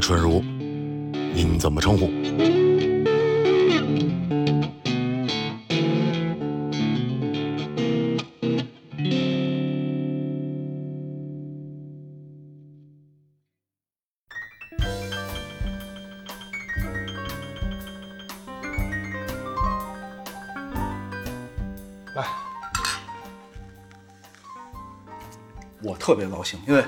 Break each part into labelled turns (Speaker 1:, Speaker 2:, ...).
Speaker 1: 纯如，您怎么称呼？
Speaker 2: 来，我特别高兴，因为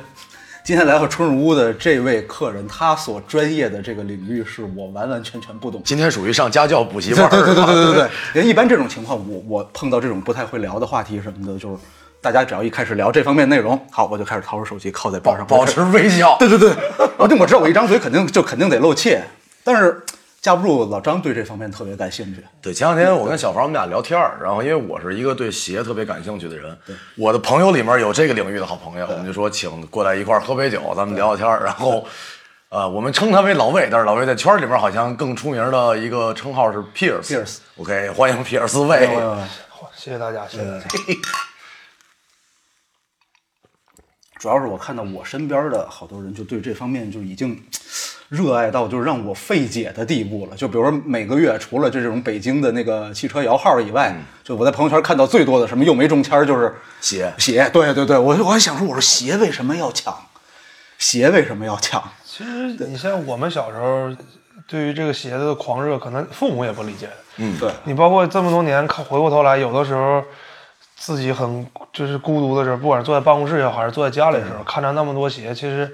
Speaker 2: 今天来到春日屋的这位客人，他所专业的这个领域是我完完全全不懂。
Speaker 1: 今天属于上家教补习
Speaker 2: 对
Speaker 1: 班儿，
Speaker 2: 对对对对对
Speaker 1: 对
Speaker 2: 对，人一般这种情况，我我碰到这种不太会聊的话题什么的，就是大家只要一开始聊这方面内容，好，我就开始掏出手机靠在边
Speaker 1: 保
Speaker 2: 上，
Speaker 1: 保持微笑。
Speaker 2: 对对对，我就我知道我一张嘴肯定就肯定得露怯，但是架不住老张对这方面特别感兴趣。
Speaker 1: 对，前两天我跟小房我们俩聊天儿，然后因为我是一个对鞋特别感兴趣的人，我的朋友里面有这个领域的好朋友，我们就说请过来一块儿喝杯酒，咱们聊聊天儿。然后，呃，我们称他为老魏，但是老魏在圈儿里面好像更出名的一个称号是 Pierce。
Speaker 2: Pierce 哎
Speaker 1: OK，欢迎 Pierce 魏。
Speaker 3: 好，哎谢谢大家，谢谢大家。
Speaker 2: 呃主要是我看到我身边的好多人就对这方面就已经热爱到就是让我费解的地步了。就比如说每个月除了这种北京的那个汽车摇号以外，
Speaker 3: 嗯
Speaker 2: 就我在朋友圈看到最多的什么又没中签儿就是
Speaker 1: 鞋
Speaker 2: 鞋。对对对，我我还想说，我说鞋为什么要抢？鞋为什么要抢？
Speaker 3: 其实你像我们小时候，对于这个鞋子的狂热，可能父母也不理解。
Speaker 2: 嗯，对，
Speaker 3: 你包括这么多年看回过头来，有的时候自己很就是孤独的时候，不管是坐在办公室也好，还是坐在家里的时候，看着那么多鞋，其实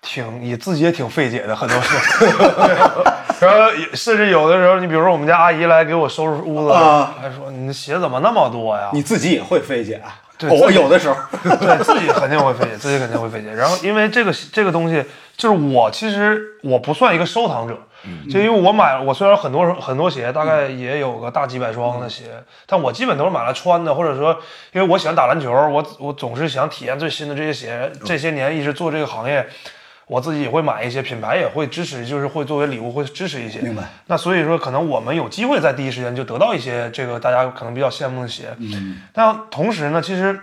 Speaker 3: 挺也自己也挺费解的，很多时候。 对然后也甚至有的时候，你比如说我们家阿姨来给我收拾屋子，
Speaker 2: 啊
Speaker 3: 还说你的鞋怎么那么多呀？
Speaker 2: 你自己也会费解啊。
Speaker 3: 对
Speaker 2: 我
Speaker 3: 自己
Speaker 2: 有的时候，
Speaker 3: 对自己肯定会费解，自己肯定会费解。然后因为这个这个东西，就是我其实我不算一个收藏者，
Speaker 2: 嗯
Speaker 3: 就因为我买我虽然很多很多鞋，大概也有个大几百双的鞋，但我基本都是买来穿的，或者说因为我喜欢打篮球，我我总是想体验最新的这些鞋。
Speaker 2: 嗯
Speaker 3: 这些年一直做这个行业。我自己也会买一些，品牌也会支持，就是会作为礼物会支持一些。
Speaker 2: 明白。
Speaker 3: 那所以说，可能我们有机会在第一时间就得到一些这个大家可能比较羡慕的鞋。嗯。但同时呢，其实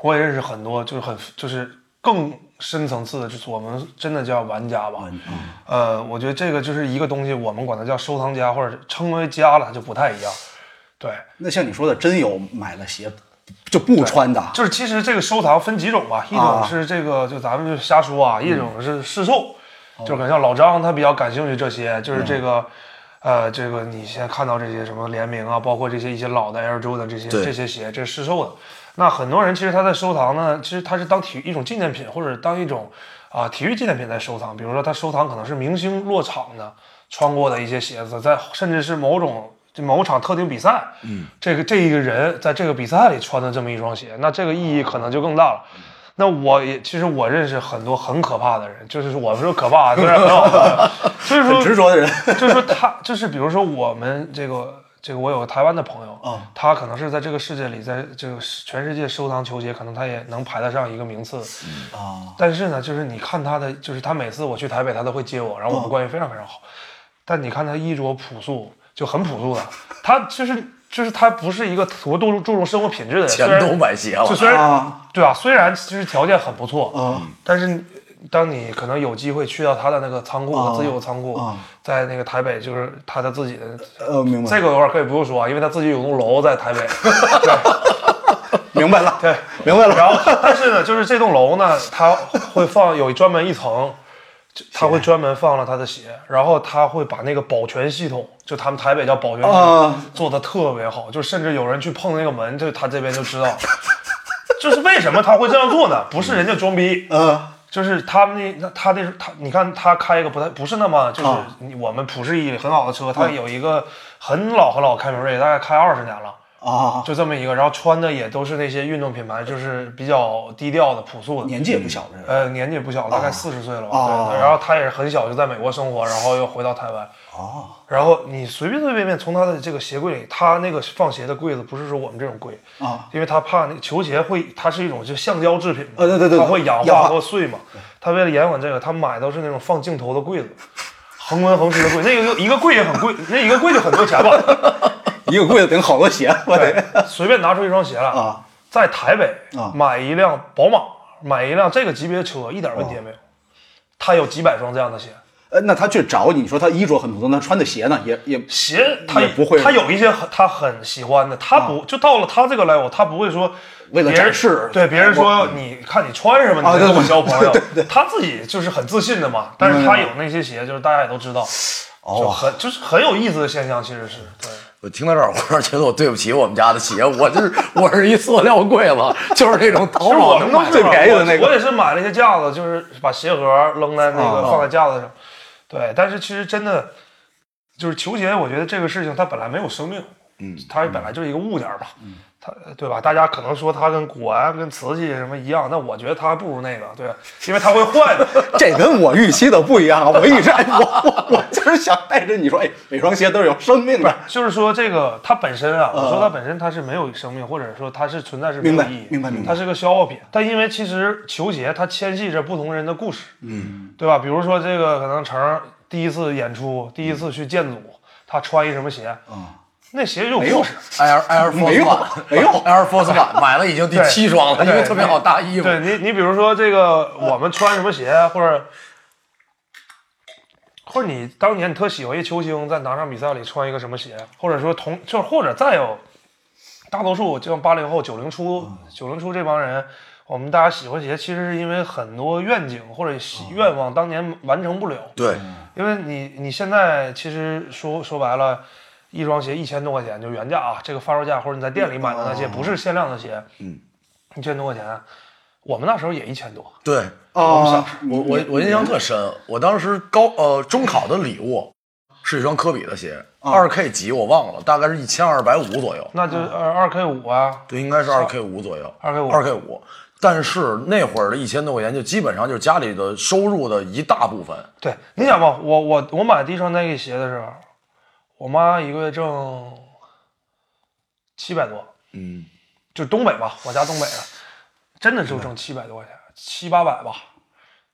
Speaker 3: 我也认识很多，就是很就是更深层次的，就是我们真的叫玩家
Speaker 2: 嗯
Speaker 3: 吧。呃，我觉得这个就是一个东西，我们管它叫收藏家，或者称为家了，就不太一样。对，
Speaker 2: 那像你说的，真有买了鞋就不穿的，
Speaker 3: 就是其实这个收藏分几种吧，一种是这个、就咱们就瞎说啊，一种是试售，就可能像老张他比较感兴趣这些，就是这个。呃，这个你先看到这些什么联名啊，包括这些一些老的 Air Jordan 这些
Speaker 1: 对
Speaker 3: 这些鞋，这是市售的。那很多人其实他在收藏呢，其实他是当体育一种纪念品，或者当一种啊、体育纪念品在收藏。比如说他收藏可能是明星落场的穿过的一些鞋子，在甚至是某种就某场特定比赛，嗯，这个这一个人在这个比赛里穿的这么一双鞋，那这个意义可能就更大了。
Speaker 2: 嗯
Speaker 3: 那我也其实我认识很多很可怕的人，就是我说可怕，啊就是很好看， 所以说
Speaker 2: 很执着的人。
Speaker 3: 就是说他就是比如说我们这个这个我有个台湾的朋友
Speaker 1: 嗯
Speaker 2: 啊
Speaker 3: 他可能是在这个世界里，在这个全世界收藏球鞋，可能他也能排得上一个名次。
Speaker 1: 嗯
Speaker 2: 啊，
Speaker 3: 但是呢，就是你看他的，就是他每次我去台北，他都会接我，然后我们关系非常非常
Speaker 1: 嗯
Speaker 3: 好。但你看他衣着朴素，就很朴素的，他就是就是他不是一个多注注重生活品质的人，虽
Speaker 1: 钱
Speaker 3: 然
Speaker 1: 都买鞋了
Speaker 3: 就。虽然、
Speaker 2: 啊
Speaker 3: 对吧，虽然其实条件很不错，
Speaker 2: 啊
Speaker 3: 但是你当你可能有机会去到他的那个仓库，
Speaker 2: 啊
Speaker 3: 自有仓库，
Speaker 2: 啊
Speaker 3: 在那个台北，就是他的自己的。
Speaker 2: 呃，明白
Speaker 3: 这，个的话可以不用说啊，因为他自己有栋楼在台北。
Speaker 2: 明白了，
Speaker 3: 对，
Speaker 2: 明白了。
Speaker 3: 然后，但是呢，就是这栋楼呢，它会放有专门一层，就它会专门放了他的鞋，然后他会把那个保全系统，就他们台北叫保全系统，
Speaker 2: 啊
Speaker 3: 做的特别好，就甚至有人去碰那个门，就他这边就知道，就是为什么他会这样做呢？不是人家装逼，
Speaker 2: 呃，
Speaker 3: 就是他们那那他那他，你看他开一个不太不是那么就是
Speaker 2: 啊
Speaker 3: 你我们普世意义里很好的车，他有一个很老很老的凯美瑞，大概开二十年了。
Speaker 2: 啊，
Speaker 3: 就这么一个，然后穿的也都是那些运动品牌，就是比较低调的、朴素的。
Speaker 2: 年纪也不小了，
Speaker 3: 呃，年纪也不小，大概四十岁了吧。
Speaker 2: 哦
Speaker 3: 对，然后他也是很小就在美国生活，然后又回到台湾。
Speaker 2: 哦，
Speaker 3: 然后你随便随便便从他的这个鞋柜里，他那个放鞋的柜子不是说我们这种柜
Speaker 2: 啊，
Speaker 3: 因为他怕那球鞋会，它是一种就橡胶制品嘛，
Speaker 2: 呃对对对
Speaker 3: 它会氧
Speaker 2: 氧化
Speaker 3: 化或碎嘛。他为了延缓这个，他买都是那种放镜头的柜子，横纹横式的柜，那个一个柜也很贵，那一个柜就很多钱吧。
Speaker 2: 一个柜子顶好多鞋，我得
Speaker 3: 对， 随便拿出一双鞋来
Speaker 2: 啊，
Speaker 3: 在台北
Speaker 2: 啊
Speaker 3: 买一辆
Speaker 2: 哦
Speaker 3: 宝马，买一辆这个级别的车一点问题也没有。他有几百双这样的鞋，
Speaker 2: 呃，那他去找你，你说他衣着很普通，那穿的鞋呢，也也
Speaker 3: 鞋他
Speaker 2: 也不会啊
Speaker 3: 他有一些很他很喜欢的，他不、就到了他这个 level，他不会说
Speaker 2: 为了
Speaker 3: 别人
Speaker 2: 展示嗯
Speaker 3: 对别人说你看你穿什么，
Speaker 2: 啊
Speaker 3: 你
Speaker 2: 对嗯
Speaker 3: 跟我
Speaker 2: 我
Speaker 3: 交朋友，他自己就是很自信的嘛。但是他有那些鞋，就是大家也都知道，
Speaker 2: 哦
Speaker 3: 就很就是很有意思的现象，其实是对。
Speaker 1: 我听到这儿，我突然觉得我对不起我们家的企业，我是我是一塑料柜子，就是那种淘
Speaker 3: 其实
Speaker 1: 宝
Speaker 3: 我
Speaker 1: 能
Speaker 3: 们
Speaker 1: 买
Speaker 3: 弄
Speaker 1: 最便宜的那
Speaker 3: 我
Speaker 1: 个。
Speaker 3: 也是买了一些架子，就是把鞋盒扔在那个
Speaker 2: 啊
Speaker 3: 放在架子上。对，但是其实真的就是球鞋，我觉得这个事情它本来没有生命，嗯，它本来就是一个物件儿吧，嗯，它对吧？大家可能说它跟古玩、跟瓷器什么一样，那我觉得它还不如那个，对，因为它会换。
Speaker 2: 这跟我预期的不一样啊！我一直哎我我我就是想带着你说，哎，每双鞋都是有生命的。
Speaker 3: 就是说，这个它本身啊，我说它本身它是没有生命，或者说它是存在是没
Speaker 2: 呃明
Speaker 3: 有
Speaker 2: 白
Speaker 3: 意义，
Speaker 2: 明白明白
Speaker 3: 它是个消耗品。但因为其实球鞋它牵系着不同人的故事，嗯，对吧？比如说这个可能成儿第一次演出，第一次去建组，他穿一什么鞋
Speaker 2: 嗯
Speaker 3: 那鞋就有故事。
Speaker 1: Air Air
Speaker 2: 没
Speaker 1: Force
Speaker 2: 有
Speaker 1: One，
Speaker 2: 没有
Speaker 1: Air Force One，买了已经第
Speaker 3: 对
Speaker 1: 七双了，因为特别好搭衣服。呃
Speaker 3: 对你，你比如说这个，我们穿什么鞋，或者或者你当年你特喜欢一球星，在哪场比赛里穿一个什么鞋，或者说同就是或者再有，大多数就像八零后、九零初、
Speaker 1: 嗯
Speaker 3: 九零初这帮人，我们大家喜欢鞋，其实是因为很多愿景或者喜
Speaker 1: 嗯
Speaker 3: 愿望当年完成不了，
Speaker 1: 对，
Speaker 3: 因为你你现在其实说说白了，一双鞋一千多块钱就原价啊，这个发售价或者你在店里买的那些不是限量的鞋，嗯，一千多块钱，我们那时候也一千多，
Speaker 1: 对，
Speaker 2: 啊！
Speaker 1: 我我我印象特深，我当时高呃中考的礼物是一双科比的鞋，二 K 几我忘了，大概是一千二百五左右，
Speaker 3: 那就二二 K 五啊，
Speaker 1: 对，应该是二 K 五左右，
Speaker 3: 2K5
Speaker 1: 二 K 五。但是那会儿的一千多块钱，就基本上就是家里的收入的一大部分。
Speaker 3: 对，你想吧，我我我买第一双 Nike 鞋的时候，我妈一个月挣七百多，
Speaker 1: 嗯，
Speaker 3: 就东北吧，我家东北的，真的就挣七百多块钱，七八百吧，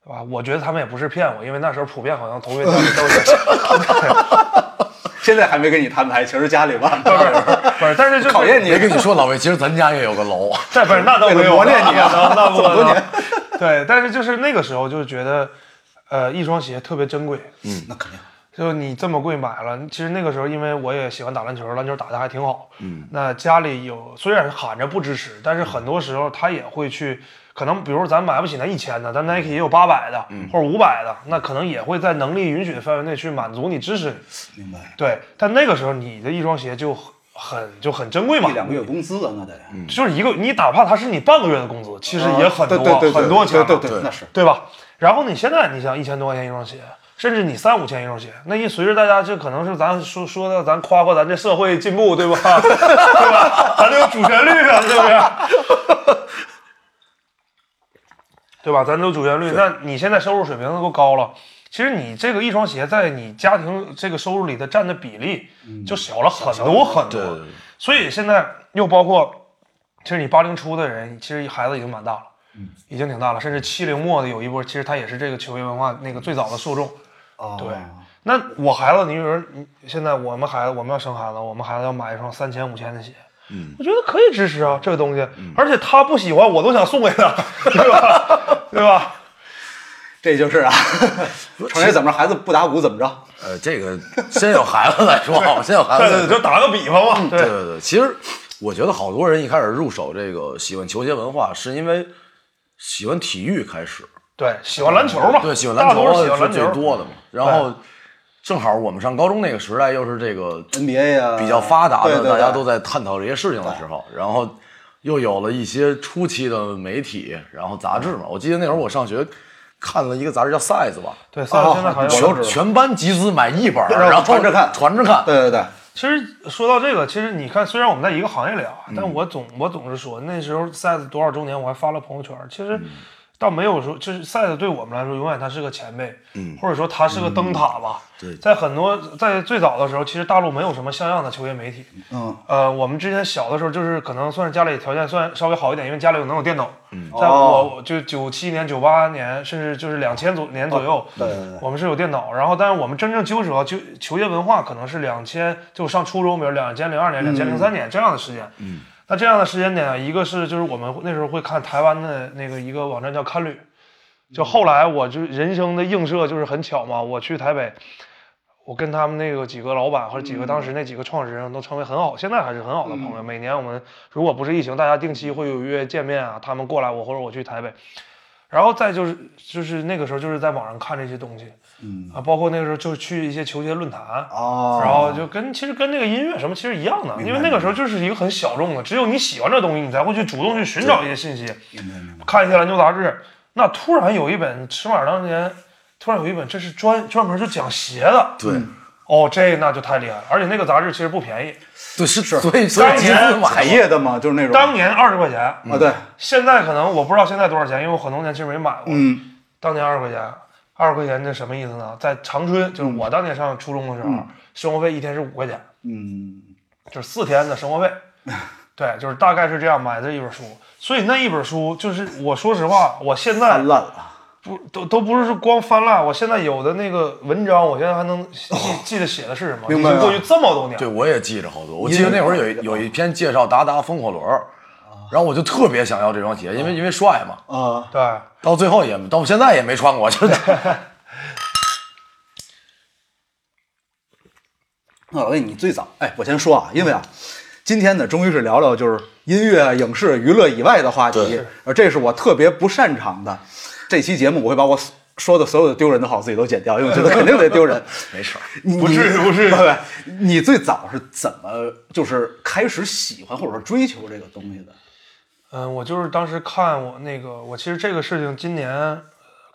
Speaker 3: 对吧？我觉得他们也不是骗我，因为那时候普遍好像头月都是。
Speaker 2: 现在还没跟你摊牌，其实家里吧，
Speaker 3: 不是不是，但是就是
Speaker 2: 考验你
Speaker 1: 别跟你 说，老魏，其实咱家也有个楼。
Speaker 3: 但不是那倒没有
Speaker 2: 为了磨练你啊
Speaker 3: 那那不
Speaker 2: 这么多年
Speaker 3: 能。对，但是就是那个时候就是觉得，呃，一双鞋特别珍贵，
Speaker 2: 嗯那肯定
Speaker 3: 就是你这么贵买了，其实那个时候因为我也喜欢打篮球，篮球打得还挺好。嗯，那家里有虽然喊着不支持，但是很多时候他也会去，可能比如咱买不起那一千的，但 Nike 也有八百的、
Speaker 2: 嗯
Speaker 3: 或者五百的，那可能也会在能力允许的范围内去满足你支持你。
Speaker 2: 明白。
Speaker 3: 对，但那个时候你的一双鞋就很很就很珍贵嘛
Speaker 2: 一，两个月工资啊，那得
Speaker 3: 就是一个你哪怕它是你半个月的工资，其实也很
Speaker 2: 啊对
Speaker 3: 多、
Speaker 2: 对对对
Speaker 3: 很多钱
Speaker 2: 对
Speaker 3: 了，
Speaker 2: 对对，那是
Speaker 3: 对吧？然后你现在你想一千多块钱一双鞋，甚至你三五千一双鞋，那一随着大家这可能是咱说说的，咱夸夸咱这社会进步，对吧？ 对吧？咱这有主旋律啊，对不对？对吧？咱都主旋律，那你现在收入水平都高了，其实你这个一双鞋在你家庭这个收入里的占的比例就嗯小了很多很多。
Speaker 1: 对对对
Speaker 3: 所以现在又包括，其实你八零初的人，其实孩子已经蛮大了，嗯，已经挺大了，甚至七零末的有一波，其实他也是这个球衣文化那个最早的受众。
Speaker 2: 哦，
Speaker 3: 对，那我孩子，你比如说你现在我们孩子，我们要生孩子，我们孩子要买一双三千五千的鞋。嗯，我觉得可以支持啊，这个东西，而且他不喜欢，我都想送给 他，对吧？对吧？
Speaker 2: 这就是啊， 成天怎么着，孩子不打鼓怎么着？
Speaker 1: 呃，这个先有孩子再说，好，先有孩
Speaker 3: 对
Speaker 1: 子
Speaker 3: 对
Speaker 1: 再
Speaker 3: 对，就打个比方嘛，
Speaker 1: 对
Speaker 3: 对
Speaker 1: 对对，其实我觉得好多人一开始入手这个喜欢球鞋文化，是因为喜欢体育开始，
Speaker 3: 对，喜欢篮球嘛，
Speaker 1: 嗯对，喜欢
Speaker 3: 大
Speaker 1: 篮
Speaker 3: 多
Speaker 1: 球
Speaker 3: 数喜欢
Speaker 1: 是
Speaker 3: 篮
Speaker 1: 最
Speaker 3: 球
Speaker 1: 多的嘛。然后正好我们上高中那个时代，又是这个
Speaker 2: NBA 呀、
Speaker 1: 比较发达
Speaker 2: 呃对
Speaker 1: 的，
Speaker 2: 对
Speaker 1: 大家都
Speaker 2: 在
Speaker 1: 在探讨这些事情的时候，然后又有了一些初期的媒体，然后杂志嘛。我记得那会儿我上学看了一个杂志叫《Size》吧，
Speaker 3: 对，赛现在好像有
Speaker 2: 我都
Speaker 1: 全
Speaker 2: 知道
Speaker 1: 全班集资买一本儿，
Speaker 2: 后
Speaker 1: 然后
Speaker 2: 传着看
Speaker 1: 传着看。
Speaker 2: 对对对，
Speaker 3: 其实说到这个，其实你看，虽然我们在一个行业里啊，但我总我总是说，那时候 size 多少周年，我还发了朋友圈。其实倒没有说，就是 size 对我们来说，永远它是个前辈，或者说它是个灯塔吧。
Speaker 1: 对
Speaker 3: 在很多在最早的时候，其实大陆没有什么像样的球鞋媒体。
Speaker 2: 嗯，
Speaker 3: 呃，我们之前小的时候，就是可能算是家里条件算稍微好一点，因为家里有能有电脑。嗯，在
Speaker 2: 哦
Speaker 3: 我就九七年、九八年，甚至就是两千左年左右，
Speaker 2: 哦对对对
Speaker 3: 我们是有电脑。然后，但是我们真正接触到球球鞋文化，可能是两千，就上初中，比如两千零二年、两千零三年这样的时间。嗯，那啊这样的时间点，一个是就是我们那时候会看台湾的那个一个网站叫看旅。就后来我就人生的映射就是很巧嘛，我去台北，我跟他们那个几个老板或者几个当时那几个创始人都成为很好，现在还是很好的朋友。每年我们如果不是疫情，大家定期会有约见面啊，他们过来我或者我去台北。然后再就是就是那个时候就是在网上看这些东西，嗯啊，包括那个时候就去一些球鞋论坛
Speaker 2: 哦
Speaker 3: 然后就跟其实跟那个音乐什么其实一样的，因为那个时候就是一个很小众的，只有你喜欢这东西，你才会去主动去寻找一些信息。看一些篮球杂志，那突然有一本尺码当年，突然有一本这是专专门就讲鞋的，
Speaker 1: 对
Speaker 2: 嗯
Speaker 3: 哦，这那就太厉害了，而且那个杂志其实不便宜，
Speaker 1: 对是，所以所
Speaker 3: 当
Speaker 1: 以
Speaker 3: 年
Speaker 1: 集
Speaker 2: 彩
Speaker 1: 资买
Speaker 2: 页的嘛，就是那种
Speaker 3: 当年二十块钱，
Speaker 2: 啊，对，
Speaker 3: 现在可能我不知道现在多少钱，因为我很多年其实没买过。
Speaker 2: 嗯，
Speaker 3: 当年二十块钱，二十块钱这什么意思呢？在长春，就是我当年上初中的时候，生活费一天是五块钱，
Speaker 2: 嗯，
Speaker 3: 就是四天的生 活费。对，就是大概是这样买的一本书，所以那一本书就是我说实话，我现在
Speaker 2: 太烂了，
Speaker 3: 不都都不是光翻烂，我现在有的那个文章，我现在还能记、记得写的是什么，
Speaker 2: 哦明白
Speaker 3: 已经
Speaker 2: 了
Speaker 3: 过去这么多年
Speaker 1: 对，，我也记着好多。我记得那会儿有一有
Speaker 3: 啊
Speaker 1: 一篇介绍达达风火轮儿，然后我就特别想要这双鞋，因为因为帅嘛。
Speaker 2: 啊，
Speaker 3: 对
Speaker 1: 到最后也到现在也没穿过， 就是
Speaker 2: 那老魏，你最早，哎，我先说啊，因为啊，今天呢，终于是聊聊就是音乐、啊影视、娱乐以外的话题
Speaker 1: 对，
Speaker 2: 而这是我特别不擅长的。这期节目我会把我所说的所有的丢人的话我自己都剪掉，因为我觉得肯定得丢人。
Speaker 1: 没事儿。
Speaker 2: 不至于，不至于。不不，你最早是怎么就是开始喜欢或者说追求这个东西的？
Speaker 3: 嗯，我就是当时看我那个，我其实这个事情今年呃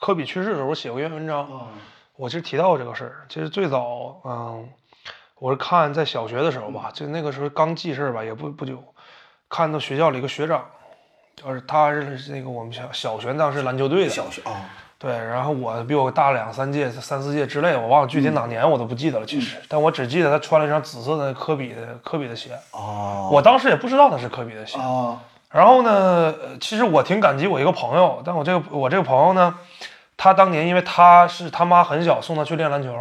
Speaker 3: 科比去世的时候，我写过一篇
Speaker 2: 哦
Speaker 3: 文章，我其实提到过这个事儿。其实最早，嗯，我是看在小学的时候吧，就那个时候刚记事儿吧，也不不久，看到学校里一个学长，就是他是那个我们小小学当时篮球队的，
Speaker 2: 小学啊，
Speaker 3: 对，然后我比我大两三届、三四届之类，我忘了具
Speaker 2: 嗯
Speaker 3: 体哪年我都不记得了，其实，但我只记得他穿了一双紫色的科比的科比的鞋，
Speaker 2: 哦，
Speaker 3: 我当时也不知道那是科比的鞋。
Speaker 2: 哦，
Speaker 3: 然后呢，呃其实我挺感激我一个朋友，但我这个我这个朋友呢，他当年因为他是他妈很小送他去练篮球，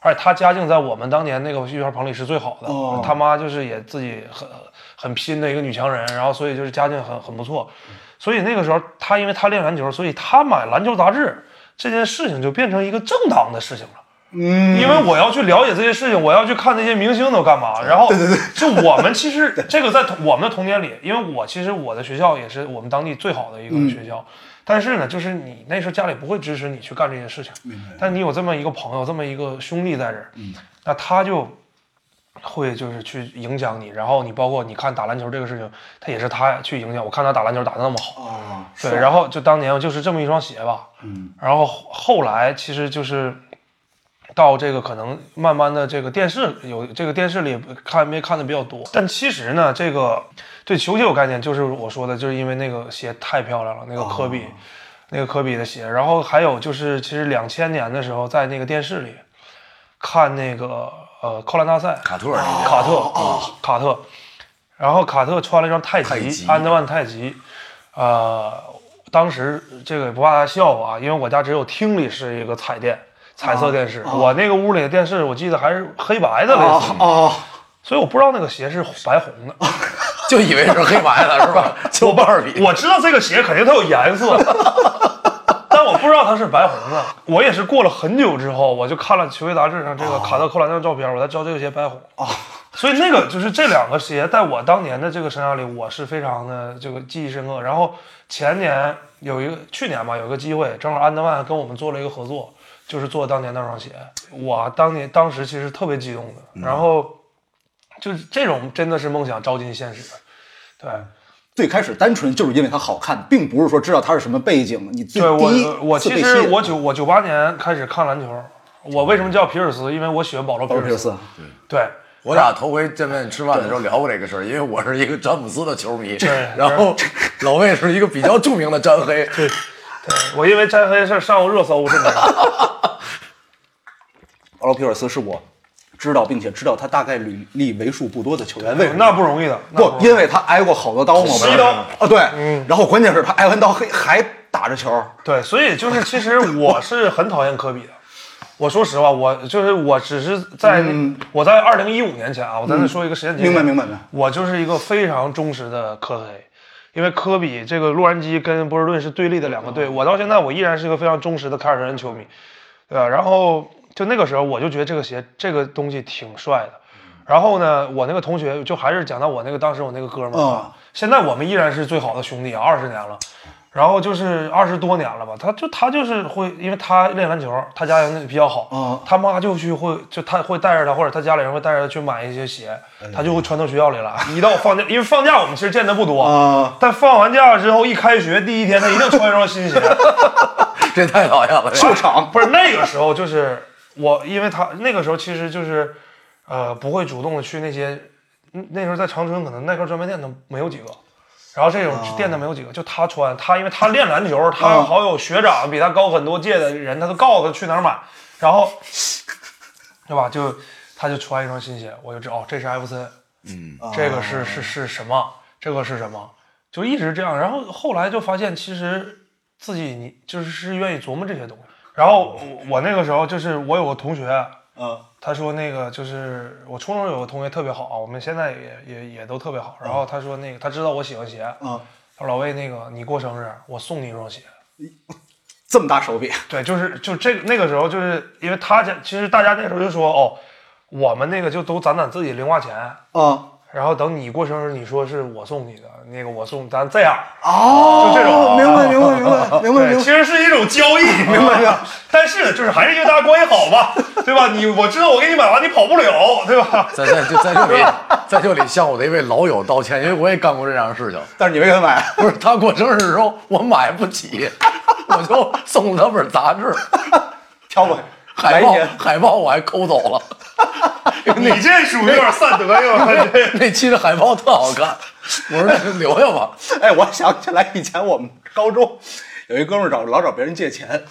Speaker 3: 而且他家境在我们当年那个育儿棚里是最好的，
Speaker 2: 哦
Speaker 3: 他妈就是也自己很很拼的一个女强人，然后所以就是家境很很不错，所以那个时候他因为他练篮球，所以他买篮球杂志这件事情就变成一个正当的事情了。
Speaker 2: 嗯，
Speaker 3: 因为我要去了解这些事情，我要去看那些明星都干嘛。然后，对对对，就我们其实这个在同我们的童年里，因为我其实我的学校也是我们当地最好的一个学校，但是呢，就是你那时候家里不会支持你去干这些事情，但你有这么一个朋友，这么一个兄弟在这儿，那他就。会就是去影响你，然后你包括你看打篮球这个事情，他也是他去影响。我看他打篮球打得那么好，
Speaker 2: 哦，
Speaker 3: 对，然后就当年就是这么一双鞋吧，
Speaker 2: 嗯，
Speaker 3: 然后后后来其实就是到这个可能慢慢的这个电视有这个电视里看 NBA 看的比较多，但其实呢，这个对球鞋有概念，就是我说的，就是因为那个鞋太漂亮了，那个科比，那个科比的鞋，然后还有就是其实两千年的时候在那个电视里看那个呃扣篮大赛，
Speaker 1: 卡特尔那个
Speaker 3: 卡特，嗯卡特，然后卡特穿了一双太
Speaker 1: 太
Speaker 3: 极
Speaker 1: 极，
Speaker 3: 安德万太极，呃，当时这个也不怕大家笑话啊，因为我家只有厅里是一个彩电，彩色电视，我那个屋里的电视我记得还是黑白的类
Speaker 2: 哦
Speaker 3: 似，
Speaker 2: 哦，
Speaker 3: 所以我不知道那个鞋是白红的，
Speaker 1: 就以为是黑白的是吧？就巴尔比，
Speaker 3: 啊我知道这个鞋肯定它有颜色，但我不知道它是白红的。我也是过了很久之后，我就看了球鞋杂志上这个卡特扣篮的照片，我才知道这个鞋白红。所以那个就是这两个鞋，在我当年的这个生涯里，我是非常的这个记忆深刻。然后前年有一个，去年吧，有一个机会，正好安德曼跟我们做了一个合作，就是做当年那双鞋。我当年当时其实特别激动的，然后就是这种真的是梦想照进现实，对。
Speaker 2: 最开始单纯就是因为它好看，并不是说知道它是什么背景。你最
Speaker 3: 对我
Speaker 2: 第一
Speaker 3: 我
Speaker 2: 次
Speaker 3: 其
Speaker 2: 被
Speaker 3: 实
Speaker 2: 吸引
Speaker 3: 我九我九八年开始看篮球，我为什么叫皮尔斯？因为我喜欢保罗皮
Speaker 2: 包括皮
Speaker 3: 尔
Speaker 2: 尔
Speaker 3: 斯
Speaker 2: 斯。，
Speaker 3: 对，
Speaker 1: 我俩头回见面吃饭的时候聊过这个事儿，因为我是一个詹姆斯的球迷，然后老魏是一个比较著名的詹黑，
Speaker 3: 对我因为詹黑是上过热搜，是吗？
Speaker 2: 保罗皮尔斯是我知道并且知道他大概履历为数不多的球员。 为什么？
Speaker 3: 那不容易的，那
Speaker 2: 不，
Speaker 3: 容易
Speaker 2: 因为他挨过好多刀嘛，不是
Speaker 3: 十一刀嗯
Speaker 2: 啊，对，然后关键是他挨完刀还还打着球，
Speaker 3: 对，所以就是其实我是很讨厌科比的。我说实话，我就是我只是在、我在二零一五年前啊，我在那说一个时间节点、
Speaker 2: 明白明白明白
Speaker 3: 我就是一个非常忠实的科黑，因为科比这个洛杉矶跟波士顿是对立的两个队，我到现在我依然是一个非常忠实的凯尔特人球迷，对吧？然后就那个时候我就觉得这个鞋这个东西挺帅的。然后呢，我那个同学就还是讲到我那个当时我那个哥们儿
Speaker 2: 哦嗯
Speaker 3: 啊，现在我们依然是最好的兄弟啊，二十年了。然后就是二十多年了吧，他就他就是会，因为他练篮球，他家人比较好，
Speaker 2: 嗯
Speaker 3: 他妈就去会就他会带着他，或者他家里人会带着他去买一些鞋，他就会穿到学校里来。 一到放假，因为放假我们其实见的不多，
Speaker 2: 啊
Speaker 3: 但放完假之后一开学第一天，他一定穿一双新鞋。
Speaker 1: 这太讨厌 了。
Speaker 2: 秀场
Speaker 3: 不是那个时候，就是我，因为他那个时候其实就是，呃，不会主动的去那些，嗯那时候在长春可能耐克专卖店都没有几个，然后这种店的没有几个，就他穿，他因为他练篮球，他好友学长比他高很多届的人，他都告诉他去哪儿买，然后，对吧？就他就穿一双新鞋，我就知道哦，这是艾弗森，这个是是是什么？这个是什么？就一直这样，然后后来就发现，其实自己你就是是愿意琢磨这些东西。然后我我那个时候就是我有个同学，
Speaker 2: 嗯
Speaker 3: 他说那个就是我初中有个同学特别好啊，我们现在也也也都特别好。然后他说那个他知道我喜欢鞋，
Speaker 2: 嗯，
Speaker 3: 他说老魏那个你过生日我送你一双鞋。
Speaker 2: 这么大手笔，
Speaker 3: 对，就是就这个那个时候，就是因为他家其实大家那时候就说哦，我们那个就都攒攒自己零花钱，
Speaker 2: 啊
Speaker 3: 然后等你过生日，你说是我送你的，那个我送咱这样，
Speaker 2: 哦，
Speaker 3: 就这种
Speaker 2: 明白明白明白啊明白
Speaker 3: 对，
Speaker 2: 明
Speaker 3: 其
Speaker 2: 白，
Speaker 3: 实是一种交易，明白吗？但是就是还是因为大家关系好嘛，对吧？你我知道我给你买完你跑不了，对吧？
Speaker 1: 在在就在这里，在这里向我的一位老友道歉，因为我也干过这样的事情。
Speaker 2: 但是你没给他买，
Speaker 1: 不是他过生日的时候，我买不起，我就送了他本杂 志，
Speaker 2: 挑 吧，
Speaker 1: 海
Speaker 2: 来一
Speaker 1: 报
Speaker 2: 年
Speaker 1: 海报我还抠走了。
Speaker 3: 你这属于有点散德呀，这
Speaker 1: 那期的海报特好看，我说那就留下 吧。
Speaker 2: 哎，我想起来以前我们高中有一哥们儿找老找别人借钱，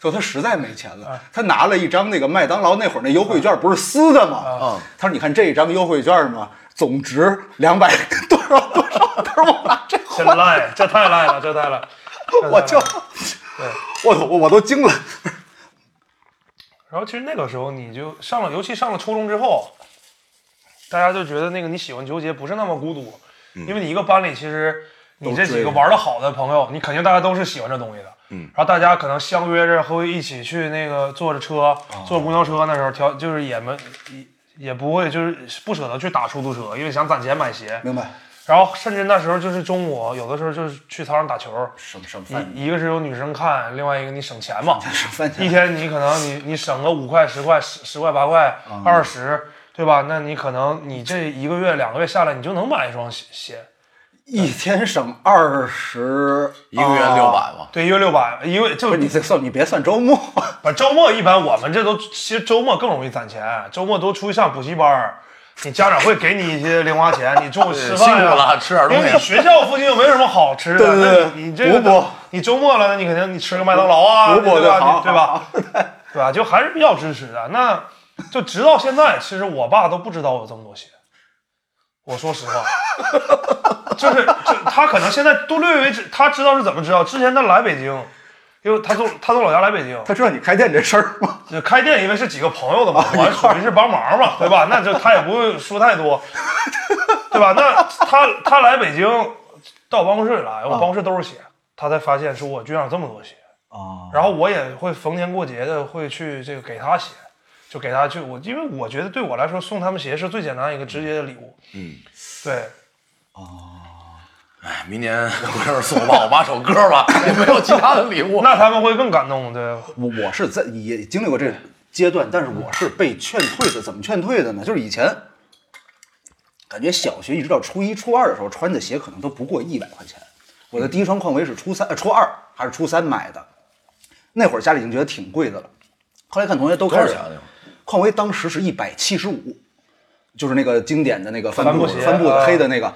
Speaker 2: 说他实在没钱
Speaker 3: 啊
Speaker 2: 了，他拿了一张那个麦当劳那会儿那优惠券不是撕的吗
Speaker 3: 啊
Speaker 1: 嗯？
Speaker 2: 他说你看这一张优惠券嘛，总值两百多少多少， 他说我拿这
Speaker 3: 真赖，这太赖了，这太赖。这太赖
Speaker 2: 我就
Speaker 3: 对，
Speaker 2: 我我我都惊了，
Speaker 3: 然后其实那个时候你就上了，尤其上了初中之后，大家就觉得那个你喜欢球鞋不是那么孤独，因为你一个班里其实你这几个玩的好的朋友，你肯定大家都是喜欢这东西的。嗯，然后大家可能相约着会一起去那个坐着车，坐公交车那时候调就是也没也也不会就是不舍得去打出租车，因为想攒钱买鞋。
Speaker 2: 明白
Speaker 3: 然后甚至那时候就是中午有的时候就是去操场打球，
Speaker 2: 什么什么饭
Speaker 3: 一一个是有女生看，另外一个你省钱嘛。
Speaker 2: 什么饭
Speaker 3: 一
Speaker 2: 钱，
Speaker 3: 天你可能你你省个五块十块十十块八块
Speaker 1: 嗯
Speaker 3: 二十，对吧？那你可能你这一个月两个月下来，你就能买一双鞋鞋。
Speaker 2: 一天省二十，
Speaker 1: 一个月
Speaker 2: 啊
Speaker 1: 六百。吧，
Speaker 3: 对，一个月六百，一个月就
Speaker 2: 不是你这算，你别算周末，
Speaker 3: 把周末一般我们这都其实周末更容易攒钱，周末都出去上补习班儿，你家长会给你一些零花钱，你中午吃
Speaker 1: 对
Speaker 3: 饭、
Speaker 1: 辛
Speaker 3: 啊、
Speaker 1: 苦了，哎吃点
Speaker 3: 因为
Speaker 1: 东
Speaker 3: 你
Speaker 1: 西。
Speaker 3: 学校附近又没有什么好吃的，
Speaker 2: 对对对
Speaker 3: 那你你这个
Speaker 2: 补补
Speaker 3: 你周末了，那你肯定你吃个麦当劳啊，
Speaker 2: 补补
Speaker 3: 对
Speaker 2: 对
Speaker 3: 吧？
Speaker 2: 好
Speaker 3: 你对吧？对吧？就还是比较支持的。那就直到现在，其实我爸都不知道我有这么多鞋。我说实话，就是就他可能现在都略微知，他知道是怎么知道。之前他来北京，因为他从他从老家来北京，
Speaker 2: 他知道你开店这事儿吗？
Speaker 3: 就开店，因为是几个朋友的嘛，我属于是帮忙嘛，对吧？那就他也不会说太 多，对吧？那他他来北京到我办公室里来，我办公室都是鞋，他才发现说我居然有这么多鞋，
Speaker 2: 啊，
Speaker 3: 然后我也会逢年过节的会去这个给他鞋，就给他去我，因为我觉得对我来说送他们鞋是最简单一个直接的礼物，嗯，对，
Speaker 1: 哎，明年我要是送我爸我妈首歌吧，也没有其他的礼物。
Speaker 3: 那他们会更感动，对，
Speaker 2: 我我是在也经历过这阶段，但是我是被劝退的。怎么劝退的呢？就是以前感觉小学一直到初一、初二的时候穿的鞋可能都不过一百块钱。我的第一双匡威是初三、呃、初二还是初三买的，那会儿家里已经觉得挺贵的了。后来看同学都
Speaker 1: 多
Speaker 2: 开
Speaker 1: 少
Speaker 2: 始
Speaker 1: 钱啊那会儿
Speaker 2: 匡威当时是一百七十五，就是那个经典的那个帆布
Speaker 3: 帆布鞋
Speaker 2: 帆布的
Speaker 3: 啊
Speaker 2: 黑的那个。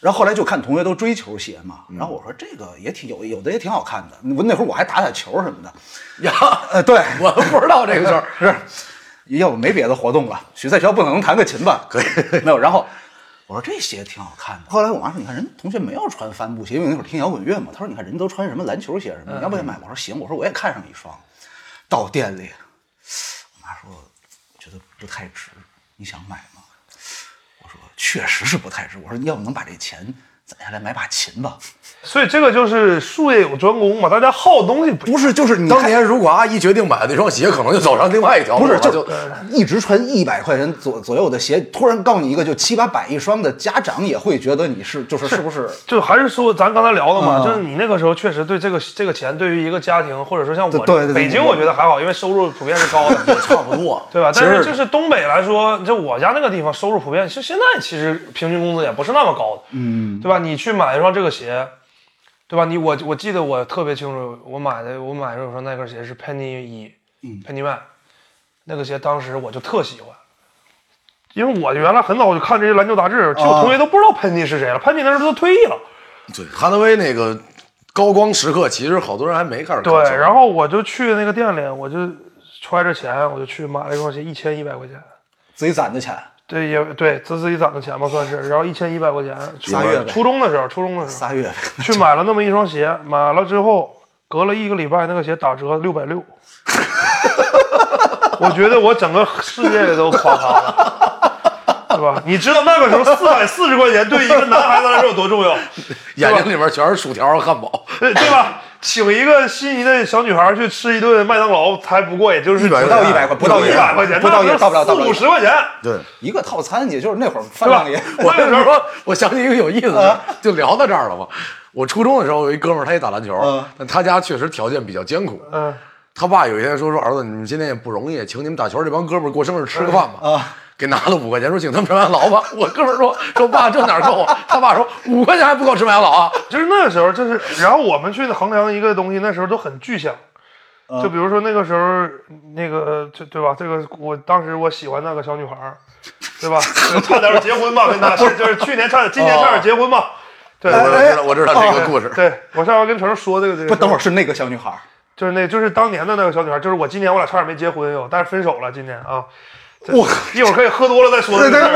Speaker 2: 然后后来就看同学都追求鞋嘛，
Speaker 1: 嗯
Speaker 2: 然后我说这个也挺有有的也挺好看的。我那会儿我还打打球什么的，
Speaker 1: 呀，
Speaker 2: 呃，对，
Speaker 1: 我都不知道这个事儿。
Speaker 2: 是，要不没别的活动了，学在学校不能弹个琴吧？可以，没有。然后我说这鞋挺好看的。后来我妈说，你看人同学没有穿帆布鞋，因为那会儿听摇滚乐嘛。她说，你看人都穿什么篮球鞋
Speaker 1: 嗯
Speaker 2: 什么，你要不要买？我说行，我说我也看上一双。到店里，我妈说我觉得不太值，你想买吗？我说确实是不太值。我说你要不能把这钱咱下来买把琴吧。
Speaker 3: 所以这个就是术业有专攻嘛，大家好东西不一样
Speaker 2: 不是，就是你
Speaker 1: 当
Speaker 2: 看
Speaker 1: 年如果阿姨决定买那双鞋，可能就走上另外一条路
Speaker 2: 不
Speaker 1: 了。
Speaker 2: 是，就
Speaker 1: 就是呃
Speaker 2: 一直穿一百块钱左左右的鞋，突然告你一个就七八百一双的，家长也会觉得你是就是是不是？
Speaker 3: 就还是说咱刚才聊的嘛，
Speaker 2: 嗯
Speaker 3: 就是你那个时候确实对这个这个钱，对于一个家庭或者说像我
Speaker 2: 对对对
Speaker 3: 北京，
Speaker 2: 对
Speaker 3: 我觉得还好，因为收入普遍是高的，
Speaker 1: 差不多，
Speaker 3: 对吧？
Speaker 1: 其
Speaker 3: 但
Speaker 1: 实
Speaker 3: 是就是东北来说，就我家那个地方收入普遍，其实现在其实平均工资也不是那么高的，嗯，对吧？你去买一双这个鞋，对吧？你我我记得我特别清楚，我买的我买的有双耐克鞋是 Penny 一、Penny One，那个鞋当时我就特喜欢。因为我原来很早我就看这些篮球杂志，就我同学都不知道 Penny 是谁了，Penny 那时候都退役了。
Speaker 1: 对哈德威那个高光时刻，其实好多人还没开始看球。
Speaker 3: 对，然后我就去那个店里，我就揣着钱，我就去买了一双鞋，一千一百块钱。
Speaker 2: 自己攒的钱，
Speaker 3: 对，也对，这自己攒的钱吧，算是。然后一千一百块钱，
Speaker 2: 仨月呗
Speaker 3: 初中的时候，初中的时候
Speaker 2: 仨月。
Speaker 3: 去买了那么一双鞋，买了之后隔了一个礼拜，那个鞋打折六百六。 我觉得我整个世界都垮塌了，对吧？你知道那个时候四百四十块钱对一个男孩子来说有多重要？
Speaker 1: 眼睛里面全是薯条和汉堡，
Speaker 3: 对 对吧？请一个心仪的小女孩去吃一顿麦当劳，才不过也就是
Speaker 1: 100
Speaker 2: 不到一百块，不到
Speaker 3: 一
Speaker 2: 一
Speaker 3: 百块钱，
Speaker 2: 不到一，到不了，到不
Speaker 3: 四
Speaker 2: 了
Speaker 3: 五十块钱，
Speaker 1: 对。
Speaker 2: 一个套餐，也就是那会儿饭
Speaker 3: 对吧
Speaker 2: 量 也。？
Speaker 1: 我
Speaker 3: 那
Speaker 1: 那
Speaker 3: 个
Speaker 1: 时
Speaker 3: 时
Speaker 1: 候
Speaker 3: 候，
Speaker 1: 我想起一个有意思的，
Speaker 3: 啊
Speaker 1: 就聊到这儿了嘛。我初中的时候有一哥们儿，他也打篮球
Speaker 3: 啊
Speaker 2: 嗯，
Speaker 1: 但他家确实条件比较艰苦。
Speaker 3: 嗯，
Speaker 1: 他爸有一天说说儿子，你们今天也不容易，请你们打球这帮哥们儿过生日吃个饭吧。
Speaker 2: 啊，
Speaker 1: 给拿了五块钱，说请他们吃麦当劳吧。我哥们儿说说爸，这哪够啊？他爸说五块钱还不够吃麦当劳啊。
Speaker 3: 就是那个时候，就是然后我们去衡量一个东西，那时候都很具象。
Speaker 2: 嗯
Speaker 3: 就比如说那个时候，那个就对吧？这个我当时我喜欢那个小女孩儿，对吧？就差点结婚吧，跟她是就是去年差点，今年差点结 婚吧。对，
Speaker 1: 我
Speaker 3: 对
Speaker 1: 知道，我知道这个故事。
Speaker 3: 哎哦对我上回跟程说这个这个事
Speaker 2: 不，
Speaker 3: 儿。
Speaker 2: 等会儿是那个小女孩儿，
Speaker 3: 就是那，就是当年的那个小女孩，就是我今年我俩差点没结婚哟，但是分手了，今年啊，
Speaker 2: 我
Speaker 3: 一会儿可以喝多了再说。
Speaker 2: 对对对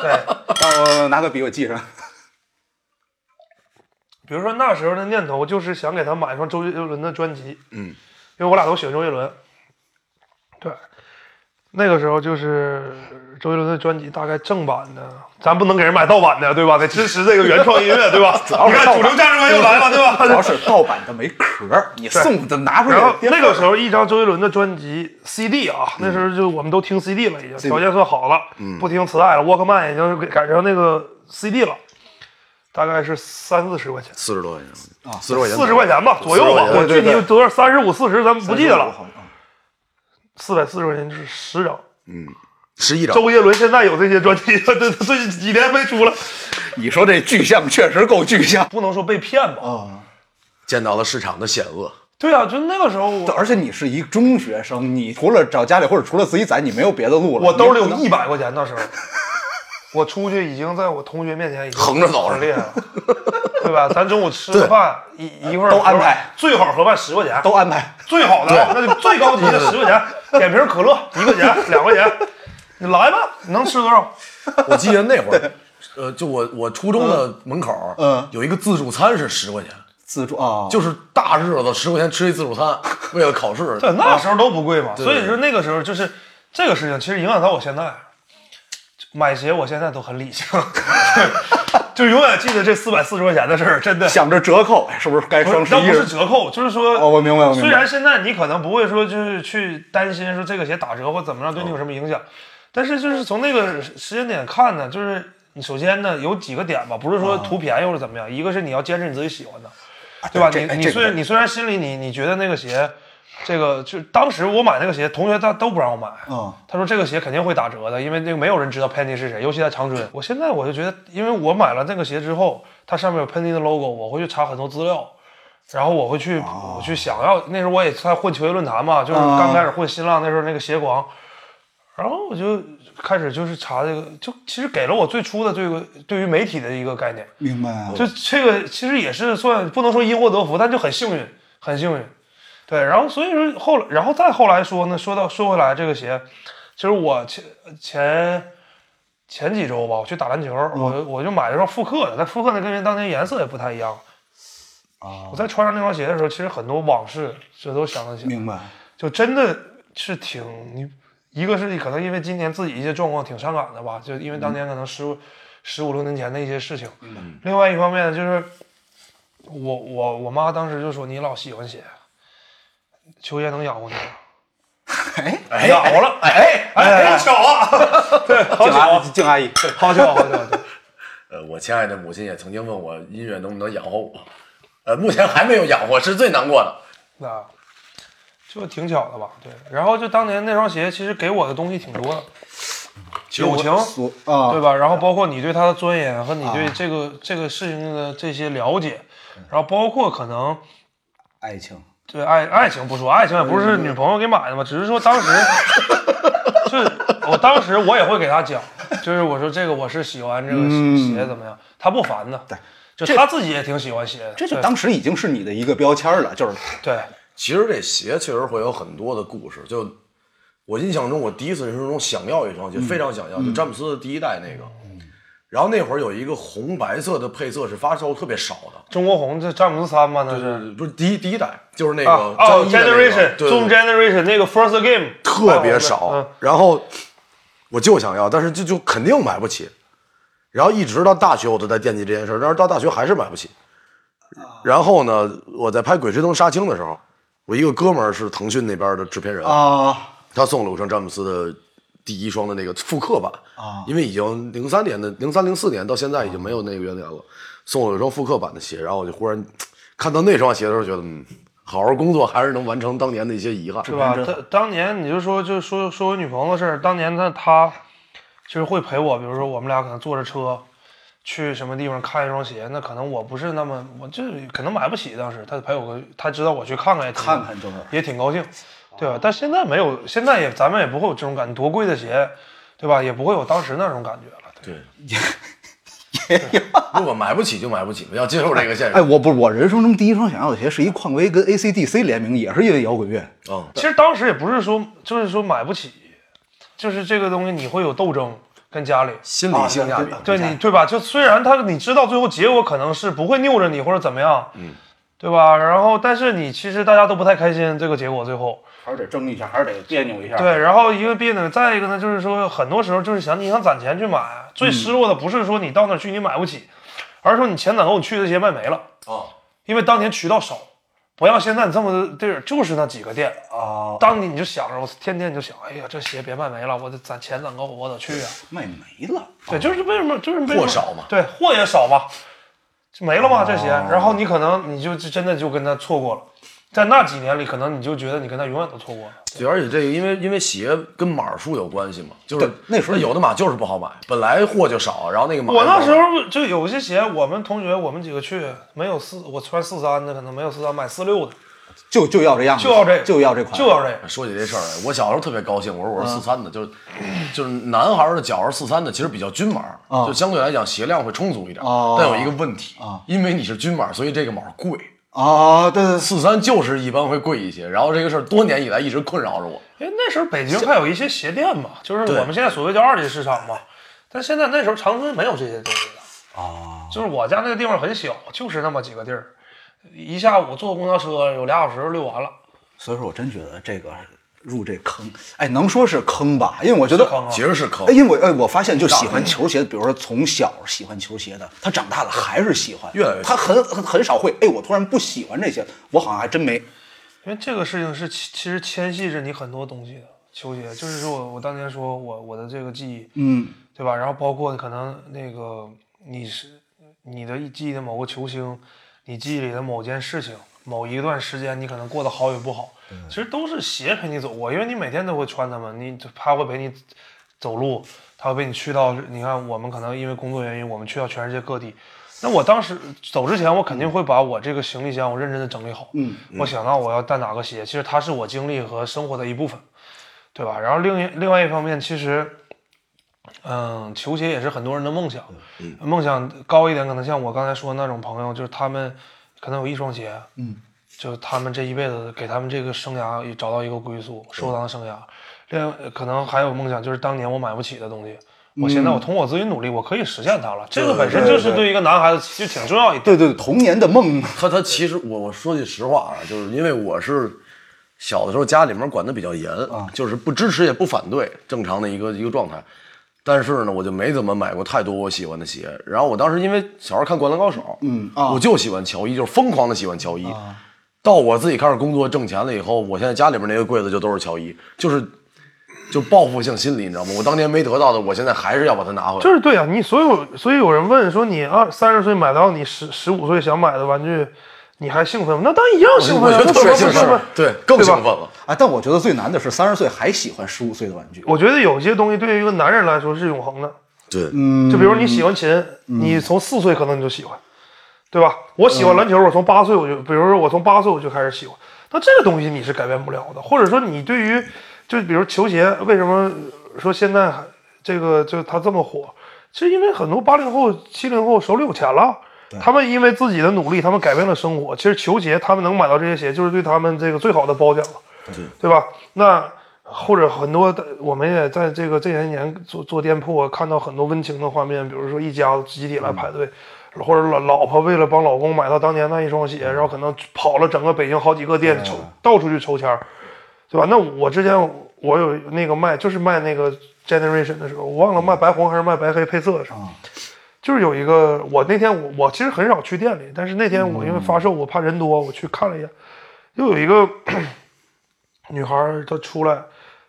Speaker 3: 对，
Speaker 2: 让我拿个笔我 记上。
Speaker 3: 比如说那时候的念头就是想给她买一双周杰伦的专辑，嗯，因为我俩都喜欢周杰伦，对，那个时候就是周杰伦的专辑大概正版的，咱不能给人买盗版的，对吧？得支持这个原创音乐，对吧？
Speaker 2: 要
Speaker 3: 你
Speaker 2: 是
Speaker 3: 看
Speaker 2: 盗版
Speaker 3: 主流价值观又来了，对吧？
Speaker 2: 主要是盗版的没壳儿，你送的拿出
Speaker 3: 然后
Speaker 2: 来，
Speaker 3: 那个时候一张周杰伦的专辑 CD 啊，那时候就我们都听 CD 了，已经条件算好了，不听磁带了，Walkman 已经改成那个 CD 了，大概是三四十块钱，
Speaker 1: 四十多块钱啊，四十块钱，
Speaker 3: 四十块钱吧左右吧，
Speaker 1: 40
Speaker 3: 我
Speaker 2: 块钱
Speaker 3: 具体
Speaker 2: 对对对
Speaker 3: 多少三十五四十咱们不记得
Speaker 2: 35
Speaker 3: 了
Speaker 2: 好，像啊
Speaker 3: 四百四十块钱就是十张。
Speaker 1: 十一张。
Speaker 3: 周杰伦现在有这些专辑， 这这这几年没出了，
Speaker 2: 你说这具象确实够具象
Speaker 3: 不能说被骗吧？
Speaker 2: 啊！
Speaker 1: 见到了市场的险 恶。
Speaker 3: 对啊，就那个时候我
Speaker 2: 而且你是一中学生，你除了找家里或者除了自己攒，你没有别的路了。
Speaker 3: 我兜里有
Speaker 2: 你
Speaker 3: 一百块钱，那时候我出去已经在我同学面前已经
Speaker 1: 横着走
Speaker 3: 很厉害了，对吧？咱中午吃个饭一一会儿
Speaker 2: 都安排，
Speaker 3: 最好盒饭十块钱，
Speaker 2: 都安 排，
Speaker 3: 最好的，那就最高级的十块钱，点瓶可乐一块钱两块钱，你来吧，你能吃多少？
Speaker 1: 我记得那会儿，呃，就我我初中的门口，
Speaker 2: 嗯
Speaker 1: 有一个自助餐是十块钱，
Speaker 2: 自助啊，
Speaker 1: 就是大日子十块钱吃一自助餐，为了考试。
Speaker 3: 对，那时候都不贵嘛，
Speaker 1: 对
Speaker 3: 所以说那个时候就是这个事情，其实影响到我现在。买鞋我现在都很理性， 就永远记得这四百四十块钱的事儿，真的。
Speaker 2: 想着折扣，哎是不是该双
Speaker 3: 不是，
Speaker 2: 十
Speaker 3: 那
Speaker 2: 一
Speaker 3: 不是折扣，就是说，
Speaker 2: 哦我明白我明白
Speaker 3: 虽然现在你可能不会说就是去担心说这个鞋打折或怎么样对你
Speaker 2: 哦
Speaker 3: 有什么影响，但是就是从那个时间点看呢，就是你首先呢有几个点吧，不是
Speaker 2: 哦
Speaker 3: 说图便宜或者怎么样，一个是你要坚持你自己喜欢的，对吧？
Speaker 2: 这哎
Speaker 3: 你你
Speaker 2: 这个
Speaker 3: 虽
Speaker 2: 对
Speaker 3: 你虽然心里你你觉得那个鞋，这个就当时我买那个鞋，同学他都不让我买。
Speaker 2: 啊？
Speaker 3: 他说这个鞋肯定会打折的，因为那个没有人知道 Penny 是谁，尤其在长春。我现在我就觉得，因为我买了那个鞋之后，它上面有 Penny 的 logo，我会去查很多资料，然后我会去、我去想要那时候我也在混球鞋论坛嘛，就是刚开始混新浪那时候那个鞋狂，然后我就开始就是查这个，就其实给了我最初的这个对于媒体的一个概念，
Speaker 2: 明白。啊
Speaker 3: 就这个其实也是算不能说因祸得福，但就很幸运，很幸运。对，然后所以说后来，然后再后来说呢，说到说回来这个鞋，其实我前前前几周吧，我去打篮球，我我就买了一双复刻的，但复刻的跟人当年颜色也不太一样。
Speaker 2: 啊
Speaker 3: 我在穿上那双鞋的时候，其实很多往事这都想得起来。
Speaker 2: 明白，啊
Speaker 3: 就真的是挺你，一个是可能因为今年自己一些状况挺伤感的吧，就因为当年可能失、十五六年前的一些事情。另外一方面呢，就是我我我妈当时就说你老喜欢鞋，球鞋能养活你吗？
Speaker 2: 哎，
Speaker 1: 哎
Speaker 3: 养活了，
Speaker 1: 哎哎，好巧啊！对，
Speaker 2: 哎静阿姨，静阿姨，
Speaker 3: 好巧好巧。对
Speaker 1: 呃，我亲爱的母亲也曾经问我音乐能不能养活我，呃，目前还没有养活，是最难过的。
Speaker 3: 那就挺巧的吧，对。然后就当年那双鞋，其实给我的东西挺多的，友情，
Speaker 2: 所啊，
Speaker 3: 对吧？然后包括你对它的钻研和你对这个、这个事情的这些了解，然后包括可能
Speaker 2: 爱情，
Speaker 3: 对爱爱情不说，爱情也不是女朋友给买的嘛，只是说当时，就是我当时我也会给他讲，就是我说这个我是喜欢这个
Speaker 1: 嗯
Speaker 3: 鞋鞋怎么样，他不烦的，对，就他自己也挺喜欢鞋的，
Speaker 2: 这就
Speaker 3: 对
Speaker 2: 当时已经是你的一个标签了，就是
Speaker 3: 对
Speaker 1: 其实这鞋确实会有很多的故事。就我印象中，我第一次人生中想要一双鞋，非常想要，就詹姆斯的第一代那个。然后那会儿有一个红白色的配色是发售特别少的，
Speaker 3: 中国红这詹姆斯三嘛，那是。
Speaker 1: 呃，不是第一第一代，就是那
Speaker 3: 啊
Speaker 1: 个张
Speaker 3: 哦
Speaker 1: 一的那个，
Speaker 3: ，Generation
Speaker 1: 对
Speaker 3: Zoom Generation 那个 First Game
Speaker 1: 特别
Speaker 3: 嗯
Speaker 1: 少。然后我就想要，但是就就肯定买不起。然后一直到大学我都在惦记这件事儿，但是到大学还是买不起。
Speaker 2: 啊
Speaker 1: 然后呢，我在拍《鬼吹灯杀青》的时候，我一个哥们儿是腾讯那边的制片人，
Speaker 2: 啊，
Speaker 1: 他送了我一双詹姆斯的第一双的那个复刻版
Speaker 2: 啊
Speaker 1: 因为已经零三年的零三零四年到现在已经没有那个原点了，送了一双复刻版的鞋，然后我就忽然看到那双鞋的时候，觉得嗯，好好工作还是能完成当年的一些遗憾，
Speaker 3: 是吧？他当年你就说就说说我女朋友的事儿，当年他他其实会陪我，比如说我们俩可能坐着车去什么地方看一双鞋，那可能我不是那么我这可能买不起，当时他陪我个，他知道我去看看也挺
Speaker 2: 看看就是哦
Speaker 3: 也挺高兴，对吧？但现在没有，现在也咱们也不会有这种感觉，多贵的鞋，对吧？也不会有当时那种感觉了。对
Speaker 1: 对。如果买不起就买不起，要接受这个现
Speaker 2: 哎，
Speaker 1: 实。
Speaker 2: 我不是我人生中第一双想要的鞋是一匡威跟 AC/DC 联名，也是因为摇滚乐。
Speaker 1: 嗯，
Speaker 3: 其实当时也不是说，就是说买不起，就是这个东西你会有斗争跟家里，
Speaker 1: 心理性价比
Speaker 2: 啊，
Speaker 3: 对
Speaker 2: 家
Speaker 3: 你对吧？就虽然他你知道最后结果可能是不会拗着你或者怎么样，嗯，对吧？然后但是你其实大家都不太开心这个结果最后，
Speaker 2: 还是得争一下，还是得别扭一
Speaker 1: 啊
Speaker 2: 下。
Speaker 3: 对，然后一个别扭，再一个呢，就是说很多时候就是想你想攒钱去买，
Speaker 1: 嗯
Speaker 3: 最失落的不是说你到那儿去你买不起，而是说你前攒够你去的鞋卖没了，
Speaker 1: 啊，
Speaker 3: 因为当年渠道少。不像现在这么地儿，就是那几个店，
Speaker 2: 啊，
Speaker 3: 当你你就想着，我天天你就想，哎呀，这鞋别卖没了，我得攒钱攒够，我得去啊。
Speaker 2: 卖没了。
Speaker 3: 对，就是为什么，就是为什么
Speaker 1: 货少嘛
Speaker 3: 对，货也少嘛，就没了嘛这鞋。然后你可能你就就真的就跟他错过了，在那几年里，可能你就觉得你跟他永远都错过了。
Speaker 1: 对，而且这个因为因为鞋跟码数有关系嘛，就是
Speaker 2: 对那时候
Speaker 1: 有的码就是不好买，本来货就少，然后那个码
Speaker 3: 我那时
Speaker 1: 候
Speaker 3: 候就有些鞋，我们同学我们几个去，没有四，我穿四三的可能没有四三，买四六的
Speaker 2: 就就要这样子，
Speaker 3: 就要这个，
Speaker 2: 就要这款，
Speaker 3: 就要这个。
Speaker 1: 说起这事儿来，我小时候特别高兴，我说我是
Speaker 2: 嗯
Speaker 1: 四三的，就是就是男孩儿的脚是四三的，其实比较均码，就相对来讲鞋量会充足一点，
Speaker 2: 嗯哦
Speaker 1: 但有一个问题，因为你是均码，所以这个码贵。
Speaker 2: 啊！对对对，
Speaker 1: 四三就是一般会贵一些，然后这个事儿多年以来一直困扰着我。
Speaker 3: 因为那时候北京还有一些鞋店嘛，就是我们现在所谓叫二级市场嘛，但现在那时候长春没有这些东西了。啊，就是我家那个地方很小，就是那么几个地儿，一下午坐公交车有俩小时就溜完了。
Speaker 2: 所以说我真觉得这个入这坑，哎，能说是坑吧？因为我觉得，
Speaker 3: 坑啊
Speaker 1: 其实是坑
Speaker 2: 哎，，因为我哎，我发现就喜欢球鞋，比如说从小喜欢球鞋的，他长大了还是喜欢，
Speaker 1: 越来越
Speaker 2: 他很很很少会，哎，我突然不喜欢这些，我好像还真没。
Speaker 3: 因为这个事情是其其实牵系着你很多东西的。球鞋就是说我我当年说我我的这个记忆，
Speaker 2: 嗯，
Speaker 3: 对吧？然后包括可能那个你是你的记忆的某个球星，你记忆里的某件事情，某一段时间你可能过得好与不好，其实都是鞋陪你走过，因为你每天都会穿它们，你它会陪你走路，它会陪你去到你看我们可能因为工作原因，我们去到全世界各地。那我当时走之前，我肯定会把我这个行李箱我认真的整理好。嗯，我想到我要带哪个鞋，其实它是我经历和生活的一部分，对吧？然后另一另外一方面，其实嗯，球鞋也是很多人的梦想，梦想高一点，可能像我刚才说的那种朋友，就是他们可能有一双鞋，嗯，就是他们这一辈子给他们这个生涯也找到一个归宿，收藏生涯。另外可能还有梦想，就是当年我买不起的东西，我现在我通过我自己努力，我可以实现它了。这个本身就是嗯对一个男孩子就挺重要一点。
Speaker 2: 对对对，童年的梦啊
Speaker 1: 他他其实我我说句实话啊，就是因为我是
Speaker 2: 啊
Speaker 1: 小的时候家里面管得比较严，就是不支持也不反对，正常的一个一个状态。但是呢，我就没怎么买过太多我喜欢的鞋。然后我当时因为小时候看《灌篮高手》，
Speaker 2: 嗯啊
Speaker 1: 我就喜欢乔伊，就是疯狂的喜欢乔伊。到我自己开始工作挣钱了以后，我现在家里边那个柜子就都是乔伊，就是就报复性心理，你知道吗？我当年没得到的，我现在还是要把它拿回来。
Speaker 3: 就是对啊，你所有所以有人问说你二三十岁买到你十十五岁想买的玩具，你还兴奋吗？那当然一样兴
Speaker 1: 我
Speaker 3: 奋
Speaker 1: 觉
Speaker 3: 啊，
Speaker 1: 得特
Speaker 3: 那怎
Speaker 1: 别
Speaker 3: 么
Speaker 1: 兴
Speaker 3: 不兴
Speaker 1: 奋
Speaker 3: 奋？，
Speaker 1: 对，更
Speaker 3: 对
Speaker 1: 兴
Speaker 3: 吧
Speaker 1: 奋了。
Speaker 2: 啊，但我觉得最难的是三十岁还喜欢十五岁的玩具。
Speaker 3: 我觉得有些东西对于一个男人来说是永恒的，
Speaker 1: 对，
Speaker 3: 就比如你喜欢琴，你从四岁可能你就喜欢，对吧？我喜欢篮球，我从八岁我就，比如说我从八岁我就开始喜欢，那这个东西你是改变不了的，或者说你对于，就比如球鞋，为什么说现在还这个就它这么火？其实因为很多八零后、七零后手里有钱了。他们因为自己的努力，他们改变了生活。其实球鞋，他们能买到这些鞋，就是对他们这个最好的褒奖了。对吧？那或者很多的，我们也在这个这些年做做店铺啊，看到很多温情的画面，比如说一家子集体来排队，或者老老婆为了帮老公买到当年那一双鞋，然后可能跑了整个北京好几个店抽到处去抽签儿，对吧？那我之前我有那个卖，就是卖那个 Generation 的时候，我忘了卖白红还是卖白黑配色的时候。就是有一个，我那天我我其实很少去店里，但是那天我因为发售，我怕人多，我去看了一眼，又有一个 女孩儿她出来，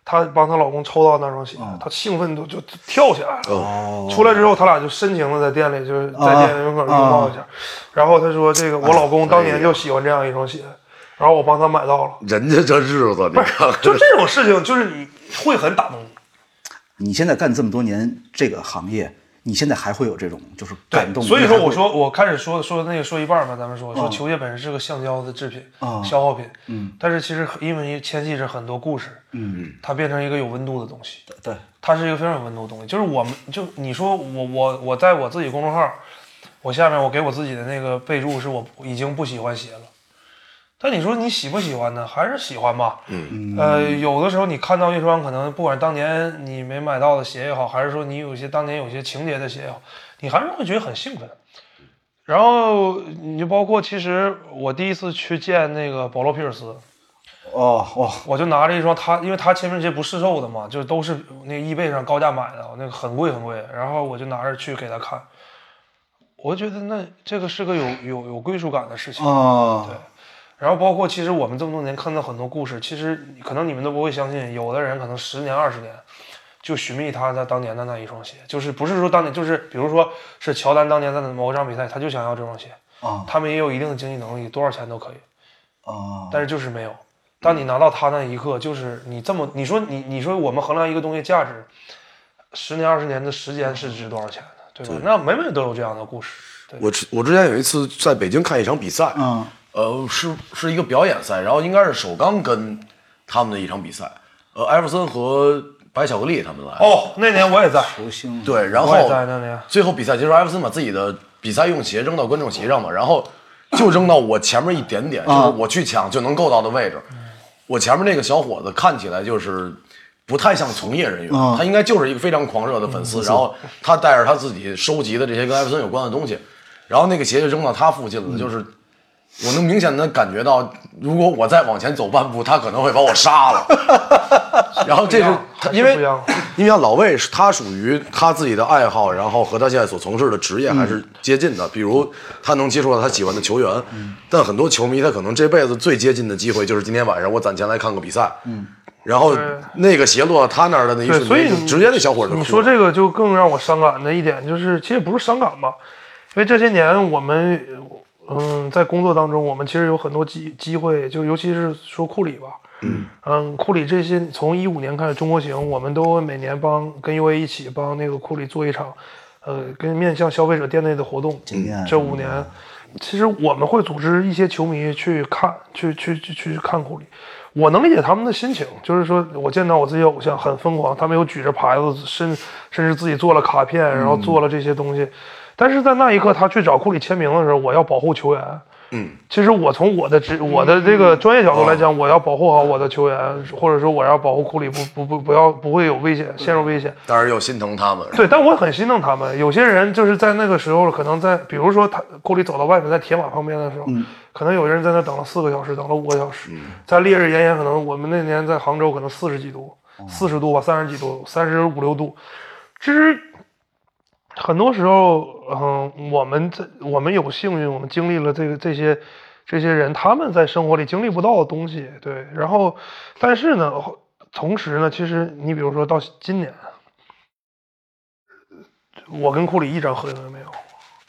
Speaker 3: 她帮她老公抽到那双鞋，她兴奋都就就跳起来了。出来之后，他俩就深情的在店里，就是在店门口拥抱一下。然后她说：“这个我老公当年就喜欢这样一双鞋，然后我帮他买到了。
Speaker 1: 人家这日子，你看” 看，
Speaker 3: 就这种事情，就是你会很打动你。
Speaker 2: 你现在干这么多年这个行业，你现在还会有这种就是感动？
Speaker 3: 对，所以
Speaker 2: 你还
Speaker 3: 说
Speaker 2: 会嗯
Speaker 3: 我说我开始说说那个说一半儿吧，咱们说说球鞋本身是个橡胶的制品，
Speaker 2: 啊
Speaker 3: 消耗品，嗯，但是其实因为纤细是很多故事，嗯，它变成一个有温度的东西，
Speaker 2: 对，
Speaker 3: 它是一个非常有温度的东西。就是我们就你说我我我在我自己公众号，我下面我给我自己的那个备注是我已经不喜欢鞋了。但你说你喜不喜欢呢？还是喜欢吧。嗯，呃，有的时候你看到一双可能不管当年你没买到的鞋也好，还是说你有一些当年有些情节的鞋也好，你还是会觉得很兴奋。然后你就包括，其实我第一次去见那个保罗皮尔斯，
Speaker 2: 哦哦，
Speaker 3: 我就拿着一双他，因为他签名鞋不是市售的嘛，就都是那个易贝上高价买的，那个很贵很贵。然后我就拿着去给他看，我觉得那这个是个有有有归属感的事情。
Speaker 2: 啊，
Speaker 3: 然后包括其实我们这么多年看到很多故事，其实可能你们都不会相信，有的人可能十年二十年就寻觅他的当年的那一双鞋，就是不是说当年就是比如说是乔丹当年在某一场比赛，他就想要这双鞋，
Speaker 2: 啊
Speaker 3: 他们也有一定的经济能力，多少钱都可以。
Speaker 2: 啊，
Speaker 3: 但是就是没有。当你拿到它那一刻，就是你这么你说你你说我们衡量一个东西价值，十年二十年的时间是值多少钱的，对吧？那每每都有这样的故事，对。
Speaker 1: 我之我之前有一次在北京看一场比赛，
Speaker 2: 嗯，
Speaker 1: 呃，是是一个表演赛，然后应该是首钢跟他们的一场比赛，呃，艾弗森和白巧克力他们来，
Speaker 3: 哦，那年我也在，
Speaker 2: 流星，
Speaker 1: 对，然后
Speaker 3: 嗯我也在那啊年
Speaker 1: 最后比赛结束，艾弗森把自己的比赛用鞋扔到观众席上嘛，然后就扔到我前面一点点，就是我去抢就能够到的位置。我前面那个小伙子看起来就是不太像从业人员，他应该就是一个非常狂热的粉丝。然后他带着他自己收集的这些跟艾弗森有关的东西，然后那个鞋就扔到他附近了，就是。我能明显的感觉到，如果我再往前走半步，他可能会把我杀了。 然后这是他，
Speaker 3: 还是
Speaker 1: 因为
Speaker 3: 不一样
Speaker 1: 因为像老魏是他属于他自己的爱好，然后和他现在所从事的职业还是接近的。比如他能接触到他喜欢的球员，
Speaker 3: 嗯
Speaker 1: 但很多球迷他可能这辈子最接近的机会就是今天晚上我攒钱来看个比赛。嗯，然后
Speaker 3: 对
Speaker 1: 那个鞋落到他那儿的那一
Speaker 3: 对，
Speaker 1: 瞬
Speaker 3: 所以
Speaker 1: 间，就
Speaker 3: 你
Speaker 1: 直接那小伙子
Speaker 3: 你说这个就更让我伤感的一点就是，其实不是伤感吧，因为这些年我们，嗯，在工作当中，我们其实有很多机机会，就尤其是说库里吧，嗯库里这些从一五年开始中国行，我们都每年帮跟 UA 一起帮那个库里做一场，呃，跟面向消费者店内的活动，
Speaker 2: 今天
Speaker 3: 这五年，其实我们会组织一些球迷去看，去去去去看库里。我能理解他们的心情，就是说我见到我自己偶像很疯狂，他们有举着牌子，甚甚至自己做了卡片，然后做了这些东西。但是在那一刻，他去找库里签名的时候，我要保护球员。嗯，其实我从我的职我的这个专业角度来讲，我要保护好我的球员，或者说我要保护库里不不不不要不会有危险，陷入危险。
Speaker 1: 当然又心疼他们。
Speaker 3: 对，但我很心疼他们。有些人就是在那个时候，可能在，比如说他库里走到外面，在铁马旁边的时候，可能有人在那等了四个小时，等了五个小时，在烈日炎炎，可能我们那年在杭州可能四十几度，四十度吧，三十几度，三十五六度，其实很多时候，嗯，我们这我们有幸运，我们经历了这个这些这些人他们在生活里经历不到的东西，对。然后，但是呢，同时呢，其实你比如说到今年，我跟库里一张合影都没有，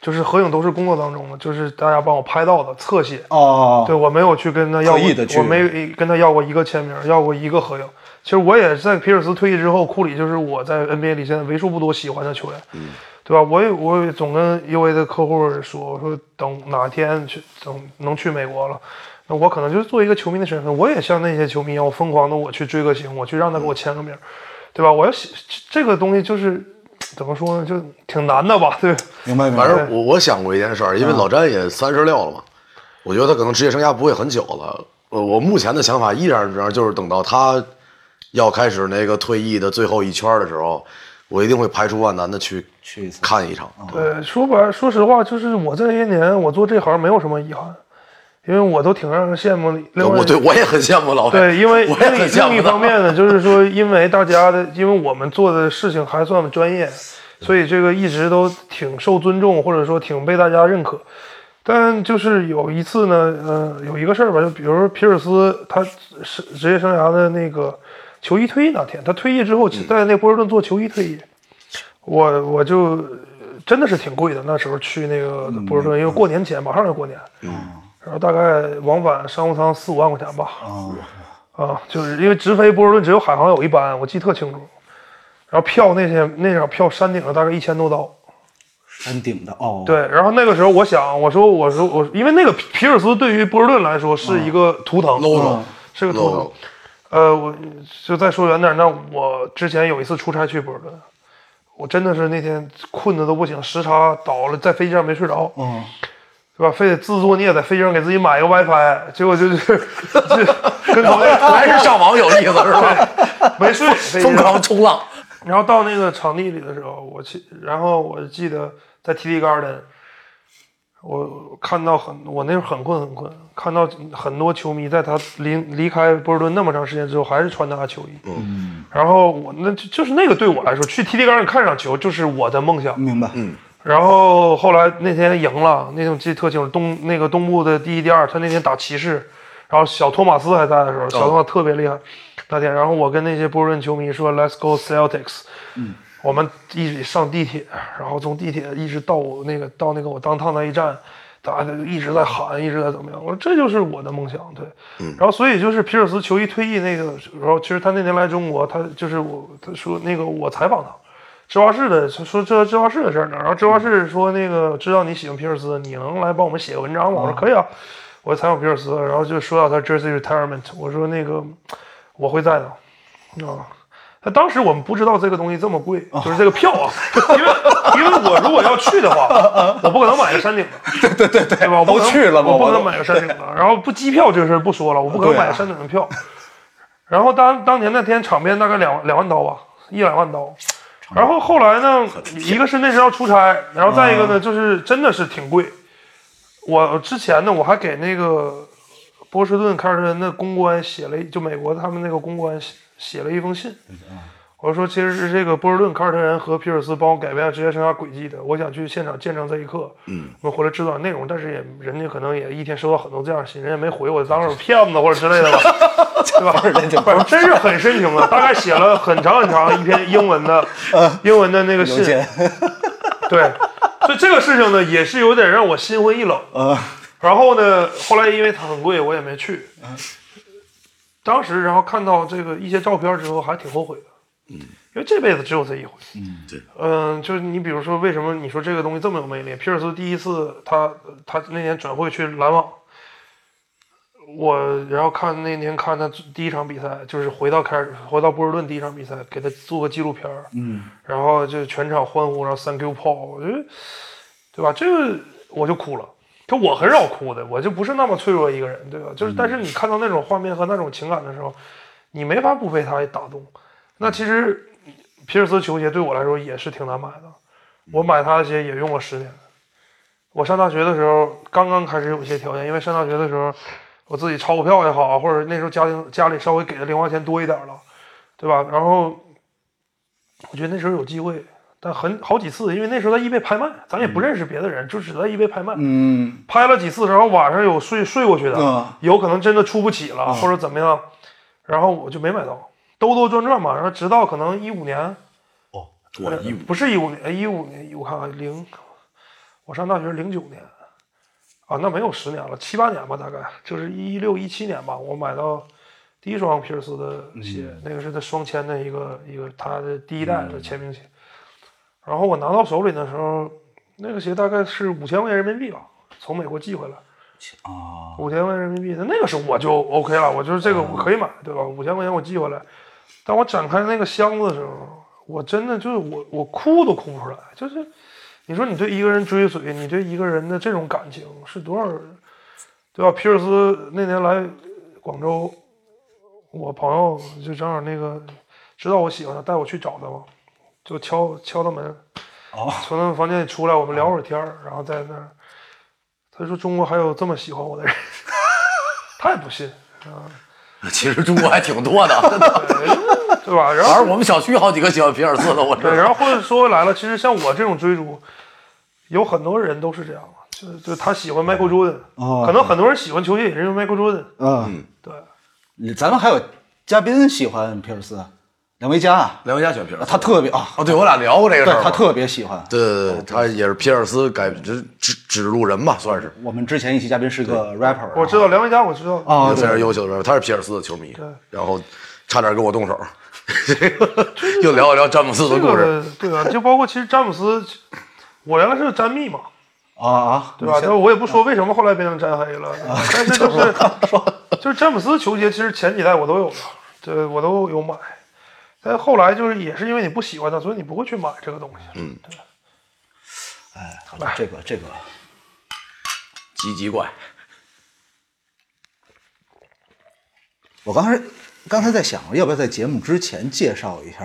Speaker 3: 就是合影都是工作当中的，就是大家帮我拍到的侧写。
Speaker 2: 哦，
Speaker 3: 对我没有去跟他要
Speaker 2: 刻
Speaker 3: 过，
Speaker 2: 意地去
Speaker 3: 我没跟他要过一个签名，要过一个合影。其实我也在皮尔斯退役之后，库里就是我在 NBA 里现在为数不多喜欢的球员，
Speaker 2: 嗯
Speaker 3: 对吧？我也我也总跟 UA 的客户说，我说等哪天去等能去美国了，那我可能就是做一个球迷的身份，我也像那些球迷一样，我疯狂的我去追个星，我去让他给我签个名，对吧？我要喜这个东西就是怎么说呢，就挺难的吧，对吧。
Speaker 2: 明白明
Speaker 1: 反
Speaker 2: 白。
Speaker 1: 正我我想过一件事儿，因为
Speaker 3: 嗯
Speaker 1: 老詹也三十六了嘛，我觉得他可能职业生涯不会很久了。呃，我目前的想法依然是这样，就是等到他要开始那个退役的最后一圈的时候，我一定会排除万难的去
Speaker 2: 去一次
Speaker 1: 看一场。
Speaker 3: 对，说白了，说实话，就是我这些年我做这行没有什么遗憾，因为我都挺让人羡慕的。另外
Speaker 1: 哦我，对我也很羡慕老詹，
Speaker 3: 对，因为
Speaker 1: 我
Speaker 3: 另
Speaker 1: 也很羡慕他
Speaker 3: 另一方面呢，就是说，因为大家的，因为我们做的事情还算专业，所以这个一直都挺受尊重，或者说挺被大家认可。但就是有一次呢，呃，有一个事儿吧，就比如说皮尔斯他是职业生涯的那个球衣退役那天，他退役之
Speaker 1: 嗯
Speaker 3: 后在那波士顿做球衣退役，我我就呃真的是挺贵的。那时候去那个
Speaker 1: 嗯
Speaker 3: 波士顿，因为过年前马上要过年，然后大概往返商务舱四五万块钱吧，
Speaker 2: 哦
Speaker 3: 啊，就是因为直飞波士顿只有海航有一班，我记得特清楚。然后票那些那场票山顶上大概一千多刀，
Speaker 2: 山顶的哦，，
Speaker 3: 对。然后那个时候我想，我说我说我，因为那个皮皮尔斯对于波士顿来说是一个图腾
Speaker 1: 嗯
Speaker 3: 嗯
Speaker 1: logo
Speaker 3: 是个图腾
Speaker 1: logo。。
Speaker 3: 呃，我就再说远点儿，那我之前有一次出差去波士顿，我真的是那天困的都不行，时差倒了，在飞机上没睡着。
Speaker 2: 嗯，
Speaker 3: 对吧？非得自作孽在飞机上给自己买一个 WiFi，结果就是就跟 国内
Speaker 1: 还是上网有意思是吧？
Speaker 3: 没睡，飞机上
Speaker 1: 疯狂冲浪，
Speaker 3: 然后到那个场地里的时候，我去，然后我记得在 TD Garden，我看到很，我那时候很困很困，看到很多球迷在他离离开波士顿那么长时间之后，还是穿他球衣。嗯。然后我那就就是那个对我来说，去 TD Garden 看场球就是我的梦想。
Speaker 2: 明白，
Speaker 1: 嗯
Speaker 3: 然后后来那天赢了，那天我记得特清楚，东那个东部的第一、第二，他那天打骑士，然后小托马斯还在的时候，小托马斯特别厉害、那天。然后我跟那些波士顿球迷说，Let's go Celtics。嗯，我们一直上地铁，然后从地铁一直到我那个到那个我当趟那一站。大家就一直在喊，一直在怎么样？我说这就是我的梦想，对。然后所以就是皮尔斯球衣退役那个时候，其实他那年来中国，他就是我他说那个我采访他，芝华士的说这芝华士的事儿呢，然后芝华士说那个知道你喜欢皮尔斯，你能来帮我们写个文章吗？我说可以啊，我采访皮尔斯，然后就说到他 jersey retirement，我说那个我会在的，啊。那当时我们不知道这个东西这么贵，就是这个票啊，因为因为我如果要去的话，我不可能买个山顶的，对对对对，吧？我不可能
Speaker 2: 都去了嘛
Speaker 3: 我不可
Speaker 2: 我
Speaker 3: 能
Speaker 2: 都
Speaker 3: 买个山顶的。然后不机票这个事儿不说了，我不可能
Speaker 2: 对啊
Speaker 3: 买个山顶的票。然后当当年那天场边大概两两万刀吧，一两万刀。然后后来呢，一个是那时候要出差，然后再一个
Speaker 2: 啊
Speaker 3: 呢，就是真的是挺贵。我之前呢，我还给那个波士顿凯尔特人的公关写了一，就美国他们那个公关写写了一封信。我说，其实是这个波士顿凯尔特人和皮尔斯帮我改变了职业生涯轨迹的，我想去现场见证这一刻。嗯，我回来制作内容，但是也人家可能也一天收到很多这样的信，人家没回我，当时有骗子或者之类 的吧。对吧？不是，真是很深情的，大概写了很长很长一篇英文 的，英文的那个
Speaker 2: 邮
Speaker 3: 信，
Speaker 2: 件，
Speaker 3: 对，所以这个事情呢，也是有点让我心灰意冷。
Speaker 2: 呃，
Speaker 3: 然后呢，后来因为它很贵，我也没去。当时然后看到这个一些照片之后，还挺后悔的。因为这辈子只有这一回。嗯，
Speaker 1: 对。
Speaker 3: 嗯，就是你比如说，为什么你说这个东西这么有魅力？皮尔斯第一次他他那年转会去篮网，我然后看那年看他第一场比赛，就是回到开始回到波士顿第一场比赛，给他做个纪录片嗯，然后就全场欢呼，然后 Thank you Paul，我觉得对吧？这个我就哭了。就我很少哭的，我就不是那么脆弱的一个人，对吧？就是，但是你看到那种画面和那种情感的时候，你没法不被他打动。那其实皮尔斯球鞋对我来说也是挺难买的，我买他的鞋也用了十年。我上大学的时候刚刚开始有一些条件，因为上大学的时候我自己炒股票也好，啊或者那时候家庭家里稍微给的零花钱多一点了，对吧？然后我觉得那时候有机会，但很好几次，因为那时候在 E 易贝拍卖，咱也不认识别的人，就只在 E 易贝拍卖。
Speaker 2: 嗯，
Speaker 3: 拍了几次之后，晚上有睡睡过去的，
Speaker 2: 嗯
Speaker 3: 有可能真的出不起了、或者怎么样，然后我就没买到，兜兜转转嘛，然后直到可能一五年，
Speaker 1: 哦，我一五
Speaker 3: 呃不是一五年，一五年我看看零，我上大学零九年，啊，那没有十年了，七八年吧，大概就是一六一七年吧，我买到第一双皮尔斯
Speaker 1: 嗯
Speaker 3: 的鞋，那个是他双签的一个一个他的第一代
Speaker 1: 嗯
Speaker 3: 的签名鞋，然后我拿到手里的时候，那个鞋大概是五千块钱人民币吧，从美国寄回来。
Speaker 2: 啊，
Speaker 3: 五千块钱人民币，那那个时候我就 OK 了，我就是这
Speaker 1: 啊
Speaker 3: 个我可以买，对吧？五千块钱我寄回来，当我展开那个箱子的时候，我真的就是我我哭都哭不出来，就是你说你对一个人追随，你对一个人的这种感情是多少人，对吧？皮尔斯那年来广州，我朋友就正好那个知道我喜欢他，带我去找他嘛，就敲敲他门，
Speaker 2: 哦，
Speaker 3: 从他们房间里出来，我们聊会儿天儿，然后在那儿，他说中国还有这么喜欢我的人， 他也不信，
Speaker 1: 其实中国还挺多的，
Speaker 3: 对吧？然
Speaker 1: 反
Speaker 3: 后
Speaker 1: 正我们小区好几个喜欢皮尔斯的，我知
Speaker 3: 对，
Speaker 1: 道。
Speaker 3: 然后或者说回来了，其实像我这种追逐，有很多人都是这样，就就他喜欢 Michael Jordan，、
Speaker 2: 哦
Speaker 3: 可能很多人喜欢球鞋也是因为 Michael Jordan，
Speaker 2: 嗯，
Speaker 3: 对，
Speaker 1: 嗯
Speaker 2: 咱们还有嘉宾喜欢皮尔斯，梁维嘉啊，
Speaker 1: 梁文佳喜欢皮尔斯，
Speaker 2: 他特别啊，
Speaker 1: 哦，对我俩聊过这个
Speaker 2: 对
Speaker 1: 事儿
Speaker 2: 他
Speaker 1: 嘛，
Speaker 2: 特别喜欢。
Speaker 1: 对对对，他也是皮尔斯改指指指路人吧，算是
Speaker 2: 我们之前一期嘉宾是个 rapper，
Speaker 3: 我知道梁维嘉，我知道，
Speaker 2: 啊，
Speaker 1: 一个非
Speaker 2: 对，
Speaker 1: 常优秀的人，他是皮尔斯的球迷，然后差点跟我动 手，又聊一聊詹姆斯的
Speaker 3: 这
Speaker 1: 故事。
Speaker 3: 个对啊，就包括其实詹姆斯，我原来是詹密嘛，
Speaker 2: 啊啊，
Speaker 3: 对吧？但我也不说为什么后来变成詹黑了，但是就是就是詹姆斯球鞋，其实前几代我都有了，这我都有买，但后来就是也是因为你不喜欢它，所以你不会去买这个东西。嗯，
Speaker 2: 哎，这个这个，
Speaker 1: 奇奇怪，
Speaker 2: 我刚才刚才在想，要不要在节目之前介绍一下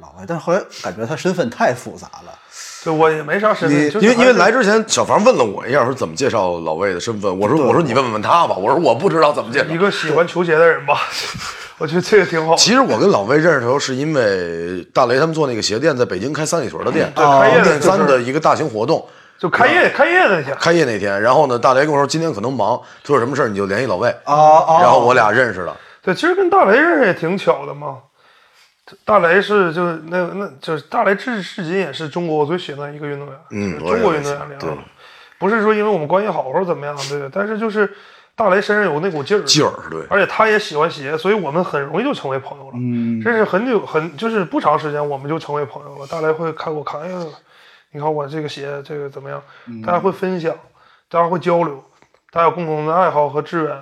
Speaker 2: 老外，但是后来感觉他身份太复杂了，
Speaker 3: 对我也没啥身
Speaker 2: 你
Speaker 3: 份，就是
Speaker 1: 因为因为
Speaker 3: 还
Speaker 1: 来
Speaker 3: 是
Speaker 1: 之前，小房问了我一下，说怎么介绍老魏的身份。我说我说你问问他吧，我说我不知道怎么介绍
Speaker 3: 一。个喜欢球鞋的人吧， 我觉得这个挺好的。
Speaker 1: 其实我跟老魏认识的时候，是因为大雷他们做那个鞋店，在北京开三里屯的店，
Speaker 3: 对开
Speaker 2: 哦
Speaker 3: 业的
Speaker 1: 店
Speaker 3: 就是
Speaker 1: 三的一个大型活动。
Speaker 3: 就开业开业那天，
Speaker 1: 开业那天，然后呢，大雷跟我说今天可能忙，他有什么事儿你就联系老魏，
Speaker 2: 啊啊，
Speaker 1: 然后我俩认识了。
Speaker 3: 对，其实跟大雷认识也挺巧的嘛。大雷是就是那那就是大雷至至今也是中国我最喜欢的一个运动员，
Speaker 1: 嗯我
Speaker 3: 就是
Speaker 1: 也
Speaker 3: 中国
Speaker 1: 是
Speaker 3: 运动员里啊
Speaker 1: 对，
Speaker 3: 不是说因为我们关系好或者怎么样，对，但是就是大雷身上有那股劲儿，
Speaker 1: 劲儿对，
Speaker 3: 而且他也喜欢鞋，所以我们很容易就成为朋友了。嗯，这是很久很就是不长时间我们就成为朋友了。大家会看我看，哎呀，你看我这个鞋这个怎么样？
Speaker 1: 嗯
Speaker 3: 大家会分享，大家会交流，大家有共同的爱好和志愿，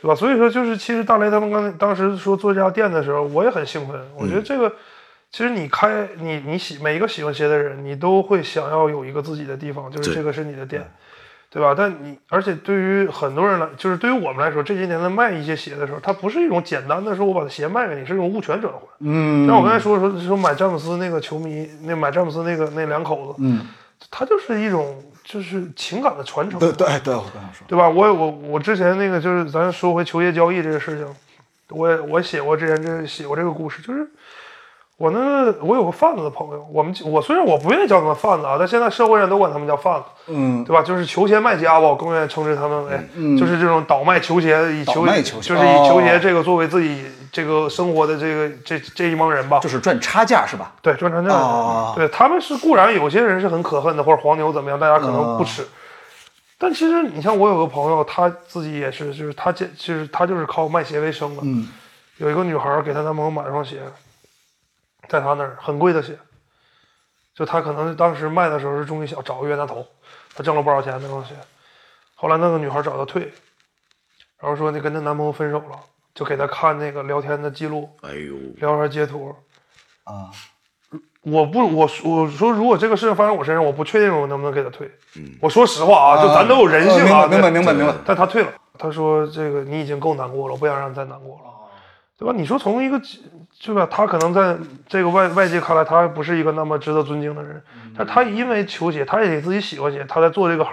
Speaker 3: 对吧？所以说就是其实大雷他们刚才当时说做这家店的时候，我也很兴奋。我觉
Speaker 1: 嗯
Speaker 3: 得这个、其实你开你你喜每一个喜欢鞋的人，你都会想要有一个自己的地方，就是
Speaker 1: 对
Speaker 3: 这个是你的店。对吧？但你而且对于很多人来，就是对于我们来说，这些年在卖一些鞋的时候，它不是一种简单的说我把鞋卖给你，是一种物权转换。
Speaker 2: 嗯，
Speaker 3: 像我刚才说说说买詹姆斯那个球迷，那买詹姆斯那个那两口子，
Speaker 2: 嗯，
Speaker 3: 他就是一种就是情感的传承，
Speaker 2: 对对对，我刚想说，
Speaker 3: 对吧？我也我我之前那个就是咱说回球鞋交易这个事情，我也我写过之前这写过这个故事，就是我那个我有个贩子的朋友，我们我虽然我不愿意叫他们贩子啊，但现在社会上都管他们叫贩子，
Speaker 2: 嗯，
Speaker 3: 对吧？就是球鞋卖家吧，我更愿意称之他们为，就是这种倒卖球鞋，以
Speaker 2: 倒
Speaker 3: 球
Speaker 2: 卖球鞋
Speaker 3: 就是以球
Speaker 2: 哦
Speaker 3: 鞋这个作为自己这个生活的这个这这一帮人吧，
Speaker 2: 就是赚差价是吧？
Speaker 3: 对赚差价的人，
Speaker 2: 哦
Speaker 3: 对他们是固然有些人是很可恨的，或者黄牛怎么样，大家可
Speaker 2: 嗯
Speaker 3: 能不吃。但其实你像我有个朋友，他自己也是，就是他就是就是他就是靠卖鞋为生的。
Speaker 2: 嗯，
Speaker 3: 有一个女孩儿给她男朋友买了双鞋，在她那儿很贵的鞋，就她可能当时卖的时候是中一小，找个冤大头，她挣了不少钱那双鞋。后来那个女孩找她退，然后说你跟她男朋友分手了，就给她看那个聊天的记录，
Speaker 1: 哎呦，
Speaker 3: 聊天截图，
Speaker 2: 啊，
Speaker 3: 我不，我我说，如果这个事情发生我身上，我不确定我能不能给他退。我说实话啊，就咱都有人性啊，
Speaker 2: 啊嗯明白明白
Speaker 3: 对
Speaker 2: 明白明白
Speaker 3: 但他退了，他说这个你已经够难过了，我不想让你再难过了，对吧？你说从一个对吧，他可能在这个外外界看来，他不是一个那么值得尊敬的人，但他因为球鞋，他也自己喜欢鞋，他在做这个行，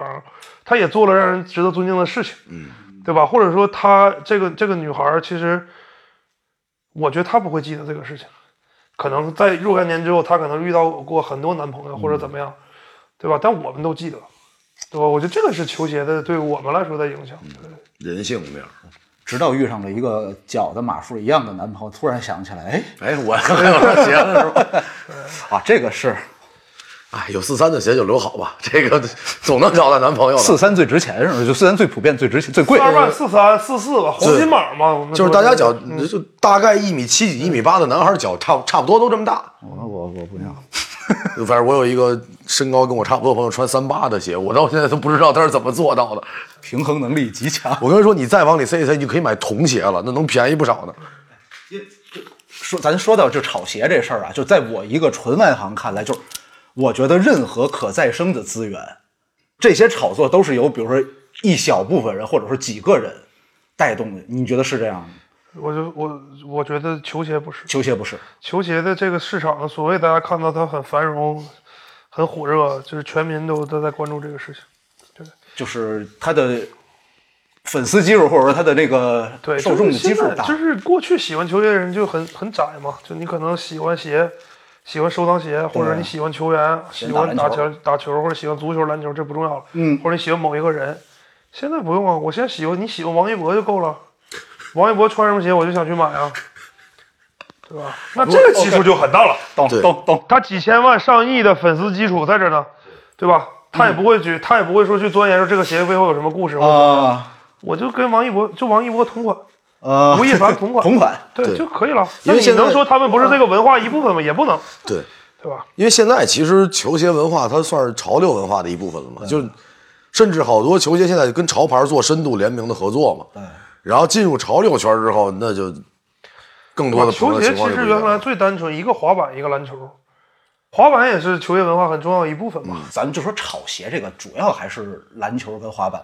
Speaker 3: 他也做了让人值得尊敬的事情，嗯，对吧？或者说他这个这个女孩儿其实，我觉得她不会记得这个事情。可能在若干年之后，她可能遇到过很多男朋友或者怎么样，对吧？但我们都记得，对吧？我觉得这个是球鞋的对我们来说的影响。对
Speaker 1: 人性面儿。
Speaker 2: 直到遇上了一个脚的码数一样的男朋友，突然想起来，哎，
Speaker 1: 哎，我 还有双鞋了是吧？
Speaker 2: 啊，这个是
Speaker 1: 哎，有四三的鞋就留好吧，这个总能找到男朋友的。
Speaker 2: 四三最值钱是吧？就四三最普遍、最值钱、最贵
Speaker 3: 四。二万、四三、四四吧，黄金码嘛，我们
Speaker 1: 就是
Speaker 3: 说
Speaker 1: 大家脚
Speaker 3: 嗯
Speaker 1: 就大概一米七几、一米八的男孩脚差差不多都这么大。
Speaker 2: 我我我 不要，
Speaker 1: 反正我有一个身高跟我差不多的朋友穿三八的鞋，我到现在都不知道他是怎么做到的。
Speaker 2: 平衡能力极强。
Speaker 1: 我跟他说，你再往里塞一塞，你就可以买童鞋了，那能便宜不少呢。
Speaker 2: 说咱说到就炒鞋这事儿啊，就在我一个纯外行看来，就是我觉得任何可再生的资源，这些炒作都是由比如说一小部分人或者说几个人带动的。你觉得是这样吗？
Speaker 3: 我就我我觉得球鞋不是
Speaker 2: 球鞋不是，
Speaker 3: 球鞋的这个市场呢，所谓大家看到它很繁荣、很火热，就是全民都都在关注这个事情。
Speaker 2: 就是他的粉丝基数或者说他的那个
Speaker 3: 对，
Speaker 2: 受众的基数
Speaker 3: 就是现在
Speaker 2: 大。
Speaker 3: 就是过去喜欢球鞋的人就很很窄嘛，就你可能喜欢鞋，喜欢收藏鞋，或者你喜欢球员，喜欢
Speaker 2: 啊打篮
Speaker 3: 打
Speaker 2: 球
Speaker 3: 球打球，或者喜欢足球、篮球，这不重要了。
Speaker 2: 嗯
Speaker 3: 或者你喜欢某一个人，现在不用啊，我现在喜欢你喜欢王一博就够了，王一博穿什么鞋我就想去买啊，对吧？那这个基数就很大了。
Speaker 2: 懂
Speaker 1: 对
Speaker 2: 懂懂，
Speaker 3: 他几千万、上亿的粉丝基础在这呢，对吧？他也不会去，他也不会说去钻研说这个鞋背后有什么故事。
Speaker 2: 嗯啊
Speaker 3: 我就跟王一博，就王一博同款，
Speaker 2: 呃，
Speaker 3: 吴亦凡同款，
Speaker 2: 同款，
Speaker 3: 对
Speaker 1: 对
Speaker 3: 就可以了。
Speaker 1: 因
Speaker 3: 那
Speaker 1: 为
Speaker 3: 你
Speaker 1: 现在
Speaker 3: 能说他们不是这个文化一部分吗？也不能，
Speaker 1: 对，
Speaker 3: 对吧？
Speaker 1: 因为现在其实球鞋文化它算是潮流文化的一部分了嘛，就是甚至好多球鞋现在跟潮牌做深度联名的合作嘛。
Speaker 2: 对，
Speaker 1: 然后进入潮流圈之后，那就更多的朋
Speaker 3: 球
Speaker 1: 友
Speaker 3: 鞋
Speaker 1: 情
Speaker 3: 其
Speaker 1: 况就不
Speaker 3: 实
Speaker 1: 一样
Speaker 3: 原来最单纯，一个滑板，一个篮球。滑板也是球鞋文化很重要的一部分嘛，
Speaker 2: 咱们就说炒鞋这个，主要还是篮球跟滑板。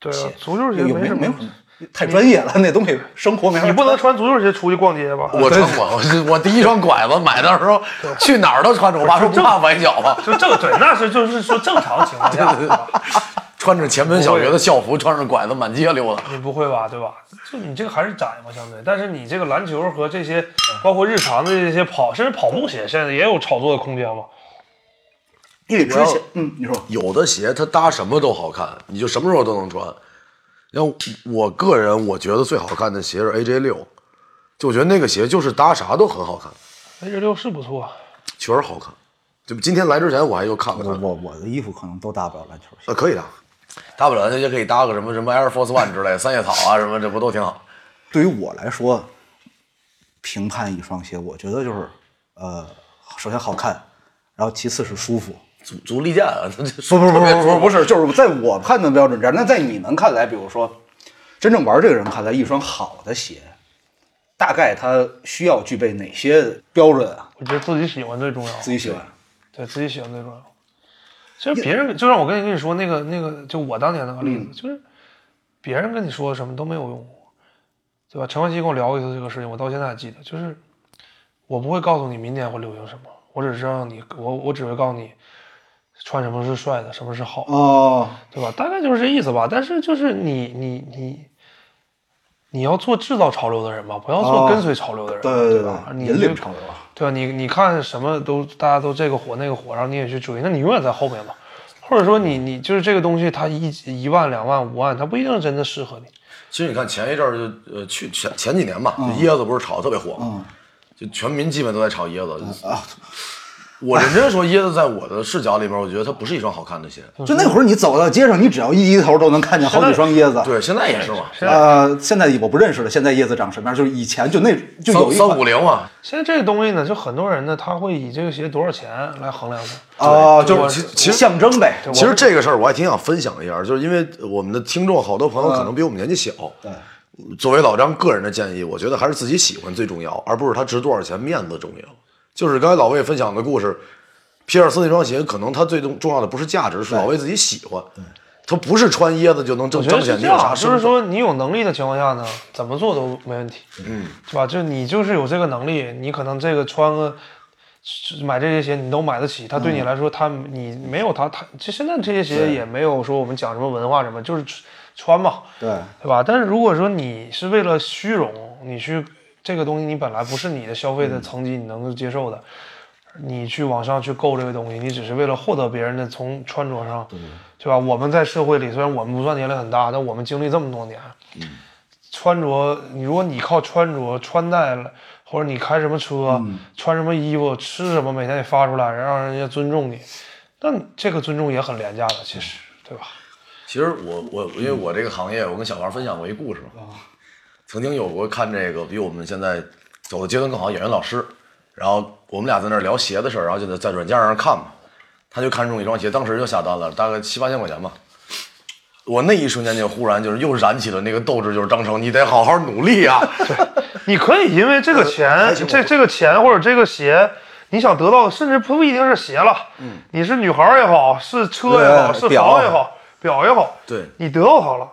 Speaker 3: 对
Speaker 2: 鞋
Speaker 3: 啊，足球鞋
Speaker 2: 有没
Speaker 3: 什
Speaker 2: 有
Speaker 3: 么
Speaker 2: 没有，太专业了，那东西生活没法
Speaker 3: 你不能穿足球鞋出去逛街吧？
Speaker 1: 我穿过，我是我第一双拐子买的时候，去哪儿都穿着。我爸说不怕崴 脚吗？
Speaker 3: 就正对，那是就是说正常情 况下，对吧
Speaker 1: 穿着前门小学的校服，穿着拐子满街溜达。
Speaker 3: 你不会吧，对吧？就你这个还是窄嘛，相对。但是你这个篮球和这些，包括日常的这些跑，甚至跑步鞋，现在也有炒作的空间嘛。
Speaker 2: 一里
Speaker 1: 追
Speaker 2: 追
Speaker 1: 鞋
Speaker 2: 鞋，嗯，你说
Speaker 1: 有的鞋它搭什么都好看，你就什么时候都能穿。然后我个人我觉得最好看的鞋是 AJ 六，就我觉得那个鞋就是搭啥都很好看，
Speaker 3: AJ 哎六是不错，啊
Speaker 1: 确实好看。就今天来之前我还又看了
Speaker 2: 我
Speaker 1: 看，
Speaker 2: 我我的衣服可能都搭不了篮球鞋，
Speaker 1: 啊可以搭，搭不了那就可以搭个什么什么 Air Force One 之类的，三叶草啊什么，这不都挺好？
Speaker 2: 对于我来说，评判一双鞋，我觉得就是呃，首先好看，然后其次是舒服。
Speaker 1: 足足力健啊，这
Speaker 2: 不
Speaker 1: 不
Speaker 2: 不不不不不是，就是在我判断标准这样。那在你们看来，比如说，真正玩这个人看来，一双好的鞋，大概它需要具备哪些标准啊？
Speaker 3: 我觉得自己喜欢最重要，
Speaker 2: 自己喜欢。
Speaker 3: 对自己喜欢最重要。其实别人就像我跟你跟你说那个那个，就我当年那个
Speaker 2: 嗯
Speaker 3: 例子，就是别人跟你说什么都没有用，对吧？陈冠希跟我聊过一次这个事情，我到现在还记得，就是我不会告诉你明年会流行什么，我只是让你我我只会告诉你穿什么是帅的，什么是好的。
Speaker 2: 哦，
Speaker 3: 对吧？大概就是这意思吧。但是就是你你你，你要做制造潮流的人吧，不要
Speaker 2: 哦
Speaker 3: 做跟随潮流的人，
Speaker 2: 对对对
Speaker 3: 吧？
Speaker 2: 对，
Speaker 3: 你
Speaker 2: 引
Speaker 3: 就
Speaker 2: 领潮流啊。
Speaker 3: 对啊，你你看什么都大家都这个火那个火，然后你也去追，那你永远在后面嘛。或者说你你就是这个东西，它一一万两万五万，它不一定真的适合你。
Speaker 1: 其实你看前一阵儿就呃去前前几年吧，
Speaker 2: 嗯
Speaker 1: 就椰子不是炒得特别火吗？就全民基本都在炒椰子。
Speaker 2: 嗯啊
Speaker 1: 我认真说，椰子在我的视角里面，我觉得它不是一双好 看的鞋。
Speaker 2: 就那会儿，你走到街上，你只要一低头都能看见好几双椰子。
Speaker 1: 对，现在也是嘛，
Speaker 2: 呃，现在我不认识了，现在椰子长什么样？就是以前就那就有
Speaker 1: 三
Speaker 2: 一
Speaker 1: 三
Speaker 2: 款
Speaker 1: 五零嘛，
Speaker 3: 现在这个东西呢，就很多人呢，他会以这个鞋多少钱来衡量它。
Speaker 2: 啊，
Speaker 1: 对
Speaker 2: 就是
Speaker 1: 其其实
Speaker 2: 象征呗。
Speaker 1: 其实这个事儿我还挺想分享一下，就是因为我们的听众好多朋友可
Speaker 3: 嗯
Speaker 1: 能比我们年纪小。
Speaker 2: 对，
Speaker 1: 作为老张个人的建议，我觉得还是自己喜欢最重要，而不是它值多少钱，面子重要。就是刚才老魏分享的故事，皮尔斯那双鞋，可能它最重重要的不是价值，是老魏自己喜欢。他不是穿椰子就能
Speaker 3: 我
Speaker 1: 正
Speaker 3: 觉得
Speaker 1: 彰
Speaker 3: 是
Speaker 1: 显你
Speaker 3: 这
Speaker 1: 有
Speaker 3: 样，
Speaker 1: 啥
Speaker 3: 就
Speaker 1: 身
Speaker 3: 是
Speaker 1: 份
Speaker 3: 说你有能力的情况下呢，怎么做都没问题，嗯，是吧？就你就是有这个能力，你可能这个穿个买这些鞋你都买得起，它对你来说，它你没有它，它就现在这些鞋也没有说我们讲什么文化什么，就是穿嘛，
Speaker 2: 对，
Speaker 3: 对吧？但是如果说你是为了虚荣，你去这个东西你本来不是你的消费的层级你能够接受的，你去网上去购这个东西，你只是为了获得别人的从穿着上，对吧？我们在社会里虽然我们不算年龄很大，但我们经历这么多年，穿着，你如果你靠穿着、穿戴了，或者你开什么车、穿什么衣服、吃什么，每天得发出来，让人家尊重你，那这个尊重也很廉价的，其实，对吧？
Speaker 1: 其实我我因为我这个行业，我跟小王分享过一故事嘛。曾经有过看这个比我们现在走的阶段更好的演员老师，然后我们俩在那儿聊鞋的事儿，然后就在在软件上看嘛，他就看中一双鞋，当时就下单了，大概七八千块钱吧。我那一瞬间就忽然就是又燃起了那个斗志，就是张成，你得好好努力 啊！
Speaker 3: 你可以因为这个钱，这这个钱或者这个鞋，你想得到，甚至不一定是鞋了，嗯，你是女孩儿也好，是车也好，
Speaker 2: 对
Speaker 3: 是
Speaker 2: 表
Speaker 3: 房也好，表也好，
Speaker 1: 对
Speaker 3: 你得到它了，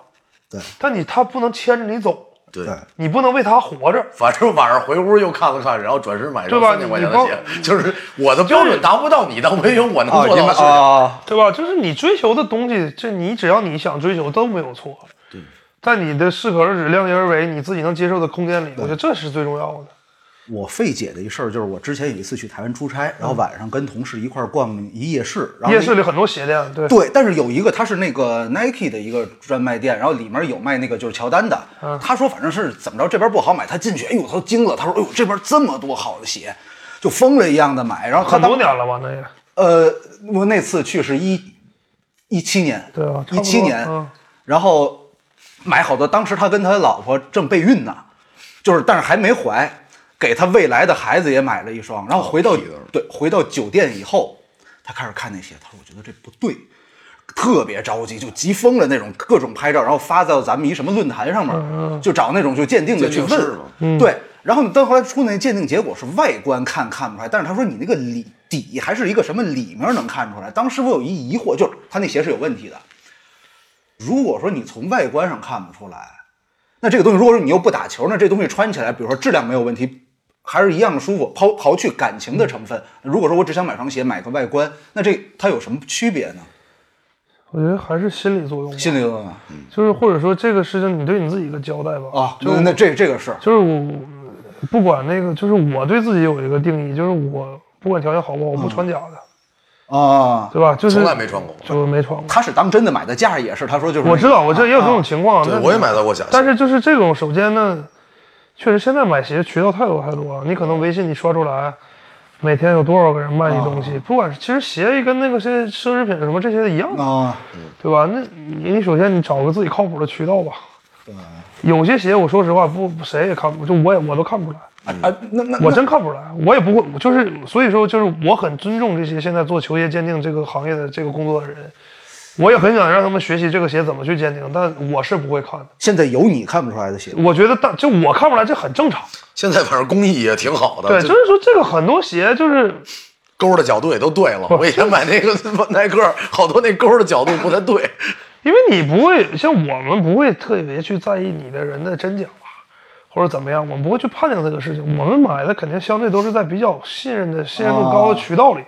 Speaker 4: 对，
Speaker 3: 但你他不能牵着你走，
Speaker 1: 对，
Speaker 4: 对
Speaker 3: 你不能为他活着，
Speaker 1: 反正晚上回屋又看了看，然后转身买一
Speaker 3: 对
Speaker 1: 双
Speaker 3: 吧
Speaker 1: 三千块钱
Speaker 3: 你
Speaker 1: 的鞋，就是我的标准达不到你的，我也有我能
Speaker 2: 啊，
Speaker 1: 做
Speaker 2: 你们
Speaker 1: 到的事情。
Speaker 2: 啊，
Speaker 3: 对吧？就是你追求的东西，这你只要你想追求都没有错，对，但你的适可而止，量力而为，你自己能接受的空间里，我觉得这是最重要的。
Speaker 4: 我费解的一事儿就是，我之前有一次去台湾出差，然后晚上跟同事一块儿逛一夜市，然后
Speaker 3: 嗯夜
Speaker 4: 那
Speaker 3: 市里很多鞋店，对，
Speaker 4: 对
Speaker 2: 对，但是有一个它是那个 Nike 的一个专卖店，然后里面有卖那个就是乔丹的。
Speaker 3: 嗯
Speaker 2: 他说反正是怎么着这边不好买，他进去，哎呦，他都惊了，他说哎呦这边这么多好的鞋，就疯了一样的买。然后他
Speaker 3: 很
Speaker 2: 当
Speaker 3: 多年了吧，那也，
Speaker 2: 呃，我那次去是一一七年，
Speaker 3: 对啊差
Speaker 2: 一
Speaker 3: 不
Speaker 2: 七
Speaker 3: 多
Speaker 2: 年，
Speaker 3: 嗯
Speaker 2: 然后买好多。当时他跟他老婆正备孕呢，就是但是还没怀，给他未来的孩子也买了一双。然后回到、对回到酒店以后，他开始看那鞋，他说我觉得这不对，特别着急，就急疯了那种，各种拍照，然后发到咱们一什么论坛上面，就找那种就鉴定的去
Speaker 1: 嗯鉴定师嘛
Speaker 2: 问，对。然后你到后来出那鉴定结果是外观看看不出来，但是他说你那个里底还是一个什么里面能看出来。当时我有一疑惑，就是他那鞋是有问题的。如果说你从外观上看不出来，那这个东西如果说你又不打球，那这东西穿起来，比如说质量没有问题，还是一样的舒服。抛刨去感情的成分，如果说我只想买双鞋，买个外观，那这它有什么区别呢？
Speaker 3: 我觉得还是心理作用吧，
Speaker 2: 心里头呢
Speaker 3: 就是或者说这个事情你对你自己的交代吧，
Speaker 2: 啊，
Speaker 3: 就
Speaker 2: 那那这这个是
Speaker 3: 就是我不管那个，就是我对自己有一个定义，就是我不管条件好不好，我不穿假的，
Speaker 2: 啊，
Speaker 3: 对吧？就
Speaker 1: 嗯
Speaker 3: 是
Speaker 1: 从来没穿过
Speaker 3: 就是没穿过。
Speaker 2: 他是当真的买的，价也是，他说就是啊
Speaker 3: 我知道，我这也有这种情况，
Speaker 1: 啊
Speaker 3: 啊
Speaker 1: 对，
Speaker 3: 但
Speaker 1: 我也买到过假鞋。
Speaker 3: 但是就是这种，首先呢，确实现在买鞋渠道太多太多了，你可能微信你刷出来。每天有多少个人卖你东
Speaker 1: 啊
Speaker 3: 西？不管是其实鞋跟那个些奢侈品什么这些一样，
Speaker 2: 啊，
Speaker 3: 对吧？那你你首先你找个自己靠谱的渠道吧。有些鞋我说实话不谁也看不，就我也我都看不出来。
Speaker 2: 啊，那那
Speaker 3: 我真看不出来，我也不会，我就是所以说就是我很尊重这些现在做球鞋鉴定这个行业的这个工作的人，我也很想让他们学习这个鞋怎么去鉴定，但我是不会看的。
Speaker 4: 现在有你看不出来的鞋，
Speaker 3: 我觉得大就我看不出来，这很正常。
Speaker 1: 现在反正工艺也挺好的，
Speaker 3: 对，
Speaker 1: 啊这
Speaker 3: 就是说这个很多鞋就是
Speaker 1: 钩儿的角度也都对了。我以前买那个 耐克，好多那钩儿的角度不太 对。
Speaker 3: 因为你不会像我们不会特别去在意你的人的真假吧，或者怎么样，我们不会去判定这个事情。我们买的肯定相对都是在比较信任的、信任度高的渠道里，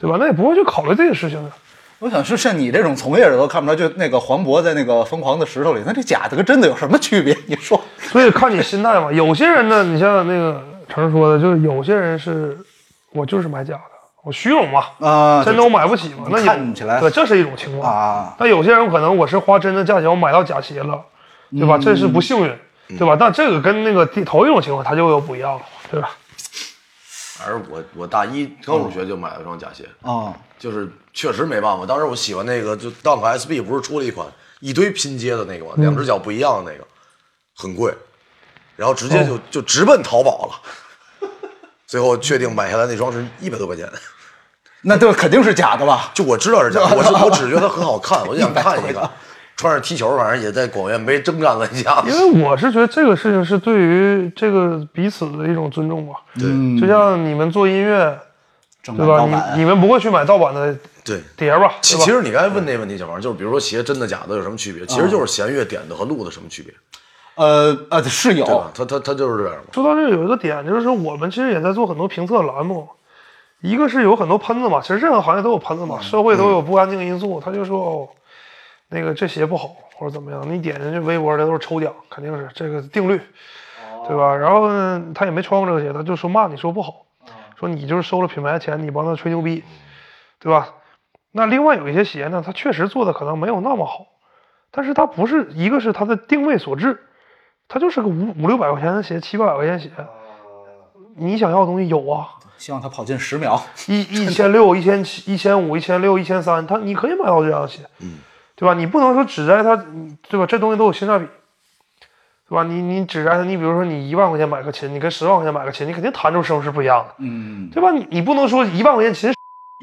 Speaker 3: 对吧？那也不会去考虑这个事情的。
Speaker 2: 我想说，像你这种从业者都看不出来，就那个黄渤在那个《疯狂的石头》里，那这假的跟真的有什么区别？你说
Speaker 3: 所以看你心态嘛。有些人呢，你像那个成儿说的，就是有些人是，我就是买假的，我虚荣嘛，
Speaker 2: 啊
Speaker 3: 真的我买不起嘛。那有
Speaker 2: 看起来
Speaker 3: 对，这是一种情况
Speaker 2: 啊。
Speaker 3: 那有些人可能我是花真的价钱，我买到假鞋了，对吧？这是
Speaker 2: 嗯
Speaker 3: 不幸运，对吧？但这个跟那个第头一种情况，它就有不一样了，对吧？
Speaker 1: 反正我我大一刚入学就买了双假鞋，
Speaker 2: 啊，
Speaker 1: 就是确实没办法。当时我喜欢那个，就 Dunk SB 不是出了一款一堆拼接的那个嘛，两
Speaker 3: 嗯
Speaker 1: 只脚不一样的那个，很贵，然后直接
Speaker 3: 哦
Speaker 1: 就就直奔淘宝了。最后确定买下来那双是一百多块钱，
Speaker 2: 那这肯定是假的吧？
Speaker 1: 就我知道是假的，我是我只是觉得很好看，我就想看
Speaker 2: 100多块
Speaker 1: 一看。穿着踢球，反正也在广院杯征战了一下
Speaker 3: 因
Speaker 1: 子。
Speaker 3: 为我是觉得这个事情是对于这个彼此的一种尊重吧。
Speaker 1: 对
Speaker 3: 就像你们做音乐，
Speaker 2: 正
Speaker 3: 对
Speaker 2: 版
Speaker 3: 吧？
Speaker 2: 嗯盗版啊
Speaker 3: 你你们不会去买盗版的
Speaker 1: 对，
Speaker 3: 碟吧？
Speaker 1: 其
Speaker 3: 对吧
Speaker 1: 其实你刚才问那问题，小王，就是比如说鞋真的假的有什么区别？其实就是弦乐点的和录的什么区别，
Speaker 2: 呃呃是有
Speaker 1: 对吧？它它它就是这样嘛。
Speaker 3: 说到这个有一个点，就是说我们其实也在做很多评测栏目，一个是有很多喷子嘛，其实任何行业都有喷子嘛，社会都有不安定因素，他就说哦，那个这鞋不好或者怎么样，你点进去微博这都是抽奖，肯定是这个定律。对吧？然后呢，他也没穿过这个鞋，他就说骂你说不好，说你就是收了品牌的钱，你帮他吹牛逼，对吧？那另外有一些鞋呢，它确实做的可能没有那么好，但是它不是一个是它的定位所致，它就是个五五六百块钱的鞋，七八百块钱鞋，
Speaker 2: 哦
Speaker 3: 你想要的东西有啊，
Speaker 2: 希望他跑进十秒。
Speaker 3: 一一千六、一千七、一千五、一千六、一千三，他你可以买到这样的鞋，嗯，对吧？你不能说只摘它，嗯对吧？这东西都有性价比，对吧？你你只摘它，你比如说你一万块钱买个琴，你跟十万块钱买个琴，你肯定弹出声是不一样的，
Speaker 2: 嗯
Speaker 3: 对吧？你你不能说一万块钱琴，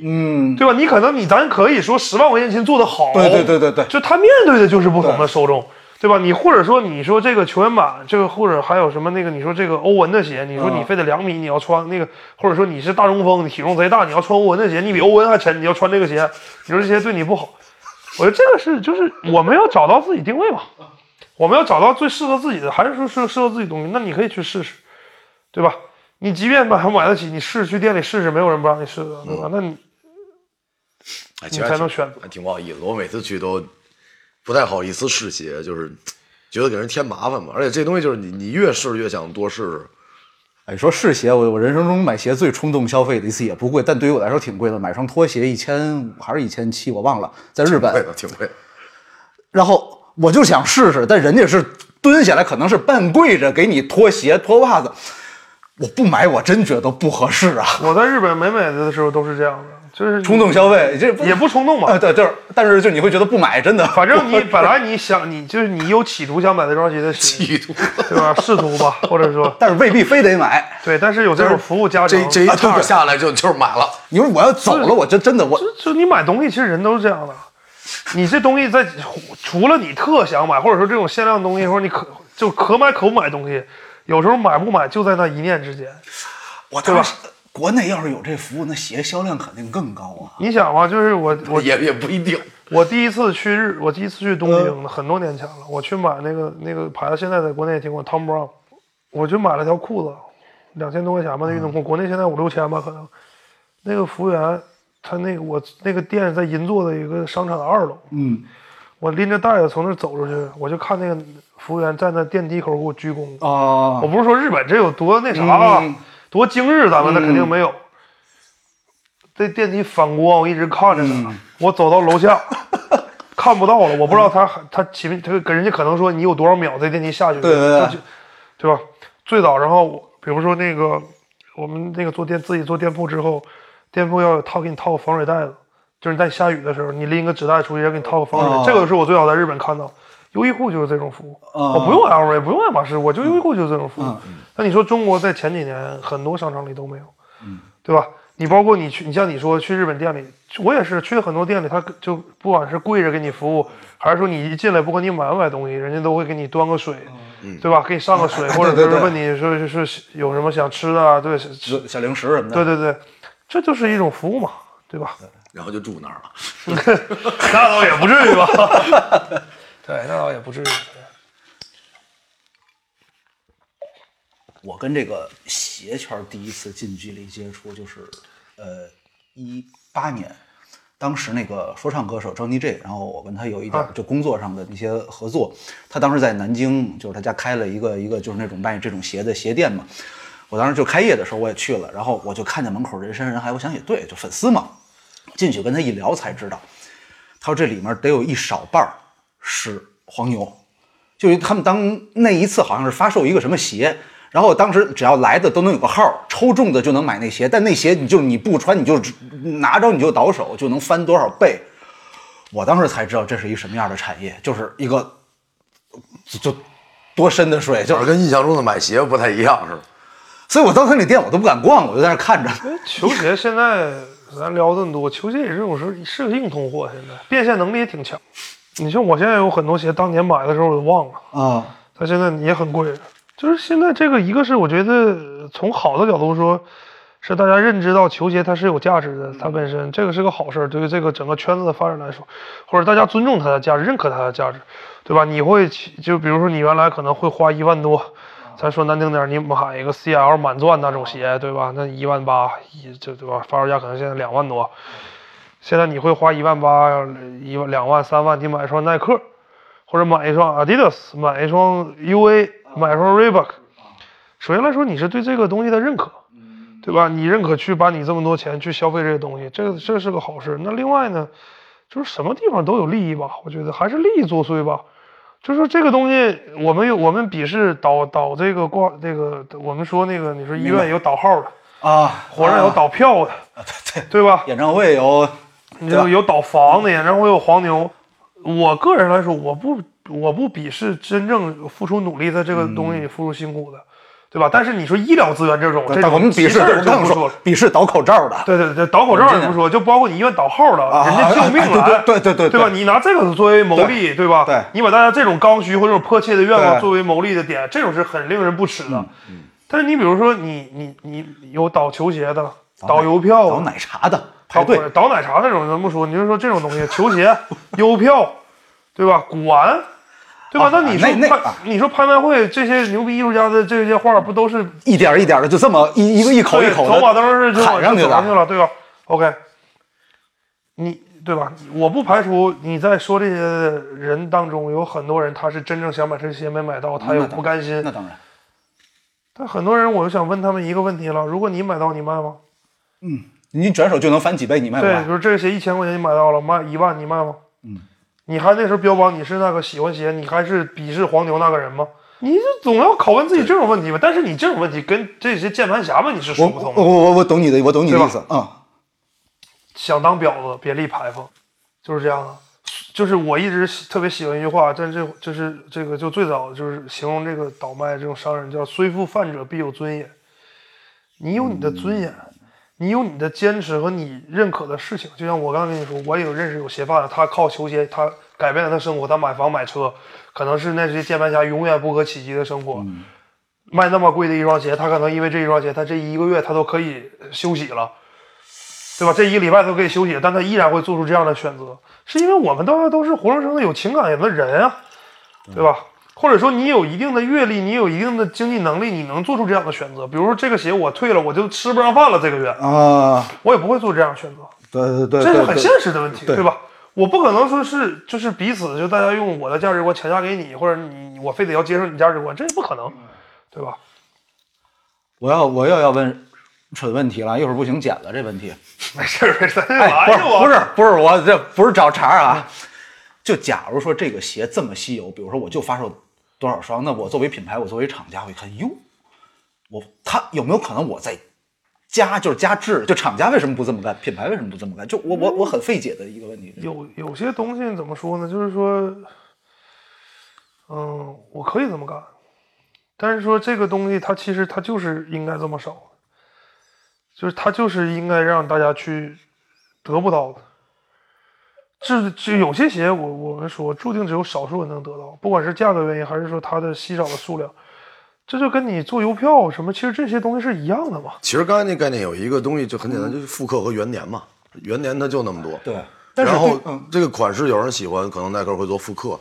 Speaker 2: 嗯，
Speaker 3: 对吧？你可能你咱可以说十万块钱琴做得好，
Speaker 2: 对对对对对，
Speaker 3: 就他面对的就是不同的受众，对吧？你或者说你说这个球员版，这个或者还有什么那个，你说这个欧文的鞋，你
Speaker 2: 嗯
Speaker 3: 说你非得两米你要穿那个，或者说你是大中锋，你体重贼大，你要穿欧文的鞋，你比欧文还沉，你要穿这个鞋，你说这鞋对你不好。我觉得这个是就是我们要找到自己定位嘛，我们要找到最适合自己的，还是说适适合自己的东西，那你可以去试试，对吧？你即便买买得起，你试去店里试试，没有人不让你试的，对
Speaker 2: 嗯
Speaker 3: 吧？那你
Speaker 1: 哎，
Speaker 3: 你
Speaker 1: 其实还
Speaker 3: 才能
Speaker 1: 挺
Speaker 3: 选择
Speaker 1: 还挺不好意思。我每次去都不太好意思试鞋，就是觉得给人添麻烦嘛。而且这东西就是你你越试越想多试试。
Speaker 2: 哎，说是鞋，我我人生中买鞋最冲动消费的一次也不贵，但对于我来说挺贵的，买双拖鞋一千五还是一千七，我忘了，在日本
Speaker 1: 贵。的，挺贵的。
Speaker 2: 然后我就想试试，但人家是蹲下来，可能是半跪着给你脱鞋、脱袜子。我不买，我真觉得不合适啊！
Speaker 3: 我在日本美美的时候都是这样的，就是你
Speaker 2: 冲动消费，这
Speaker 3: 也不冲动吧
Speaker 2: 啊，对，就是，但是就你会觉得不买，真的，
Speaker 3: 反正你本来你想你就是你有企图想买这双鞋的心，
Speaker 1: 地图
Speaker 3: 对吧？试图吧，或者说
Speaker 2: 但是未必非得买。
Speaker 3: 对，但是有这种服务加成
Speaker 1: 这，这一
Speaker 2: 啊对
Speaker 1: 趟
Speaker 2: 对
Speaker 1: 下来就就是买了。
Speaker 2: 你说我要走了，我就真的我
Speaker 3: 就就你买东西其实人都是这样的，你这东西在除了你特想买，或者说这种限量东西，或者你可就可买可不买的东西，有时候买不买就在那一念之间。
Speaker 2: 我当时国内要是有这服务，那鞋销量肯定更高啊！
Speaker 3: 你想吧，就是我我
Speaker 1: 也也不一定。
Speaker 3: 我第一次去日，我第一次去东京，很多年前了。我去买那个那个牌子，现在在国内也挺火，Tom Brown。我就买了条裤子，两千多块钱吧，那运动裤，国内现在五六千吧，可能。那个服务员，他那个我那个店在银座的一个商场的二楼。
Speaker 2: 嗯，
Speaker 3: 我拎着袋子从那儿走出去，我就看那个服务员站在电梯口给我鞠躬。
Speaker 2: 啊
Speaker 3: 我不是说日本这有多那啥啊，
Speaker 2: 嗯
Speaker 3: 多今日，咱们那肯定没有。这电梯反光，我一直看着呢。
Speaker 2: 嗯
Speaker 3: 我走到楼下，看不到了，我不知道他还他前面他给人家可能说你有多少秒这电梯下去，
Speaker 2: 对对对
Speaker 3: 他就对吧？最早，然后我比如说那个我们那个做店自己做店铺之后，店铺要有套给你套个防水袋子，就是你在下雨的时候，你拎个纸袋出去，要给你套个防水。
Speaker 2: 哦
Speaker 3: 这个是我最早在日本看到的。优衣库就是这种服务，
Speaker 2: 哦
Speaker 3: 我不用 LV，不用啊爱马仕，我就优衣库就是这种服务。那你说中国在前几年很多商场里都没有，对吧？你包括你去，你像你说去日本店里，我也是去很多店里，他就不管是跪着给你服务，还是说你一进来不管你买不买东西，人家都会给你端个水，对吧？给你上个 水，或者
Speaker 2: 对对
Speaker 3: 就
Speaker 2: 对
Speaker 3: 是问你说是是有什么想吃的啊，对，是是
Speaker 2: 小零食什么的，
Speaker 3: 对对对，这就是一种服务嘛，对吧？
Speaker 1: 然后就住那儿了。
Speaker 3: 那倒也不至于吧？ 对，那倒也不至于。
Speaker 2: 我跟这个鞋圈第一次近距离接触就是，呃，一八年，当时那个说唱歌手 Johnny J，然后我跟他有一点儿就工作上的一些合作，他当时在南京，就是他家开了一个一个就是那种卖这种鞋的鞋店嘛。我当时就开业的时候我也去了，然后我就看见门口人山人海，我想也对，就粉丝嘛。进去跟他一聊才知道，他说这里面得有一少半儿是黄牛，就是他们当那一次好像是发售一个什么鞋，然后当时只要来的都能有个号，抽中的就能买那鞋，但那鞋你就是你不穿你就只拿着你就倒手就能翻多少倍。我当时才知道这是一什么样的产业，就是一个就就多深的水，就
Speaker 1: 就是跟印象中的买鞋不太一样，是吧？
Speaker 2: 所以我到他那店我都不敢逛，我就在那看着。
Speaker 3: 球鞋现在咱聊这么多，球鞋也是种是是个硬通货，现在变现能力也挺强。你像我现在有很多鞋，当年买的时候我都忘了，
Speaker 2: 啊，
Speaker 3: 它现在也很贵。就是现在这个，一个是我觉得从好的角度说，是大家认知到球鞋它是有价值的，它本身这个是个好事儿，对于这个整个圈子的发展来说，或者大家尊重它的价值，认可它的价值，对吧？你会起就比如说你原来可能会花一万多，咱说难听点儿，你买一个 CL 满钻那种鞋，对吧？那一万八一就对吧？发售价可能现在两万多，现在你会花一万八、一万两万、三万，你买一双
Speaker 2: 啊
Speaker 3: 耐克，或者买一双 Adidas，买一双 UA，买一双 Reebok，首先来说，你是对这个东西的认可，
Speaker 2: 嗯
Speaker 3: 对吧？你认可去把你这么多钱去消费这个东西，这个这是个好事。那另外呢，就是什么地方都有利益吧，我觉得还是利益作祟吧。就是说这个东西，我们有我们鄙视倒倒这个挂这个，我们说那个你说医院有倒号的，
Speaker 2: 啊，
Speaker 3: 火车站有倒票的，
Speaker 2: 对
Speaker 3: 对吧？
Speaker 2: 演唱会有
Speaker 3: 你有有倒房的，演唱会有黄牛。我个人来说，我不我不鄙视真正付出努力在这个东
Speaker 2: 嗯
Speaker 3: 西里付出辛苦的，对吧？但是你说医疗资源这种，这
Speaker 2: 但我
Speaker 3: 种
Speaker 2: 们
Speaker 3: 急
Speaker 2: 鄙视，
Speaker 3: 事儿
Speaker 2: 我
Speaker 3: 就
Speaker 2: 刚
Speaker 3: 不说
Speaker 2: 说
Speaker 3: 了。
Speaker 2: 鄙视倒口罩的，
Speaker 3: 对对对，倒口罩也不说，就包括你医院倒号了，人家救命了，
Speaker 2: 啊对对对对对
Speaker 3: 对吧？你拿这个作为牟利，对吧？
Speaker 2: 对
Speaker 3: 你把大家这种刚需或者这种迫切的愿望
Speaker 2: 对嗯
Speaker 3: 作为牟利的点，这种是很令人不齿的。但是你比如说你，你你有倒球鞋的，倒邮票
Speaker 2: 倒
Speaker 3: 的，
Speaker 2: 奶茶的哎排队
Speaker 3: 倒奶倒奶茶那种咱不说，你就说这种东西，球鞋、 邮票，对吧？古玩，对吧？
Speaker 2: 啊
Speaker 3: 那你说
Speaker 2: 那那
Speaker 3: 拍
Speaker 2: 啊
Speaker 3: 你说拍卖会这些牛逼艺术家的这些画，不都是
Speaker 2: 一点儿一点的就这么一一个一 口一
Speaker 3: 对，
Speaker 2: 口
Speaker 3: 走马
Speaker 2: 的
Speaker 3: 灯儿就
Speaker 2: 喊上
Speaker 3: 就
Speaker 2: 去
Speaker 3: 走上去
Speaker 2: 的
Speaker 3: 了，对吧？OK，你对吧？我不排除你在说这些的人当中有很多人他是真正想买这些没买到，他有不甘心
Speaker 2: 那。当然，
Speaker 3: 但很多人我就想问他们一个问题了：如果你买到，你卖吗？
Speaker 2: 你转手就能翻几倍，你卖不
Speaker 3: 对，
Speaker 2: 卖
Speaker 3: 比？如这个鞋一千块钱你买到了，卖一万你卖吗？嗯，你还那时候标榜你是那个喜欢鞋，你还是鄙视黄牛那个人吗？你就总要拷问自己这种问题吧。但是你这种问题跟这些键盘侠们你是
Speaker 2: 我
Speaker 3: 说不
Speaker 2: 我
Speaker 3: 通的。
Speaker 2: 我我懂你的，我懂你的意思啊。
Speaker 3: 想当婊子别立牌坊，就是这样的。就是我一直喜特别喜欢一句话，但这就是这个就最早就是形容这个倒卖这种商人叫“虽负犯者，必有尊也”。你有你的尊严，你有你的坚持和你认可的事情。就像我刚才跟你说，我也有认识有鞋贩，他靠球鞋，他改变了他生活，他买房买车，可能是那些键盘侠永远不可企及的生活。卖那么贵的一双鞋，他可能因为这一双鞋，他这一个月他都可以休息了。对吧？这一个礼拜都可以休息，但他依然会做出这样的选择，是因为我们大家都是活生生的有情感的人啊，对吧？或者说你有一定的阅历，你有一定的经济能力，你能做出这样的选择。比如说这个鞋我退了，我就吃不上饭了，这个月
Speaker 2: 啊，
Speaker 3: 我也不会做这样的选择，
Speaker 2: 对对对，
Speaker 3: 这是
Speaker 2: 对
Speaker 3: 很
Speaker 2: 对
Speaker 3: 现实的问题，对吧？我不可能说是就是彼此就大家用我的价值观强加给你，或者你我非得要接受你价值观，这也不可
Speaker 2: 嗯
Speaker 3: 能，对吧？
Speaker 2: 我要我又要问蠢问题了，一会儿不行剪了这问题。
Speaker 3: 没事儿，没事儿，
Speaker 2: 哎，
Speaker 3: 拦
Speaker 2: 不是
Speaker 3: 着我，
Speaker 2: 不是不是我这不是找茬儿啊。就假如说这个鞋这么稀有，比如说我就发售多少双，那我作为品牌，我作为厂家，我一看哟，我他有没有可能我在加就是加制，就厂家为什么不这么干，品牌为什么不这么干？就我我我很费解的一个问题。
Speaker 3: 有有些东西怎么说呢？就是说，嗯，我可以这么干，但是说这个东西它其实它就是应该这么少，就是它就是应该让大家去得不到的。这这有些鞋我我们说注定只有少数人能得到，不管是价格原因还是说它的稀少的数量，这就跟你做邮票什么，其实这些东西是一样的嘛。
Speaker 1: 其实刚才那概念有一个东西就很简单，就是复刻和元年嘛，元年它就那么多。
Speaker 2: 对，但是
Speaker 1: 然后
Speaker 2: 对嗯，
Speaker 1: 这个款式有人喜欢，可能耐克会做复刻。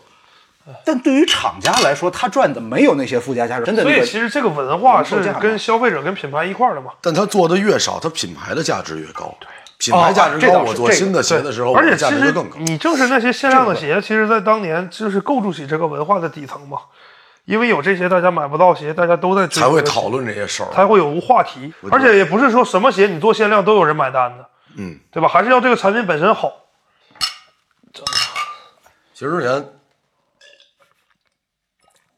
Speaker 2: 但对于厂家来说，他赚的没有那些附加价值，真的
Speaker 3: 所
Speaker 2: 那
Speaker 3: 以
Speaker 2: 个
Speaker 3: 其实这个文化是
Speaker 2: 售价嘛
Speaker 3: 跟消费者跟品牌一块儿的嘛。
Speaker 1: 但它做的越少，它品牌的价值越高。品牌价值
Speaker 2: 哦这
Speaker 1: 高，
Speaker 2: 倒是
Speaker 1: 我做
Speaker 2: 这个
Speaker 1: 新的鞋的时候，我
Speaker 3: 而且
Speaker 1: 的价
Speaker 3: 其
Speaker 1: 值就
Speaker 3: 实
Speaker 1: 更
Speaker 2: 嗯
Speaker 1: 高。
Speaker 3: 你正是那些限量的鞋，其实在当年就是构筑起这个文化的底层嘛。因为有这些大家买不到鞋，大家都在追
Speaker 1: 才
Speaker 3: 求
Speaker 1: 会
Speaker 3: 这个
Speaker 1: 讨
Speaker 3: 鞋，
Speaker 1: 论这些事儿。
Speaker 3: 才会有话题。而且也不是说什么鞋你做限量都有人买单的，
Speaker 1: 嗯，
Speaker 3: 对吧？还是要这个产品本身好。
Speaker 1: 其实之前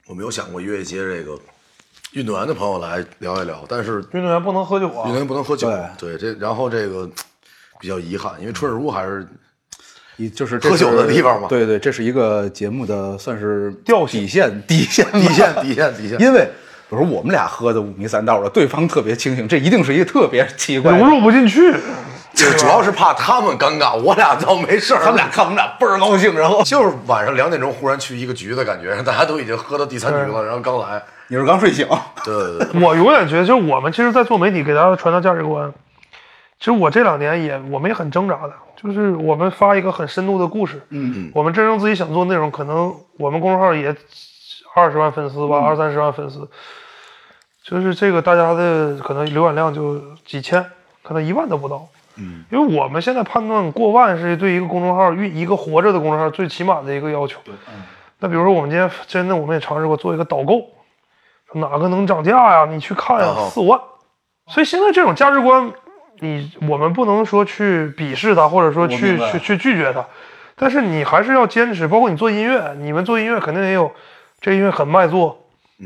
Speaker 1: 我没有想过约一些这个运动员的朋友来聊一聊，但是
Speaker 3: 运动员不能喝酒啊
Speaker 1: 运动，员不能喝酒，对这，然后这个比较遗憾，因为春日屋还是
Speaker 2: 嗯以就是
Speaker 1: 喝酒的地方嘛
Speaker 2: 对对，这是一个节目的算是
Speaker 3: 调性
Speaker 2: 底线底线吧
Speaker 1: 底线底线底线。
Speaker 2: 因为比如说我们俩喝的五迷三道的，对方特别清醒，这一定是一个特别奇怪的
Speaker 3: 融。入不进去。
Speaker 1: 就主要是怕他们尴尬，我俩倒没事儿。
Speaker 2: 他们俩看我们俩倍儿高兴，然后
Speaker 1: 就是晚上两点钟忽然去一个局的感觉，大家都已经喝到第三局了，然后刚来。
Speaker 2: 你是刚睡醒，
Speaker 1: 对对对，
Speaker 3: 我永远觉得，就是我们其实，在做媒体给大家传达价值观。其实我这两年也，我们也很挣扎的，就是我们发一个很深度的故事，嗯，我们真正自己想做内容，可能我们公众号也二十万粉丝吧，二三十万粉丝，就是这个大家的可能浏览量就几千，可能一万都不到，嗯，因为我们现在判断过万是对一个公众号运一个活着的公众号最起码的一个要求，那比如说我们今天真的我们也尝试过做一个导购，哪个能涨价呀？你去看呀
Speaker 1: 然后，
Speaker 3: 四五万。所以现在这种价值观，你我们不能说去鄙视它，或者说去
Speaker 4: 明白
Speaker 3: 去去拒绝它，但是你还是要坚持。包括你做音乐，你们做音乐肯定也有这音乐很卖座，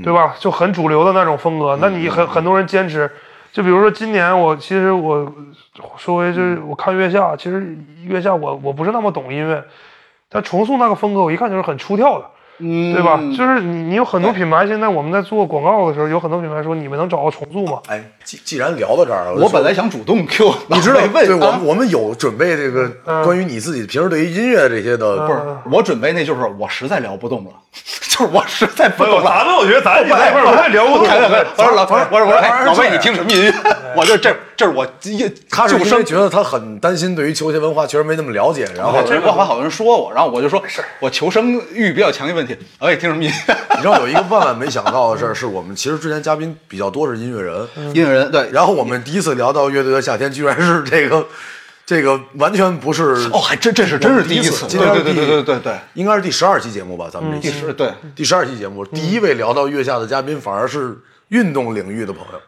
Speaker 3: 对吧？就很主流的那种风格，那你很很多人坚持。就比如说今年我其实我说回就是我看月下，其实月下我我不是那么懂音乐，但重塑那个风格我一看就是很出跳的，
Speaker 2: 嗯
Speaker 3: 对吧？就是你你有很多品牌，现在我们在做广告的时候，有很多品牌说你们能找到重塑吗？
Speaker 1: 哎，既既然聊到这儿了，
Speaker 2: 我本来想主动 Q，
Speaker 1: 你知道，
Speaker 2: 没问
Speaker 1: 对我
Speaker 2: 啊
Speaker 1: 们我们有准备这个关于你自己平时对于音乐这些的，
Speaker 2: 不是我准备那就是我实在聊不动了，就是我实在不懂了。
Speaker 3: 们我觉得咱
Speaker 2: 哎
Speaker 3: 一块儿不太聊过
Speaker 2: 哎哎哎我说老头儿，我说我说，哎，老魏你听什么音乐？ 我就这这是我一
Speaker 1: 他是
Speaker 2: 就
Speaker 1: 因
Speaker 2: 生
Speaker 1: 为觉得他很担心对于球鞋文化确实没那么了解，然后
Speaker 2: 对，这话好多人说我，然后我就说，我求生欲比较强一问题，我也听什么音乐？
Speaker 1: 你知道有一个万万没想到的事儿，是我们其实之前嘉宾比较多是音乐人，
Speaker 2: 音乐人对，
Speaker 1: 然后我们第一次聊到乐队的夏天，居然是这个，这个完全不是
Speaker 2: 哦，还真这是真是第一次，
Speaker 1: 今
Speaker 2: 对对
Speaker 1: 天是
Speaker 2: 对
Speaker 1: 第
Speaker 2: 对对对对，
Speaker 1: 应该是第十二期节目吧，咱们这
Speaker 2: 第
Speaker 1: 期
Speaker 2: 十嗯对，
Speaker 1: 第十二期节目，第一位聊到月下的嘉宾反而是运动领域的朋友，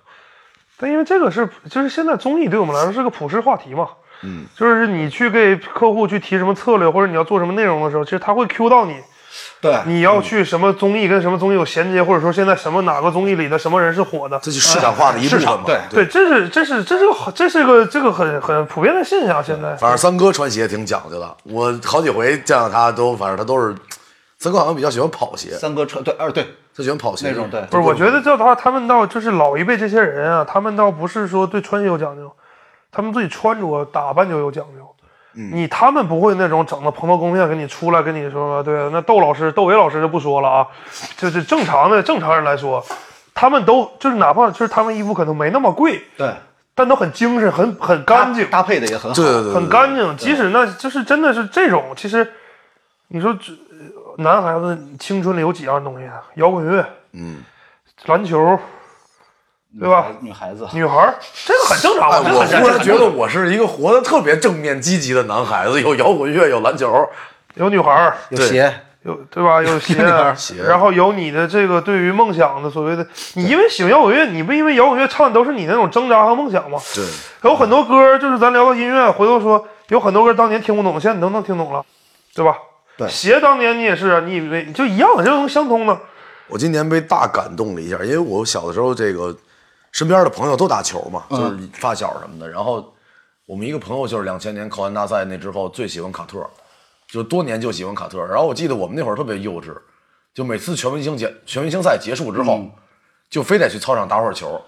Speaker 3: 但因为这个是，就是现在综艺对我们来说是个普世话题嘛，嗯，就是你去给客户去提什么策略，或者你要做什么内容的时候，其实他会 Q 到你，
Speaker 2: 对嗯
Speaker 3: 你要去什么综艺跟什么综艺有衔接，或者说现在什么哪个综艺里的什么人是火的，
Speaker 1: 这是市场化的一部
Speaker 2: 哎
Speaker 1: 分嘛
Speaker 2: 市场。对
Speaker 3: 对，这是这是这是个这是个这个很很普遍的现象，现在
Speaker 1: 反正三哥穿鞋挺讲究的，我好几回见到他都，反正他都是，三哥好像比较喜欢跑鞋，
Speaker 2: 三哥车对二对
Speaker 1: 他喜欢跑鞋
Speaker 2: 那种对
Speaker 3: 不是，我觉得叫他他们倒就是老一辈这些人啊，他们倒不是说对穿鞋有讲究，他们对穿着打扮就有讲究。你他们不会那种整的蓬头垢面跟你出来跟你说，对，那窦老师、窦唯老师就不说了啊，就是正常的正常人来说，他们都就是哪怕就是他们衣服可能没那么贵，
Speaker 2: 对，
Speaker 3: 但都很精神，很很干净。
Speaker 2: 搭配的也很好，
Speaker 1: 对对对对
Speaker 3: 很干净。即使那就是真的是这种，其实你说这呃男孩子青春里有几样东西呢？啊摇滚乐，嗯，篮球，对吧？
Speaker 2: 女孩子，
Speaker 3: 女孩儿这个很正常，啊
Speaker 1: 哎，
Speaker 3: 这个
Speaker 1: 我
Speaker 3: 很
Speaker 1: 忽
Speaker 3: 正
Speaker 1: 然
Speaker 3: 常。
Speaker 1: 觉得我是一个活得特别正面积极的男孩子，有摇滚乐，有篮球，
Speaker 3: 有女孩儿，
Speaker 2: 有
Speaker 1: 对
Speaker 2: 鞋，
Speaker 3: 有对吧？有鞋
Speaker 2: 女孩儿，
Speaker 1: 鞋
Speaker 3: 然后有你的这个对于梦想的所谓的，你因为喜欢摇滚乐，你不因为摇滚乐唱的都是你那种挣扎和梦想吗？
Speaker 1: 对，
Speaker 3: 有很多歌，就是咱聊到音乐，回头说有很多歌当年听不懂，现在你都能听懂了，对吧？
Speaker 2: 对
Speaker 3: 鞋当年你也是，啊你以为就一样，这种相通的。
Speaker 1: 我今年被大感动了一下，因为我小的时候这个身边的朋友都打球嘛，就是发小什么的。然后我们一个朋友就是两千年扣完大赛那之后最喜欢卡特，就多年就喜欢卡特。然后我记得我们那会儿特别幼稚，就每次全明星结全明星赛结束之后，就非得去操场打会儿球，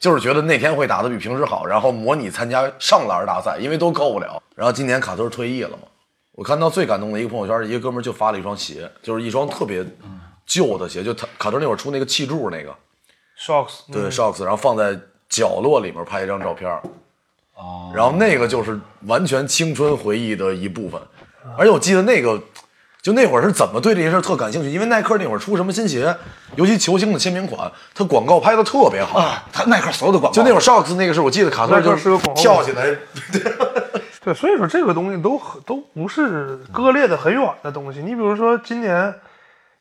Speaker 1: 就是觉得那天会打得比平时好，然后模拟参加上篮大赛，因为都够不了。然后今年卡特退役了嘛，我看到最感动的一个朋友圈，一个哥们儿就发了一双鞋，就是一双特别旧的鞋，就他卡特那会儿出那个气柱那个，
Speaker 3: Shocks，嗯
Speaker 1: 对 shocks，然后放在角落里面拍一张照片，哦，然后那个就是完全青春回忆的一部分，而且我记得那个。就那会儿是怎么对这些事儿特感兴趣？因为耐克那会儿出什么新鞋，尤其球星的签名款，他广告拍的特别好。
Speaker 2: 啊，他耐克所有的广告，
Speaker 1: 就那会儿 Shocks 那个是我记得卡特
Speaker 3: 那
Speaker 1: 就
Speaker 3: 就是个广告
Speaker 1: 跳起来，
Speaker 3: 对，所以说这个东西都很都不是割裂的很远的东西。你比如说今年，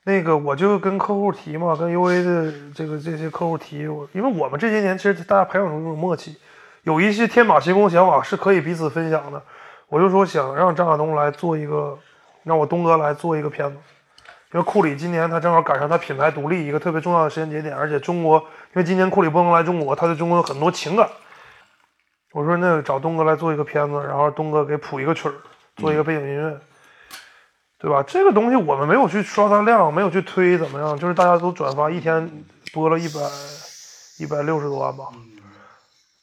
Speaker 3: 那个我就跟客户提嘛，跟 UA 的这个这些客户提，我因为我们这些年其实大家培养出一种默契，有一些天马行空想法是可以彼此分享的。我就说想让张亚东来做一个，让我东哥来做一个片子，因为库里今年他正好赶上他品牌独立一个特别重要的时间节点，而且中国因为今年库里不能来中国，他对中国有很多情感。我说那找东哥来做一个片子，然后东哥给谱一个曲儿，做一
Speaker 1: 嗯
Speaker 3: 个背景音乐，对吧？这个东西我们没有去刷它量，没有去推怎么样，就是大家都转发，一天多了一百一百六十多万吧。
Speaker 1: 嗯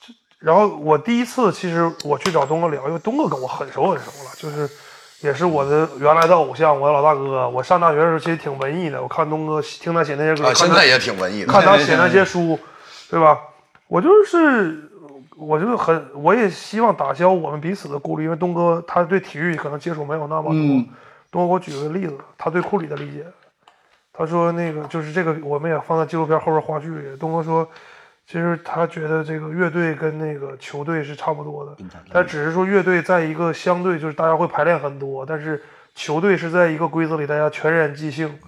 Speaker 3: 这然后我第一次其实我去找东哥聊，因为东哥跟我很熟很熟了，就是也是我的原来的偶像，我的老大哥。我上大学的时候其实挺文艺的，我看东哥听他写那些歌，
Speaker 1: 啊，
Speaker 3: 看
Speaker 1: 现
Speaker 3: 他
Speaker 1: 在也挺文艺的。
Speaker 3: 看他写那些书，对吧？我就是，我就是很，我也希望打消我们彼此的顾虑，因为东哥他对体育可能接触没有那么多。
Speaker 2: 嗯
Speaker 3: 东哥给我举个例子，他对库里的理解，他说那个就是这个，我们也放在纪录片后边花絮里。东哥说，其实他觉得这个乐队跟那个球队是差不多的，但只是说乐队在一个相对就是大家会排练很多，但是球队是在一个规则里，大家全然即兴。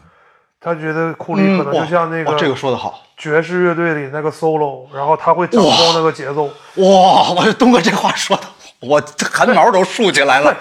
Speaker 3: 他觉得库里可能就像那
Speaker 2: 嗯哇
Speaker 3: 个
Speaker 2: 这个说的好，
Speaker 3: 爵士乐队里那个 solo，然后他会掌控那个节奏。
Speaker 2: 哇，我东哥这话说的，我汗毛都竖起来了，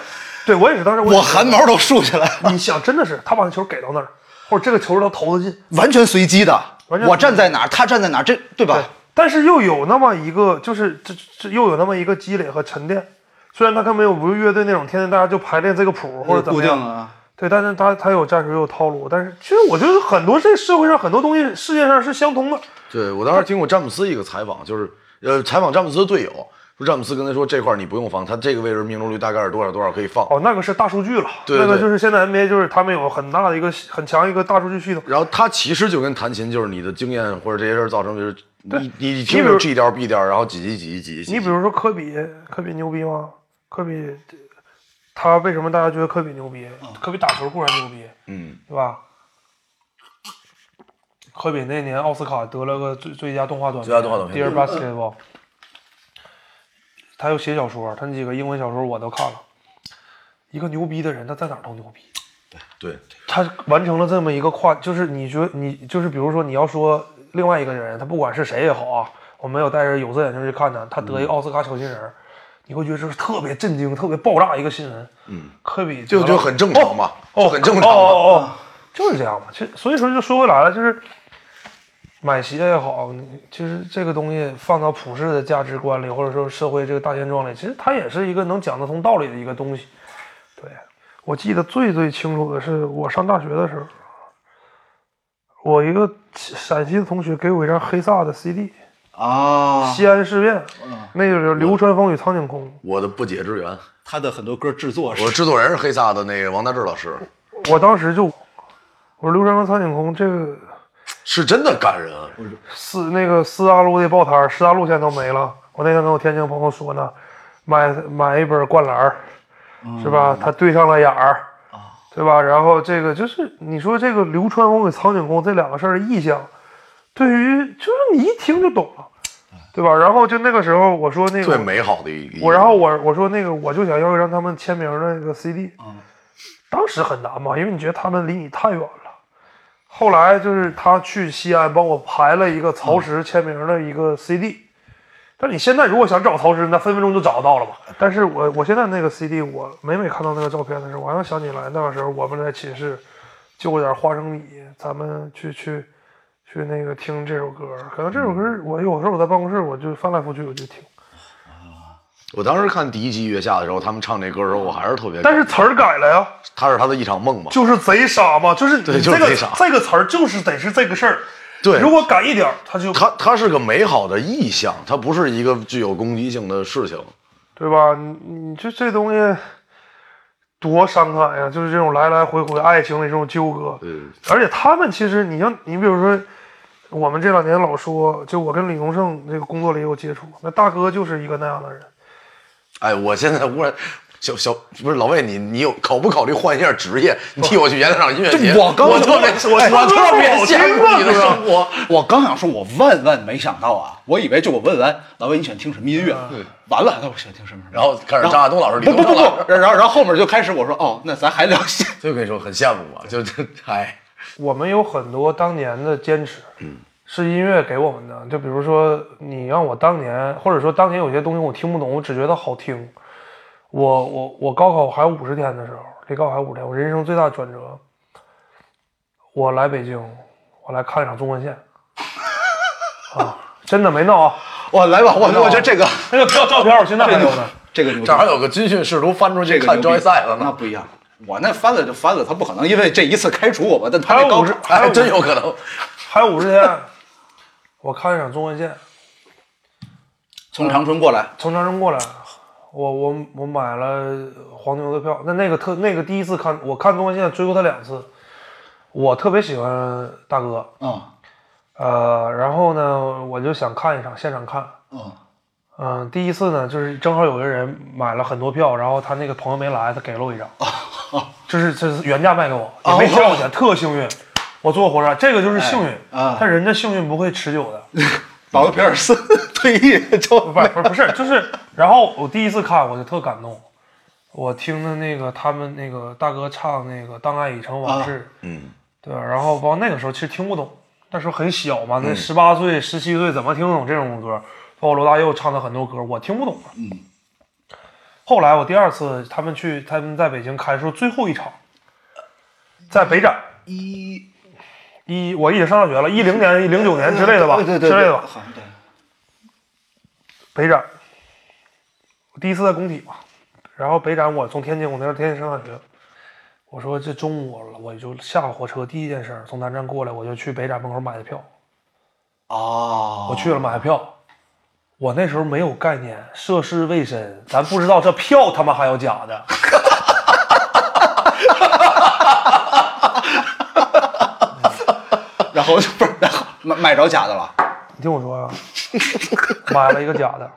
Speaker 3: 对我也是当时我也
Speaker 2: 我
Speaker 3: 觉得
Speaker 2: 汗毛都竖起来了，
Speaker 3: 你想，真的是他把那球给到那儿，或者这个球他投得进，
Speaker 2: 完全随机的，
Speaker 3: 完全
Speaker 2: 我站在哪儿，他站在哪儿，这对吧？
Speaker 3: 对，但是又有那么一个，就是这这又有那么一个积累和沉淀。虽然他跟没有不是乐队那种天天大家就排练这个谱或者怎
Speaker 2: 固
Speaker 3: 么
Speaker 2: 定
Speaker 3: 样，
Speaker 2: 啊，
Speaker 3: 对，但是他他有战术，又有套路。但是其实我觉得很多这社会上很多东西，世界上是相通的。
Speaker 1: 对我当时听过詹姆斯一个采访，就是呃采访詹姆斯的队友，说詹姆斯跟他说这块儿你不用防，他这个位置命中率大概是多少多少可以放。
Speaker 3: 哦，那个是大数据了，
Speaker 1: 对对
Speaker 3: 那个
Speaker 1: 对
Speaker 3: 就是现在 NBA 就是他们有很大的一个很强一个大数据系统。
Speaker 1: 然后他其实就跟弹琴，就是你的经验或者这些事儿造成，就是你你你
Speaker 3: 你
Speaker 1: 听
Speaker 3: 比如
Speaker 1: 着 G 调 B 调，然后几级几级几级几级。
Speaker 3: 你比如说科比，科比牛逼吗？科比，他为什么大家觉得科比牛逼？科比打球固然牛逼，
Speaker 1: 嗯，
Speaker 3: 对吧？科比那年奥斯卡得了个最最佳动画短片，
Speaker 1: 最佳动画短片
Speaker 3: Dear Basketball。他又写小说，他那几个英文小说我都看了。一个牛逼的人，他在哪儿都牛逼。
Speaker 1: 对，
Speaker 3: 他完成了这么一个跨，就是你觉你就是比如说你要说另外一个人，他不管是谁也好啊，我没有戴着有色眼镜去看他，他得一个奥斯卡小金人儿，你会觉得这是特别震惊、特别爆炸一个新闻。嗯，科比
Speaker 1: 就
Speaker 3: 得
Speaker 1: 就
Speaker 3: 了
Speaker 1: 很正常嘛，
Speaker 3: 哦，
Speaker 1: 就很正常
Speaker 3: 哦
Speaker 1: 嘛。
Speaker 3: 哦哦，就是这样嘛。其实所以说就说回来了，就是买鞋也好，你其实这个东西放到普世的价值观里，或者说社会这个大现状里，其实它也是一个能讲得通道理的一个东西。对我记得最最清楚的是我上大学的时候，我一个陕西的同学给我一张黑撒的 CD，
Speaker 2: 啊，
Speaker 3: 西安事变，
Speaker 1: 啊
Speaker 3: 那就是《流川枫与苍井空》。
Speaker 1: 我的不解之缘，
Speaker 2: 他的很多歌制作是
Speaker 1: 我制作人是黑撒的那个王大治老师，
Speaker 3: 我当时就，我说《流川枫苍井空》这个。
Speaker 1: 是真的感人啊。
Speaker 3: 四那个四大路的报摊儿，十大路现在都没了。我那天跟我天津朋友说呢，买买一本灌篮儿，是吧？他对上了眼儿，对吧？然后这个就是你说这个流川枫与苍井空这两个事儿的意象，对于就是你一听就懂了，对吧？然后就那个时候我说那
Speaker 1: 最
Speaker 3: 个
Speaker 1: 美好的一
Speaker 3: 我然后我我说那个我就想要一张他们签名的那个 CD，当时很难嘛，因为你觉得他们离你太远了。后来就是他去西安帮我排了一个曹石签名的一个 CD，、但你现在如果想找曹石，那分分钟就找到了嘛。但是我我现在那个 CD，我每每看到那个照片的时候，我还能想起来那个时候我们在寝室就点花生米，咱们去去去那个听这首歌。可能这首歌我有时候我在办公室我就翻来覆去我就听。
Speaker 1: 我当时看第一集《月下》的时候，他们唱这歌的时候，我还是特别感
Speaker 3: 但
Speaker 1: 动。
Speaker 3: 是词儿改了呀，
Speaker 1: 他是他的一场梦嘛，
Speaker 3: 就是贼傻嘛，就是你这
Speaker 1: 对
Speaker 3: 个、
Speaker 1: 就是贼傻
Speaker 3: 这个词儿就是得是这个事儿。
Speaker 1: 对
Speaker 3: 如果改一点儿，他就
Speaker 1: 他他是个美好的意象，他不是一个具有攻击性的事情。
Speaker 3: 对吧？你你这这东西多伤感呀、就是这种来来回回爱情的这种纠葛。
Speaker 1: 嗯，
Speaker 3: 而且他们其实，你像你比如说，我们这两年老说，就我跟李宗盛这个工作里有接触，那大哥就是一个那样的人。
Speaker 1: 哎，我现在忽然。小小不是老魏，你你有考不考虑换一下职业？你替我去演场音乐节。
Speaker 2: 这 我刚哎
Speaker 1: 我特别
Speaker 2: 我
Speaker 1: 我特别
Speaker 2: 我
Speaker 1: 羡慕你的生活。
Speaker 2: 我刚想说，我万万没想到啊，我以为就我问完老魏你喜欢听什么音乐，
Speaker 3: 嗯
Speaker 2: 完了，那我喜欢听什么？
Speaker 1: 然后开始张亚东老师，李
Speaker 2: 不
Speaker 1: 东
Speaker 2: 不不
Speaker 1: 章老师，
Speaker 2: 不，然后然后后面就开始我说哦，那咱还聊些
Speaker 1: 所以我跟你说很羡慕我，就这哎，
Speaker 3: 我们有很多当年的坚持，是音乐给我们的。就比如说，你让我当年，或者说当年有些东西我听不懂，我只觉得好听。我我我高考还有五十天的时候，离高考还有五十天，我人生最大的转折，我来北京，我来看了一场中 文线，啊，真的没闹啊，
Speaker 2: 我来吧，我我觉得这个
Speaker 3: 那个照照片我现在还有呢。
Speaker 2: 这个牛逼
Speaker 1: 正好有个军训试图翻出去
Speaker 2: 这个
Speaker 1: 看
Speaker 2: 牛逼
Speaker 1: 交易赛了
Speaker 2: 那
Speaker 1: 呢。
Speaker 2: 不一样。我那翻了就翻了，他不可能因为这一次开除我吧？但他
Speaker 3: 还有
Speaker 2: 那高
Speaker 3: 五十
Speaker 2: 考
Speaker 1: 哎，真有可 能。
Speaker 3: 还有五十天，我看了一场中文线，
Speaker 2: 从长春过来，
Speaker 3: 从长春过来，我我我买了黄牛的票。那那个特那个第一次看，我看东方线追过他两次。我特别喜欢大哥，
Speaker 1: 啊
Speaker 2: 嗯
Speaker 3: 呃，然后呢，我就想看一场现场看。
Speaker 2: 嗯
Speaker 3: 嗯、第一次呢，就是正好有个人买了很多票，然后他那个朋友没来，他给了我一张，就是这是原价卖给我，也没加我钱，特幸运。我坐火车，这个就是幸运
Speaker 2: 啊
Speaker 3: 但人家幸运不会持久的。
Speaker 2: 保罗皮尔斯 退役就
Speaker 3: 不是不是不是，就是，然后我第一次看我就特感动，
Speaker 2: 啊
Speaker 3: 我听的那个他们那个大哥唱那个《当爱已成往事》，
Speaker 1: 嗯，
Speaker 3: 对，然后包括那个时候其实听不懂，那时候很小嘛，
Speaker 2: 嗯
Speaker 3: 那十八岁、十七岁怎么听得懂这种歌？包括罗大佑唱的很多歌，我听不懂。嗯。后来我第二次他们去他们在北京开的时候，最后一场，在北展
Speaker 2: 一
Speaker 3: 一我已经上大学了，一零年、一零九年之类的吧，
Speaker 2: 对对对，
Speaker 3: 之类的吧。
Speaker 2: 好像对，
Speaker 3: 北展，我第一次在工体嘛，然后北展我从天津，我那时候天津上大学，我说这中午了，我就下了火车，第一件事儿从南站过来，我就去北展门口买的票，
Speaker 2: 哦，
Speaker 3: 我去了买票，我那时候没有概念，涉世未深，咱不知道这票他妈还有假的，
Speaker 2: 然后就不是，然后买买着假的了，
Speaker 3: 你听我说啊，买了一个假的，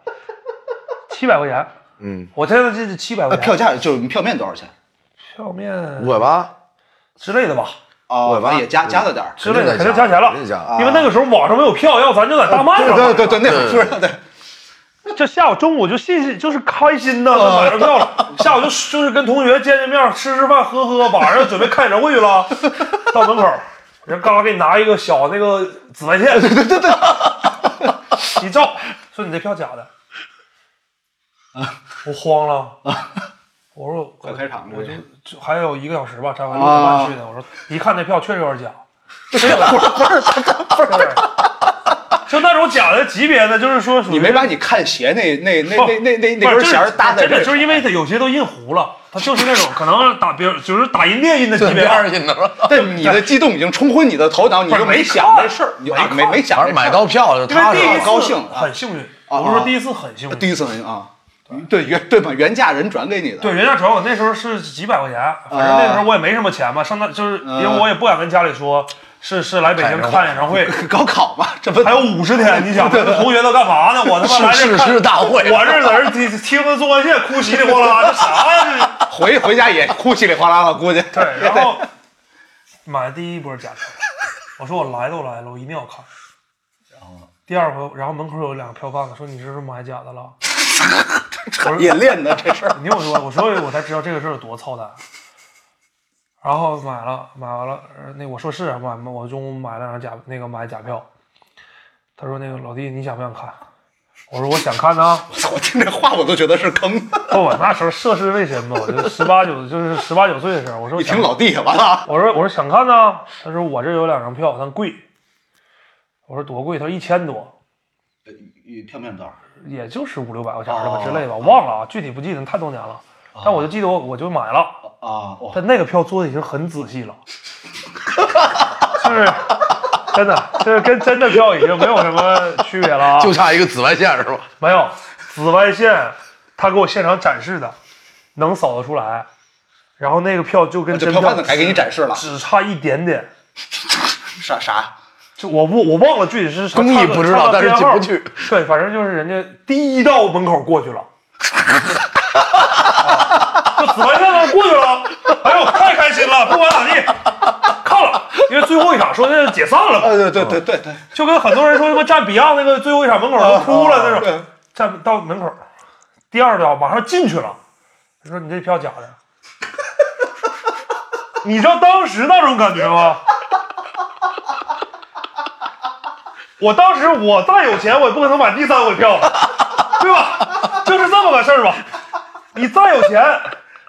Speaker 3: 七百块钱，
Speaker 1: 嗯，
Speaker 3: 我现在这是七百块
Speaker 2: 呃，
Speaker 3: 钱，
Speaker 2: 票价就是票面多少钱？
Speaker 3: 票面
Speaker 1: 五百八
Speaker 3: 之类的吧，
Speaker 2: 哦，
Speaker 1: 我吧
Speaker 2: 那也
Speaker 3: 嗯
Speaker 2: 加加了 点儿，
Speaker 3: 之类的
Speaker 1: 肯
Speaker 3: 肯
Speaker 1: 定得
Speaker 3: 定加
Speaker 1: 加
Speaker 3: 钱了
Speaker 1: 肯定加，
Speaker 3: 因为那个时候网上没有票，要咱就在大麦上买。
Speaker 2: 对对对，那会儿是对，
Speaker 3: 这下午中午就信息就是开心呐，就买着票了。下午就就是跟同学见见面，吃吃饭，喝喝，晚上准备看演唱会了，到门口，人嘎给你拿一个小那个紫外线，对对对对，一照，说你这票假的，我慌了，我说
Speaker 2: 快开场了
Speaker 3: 我就
Speaker 2: 这
Speaker 3: 就还有一个小时吧，差不多六点半去的，我说一看这票确实有 点假，不是不是不是。就那种假的级别的，就是说属于
Speaker 2: 你没把你看鞋那那那那那那那
Speaker 3: 不
Speaker 2: 根
Speaker 3: 是
Speaker 2: 弦儿搭在
Speaker 3: 真
Speaker 2: 这
Speaker 3: 的
Speaker 2: 儿
Speaker 3: 就是因为它有些都印糊了，它就是那种可能打比如就是打音列印的级
Speaker 1: 对，
Speaker 3: 别
Speaker 1: 别，二斤头，
Speaker 2: 但你的激动已经冲昏你的头脑，你
Speaker 3: 不是
Speaker 2: 就没
Speaker 3: 没
Speaker 2: 想
Speaker 3: 看
Speaker 2: 这事儿，你
Speaker 3: 没
Speaker 2: 啊没
Speaker 3: 看
Speaker 2: 没想
Speaker 1: 反
Speaker 2: 这事儿
Speaker 1: 正买到票就
Speaker 3: 因为
Speaker 1: 踏
Speaker 3: 第
Speaker 1: 实
Speaker 3: 一
Speaker 1: 了。
Speaker 3: 次
Speaker 2: 高兴啊
Speaker 3: 很幸运，
Speaker 2: 啊
Speaker 3: 我是说第一次很幸运，
Speaker 2: 第一次很啊，对原对吧？原价人转给你的，
Speaker 3: 对，人家转我那时候是几百块钱，反正那时
Speaker 2: 啊
Speaker 3: 候我也没什么钱嘛，上那就是因
Speaker 2: 嗯
Speaker 3: 为我也不敢跟家里说是是来北京看演唱会，
Speaker 2: 高考嘛，这不
Speaker 3: 还有五 十天，你想同学都干嘛呢？我他妈来这
Speaker 1: 誓
Speaker 3: 看
Speaker 1: 师大会，
Speaker 3: 我这在这听听着纵贯线哭稀里哗啦，这啥呀？这。
Speaker 2: 回回家也哭稀里哗啦了，估计
Speaker 3: 对，然后买第一波假票，我说我来都来了，我一定要看。然后第二回，然后门口有两个票贩子说你这是买假的了。
Speaker 2: 也练的这事儿，
Speaker 3: 你听我说，我说我才知道这个事儿有多操蛋。然后买了，买完了，呃那我说是啊买，我中午买了张假那个买假票。他说那个老弟你想不想看？我说我想看呢、
Speaker 2: 我听这话我都觉得是 坑。
Speaker 3: 不，我那时候涉世未深嘛，我就十八九，就是十八九岁的时候，我说
Speaker 2: 一
Speaker 3: 想
Speaker 2: 听老弟完了，
Speaker 3: 我说我说想看呢，他说我这有两张票，但贵。我说多贵？他说一千多，
Speaker 2: 票面多少？
Speaker 3: 也就是五六百块钱儿吧之类吧，我
Speaker 2: 哦
Speaker 3: 忘了啊，具体不记得，太多年了。但我就记得我我就买了，
Speaker 2: 啊，哇
Speaker 3: 但那个票做的已经很仔细了，就是真的，就是跟真的票已经没有什么区别了啊，
Speaker 1: 就差一个紫外线是吧？
Speaker 3: 没有紫外线，他给我现场展示的，能扫得出来，然后那个票就跟
Speaker 2: 这
Speaker 3: 真
Speaker 2: 票贩
Speaker 3: 票
Speaker 2: 子还给你展示了
Speaker 3: 只差一点点。
Speaker 2: 啥啥？
Speaker 3: 就我不我忘了具体是啥
Speaker 1: 工艺
Speaker 3: 差个
Speaker 1: 不知道
Speaker 3: 差个
Speaker 1: 但是
Speaker 3: 编号
Speaker 1: 进不去。
Speaker 3: 对，反正就是人家第一到门口过去了， 啊就紫外线呢过去了。哎呦，太开心了！不管咋地，看了，因为最后一场说那就解散 了嘛，
Speaker 2: 呃，对对对对对，
Speaker 3: 就跟很多人说他妈站 Beyond 那个最后一场门口
Speaker 2: 啊
Speaker 1: 啊
Speaker 3: 都哭了那种，站到门口，第二道马上进去了，他说你这票假的，你知道当时那种感觉吗？我当时我再有钱，我也不可能买第三回票，对吧？就是这么个事儿吧。你再有钱，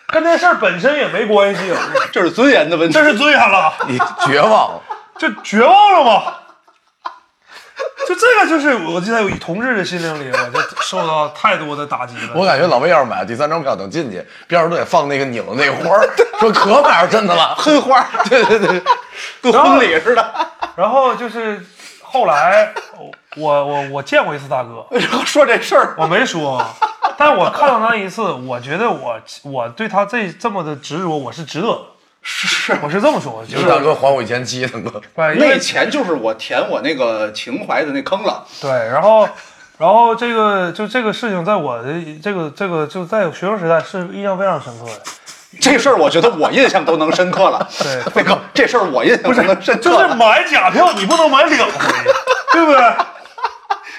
Speaker 3: 跟这事儿本身也没关系了，
Speaker 2: 这是尊严的问题
Speaker 3: 这。是尊严了。
Speaker 1: 你绝望，
Speaker 3: 就绝望了吗？就这个，就是我现在有同志的心灵里，我就受到太多的打击了。
Speaker 1: 我感觉老魏要是买了第三张票能进去，边上都得放那个拧的那花儿，说可买着真的了，
Speaker 2: 喷花儿，对对对，跟婚礼似的。
Speaker 3: 然后就是后来，我我我我见过一次大哥，
Speaker 2: 然后说这事儿，
Speaker 3: 我没说，但我看到他一次，我觉得我我对他这这么的执着，我是值得的。是，我是这么说，我觉
Speaker 1: 就是
Speaker 3: 得
Speaker 1: 大哥还我一千七，大哥，
Speaker 3: 对因为
Speaker 2: 那钱就是我填我那个情怀的那坑了。
Speaker 3: 对，然后，然后这个就这个事情，在我的这个这个就在学生时代是印象非常深刻的。
Speaker 2: 这事儿我觉得我印象都能深刻了。
Speaker 3: 对
Speaker 2: 那个这事儿我印象都能深刻
Speaker 3: 就是
Speaker 2: 了，
Speaker 3: 买假票，你不能买两回，对不对？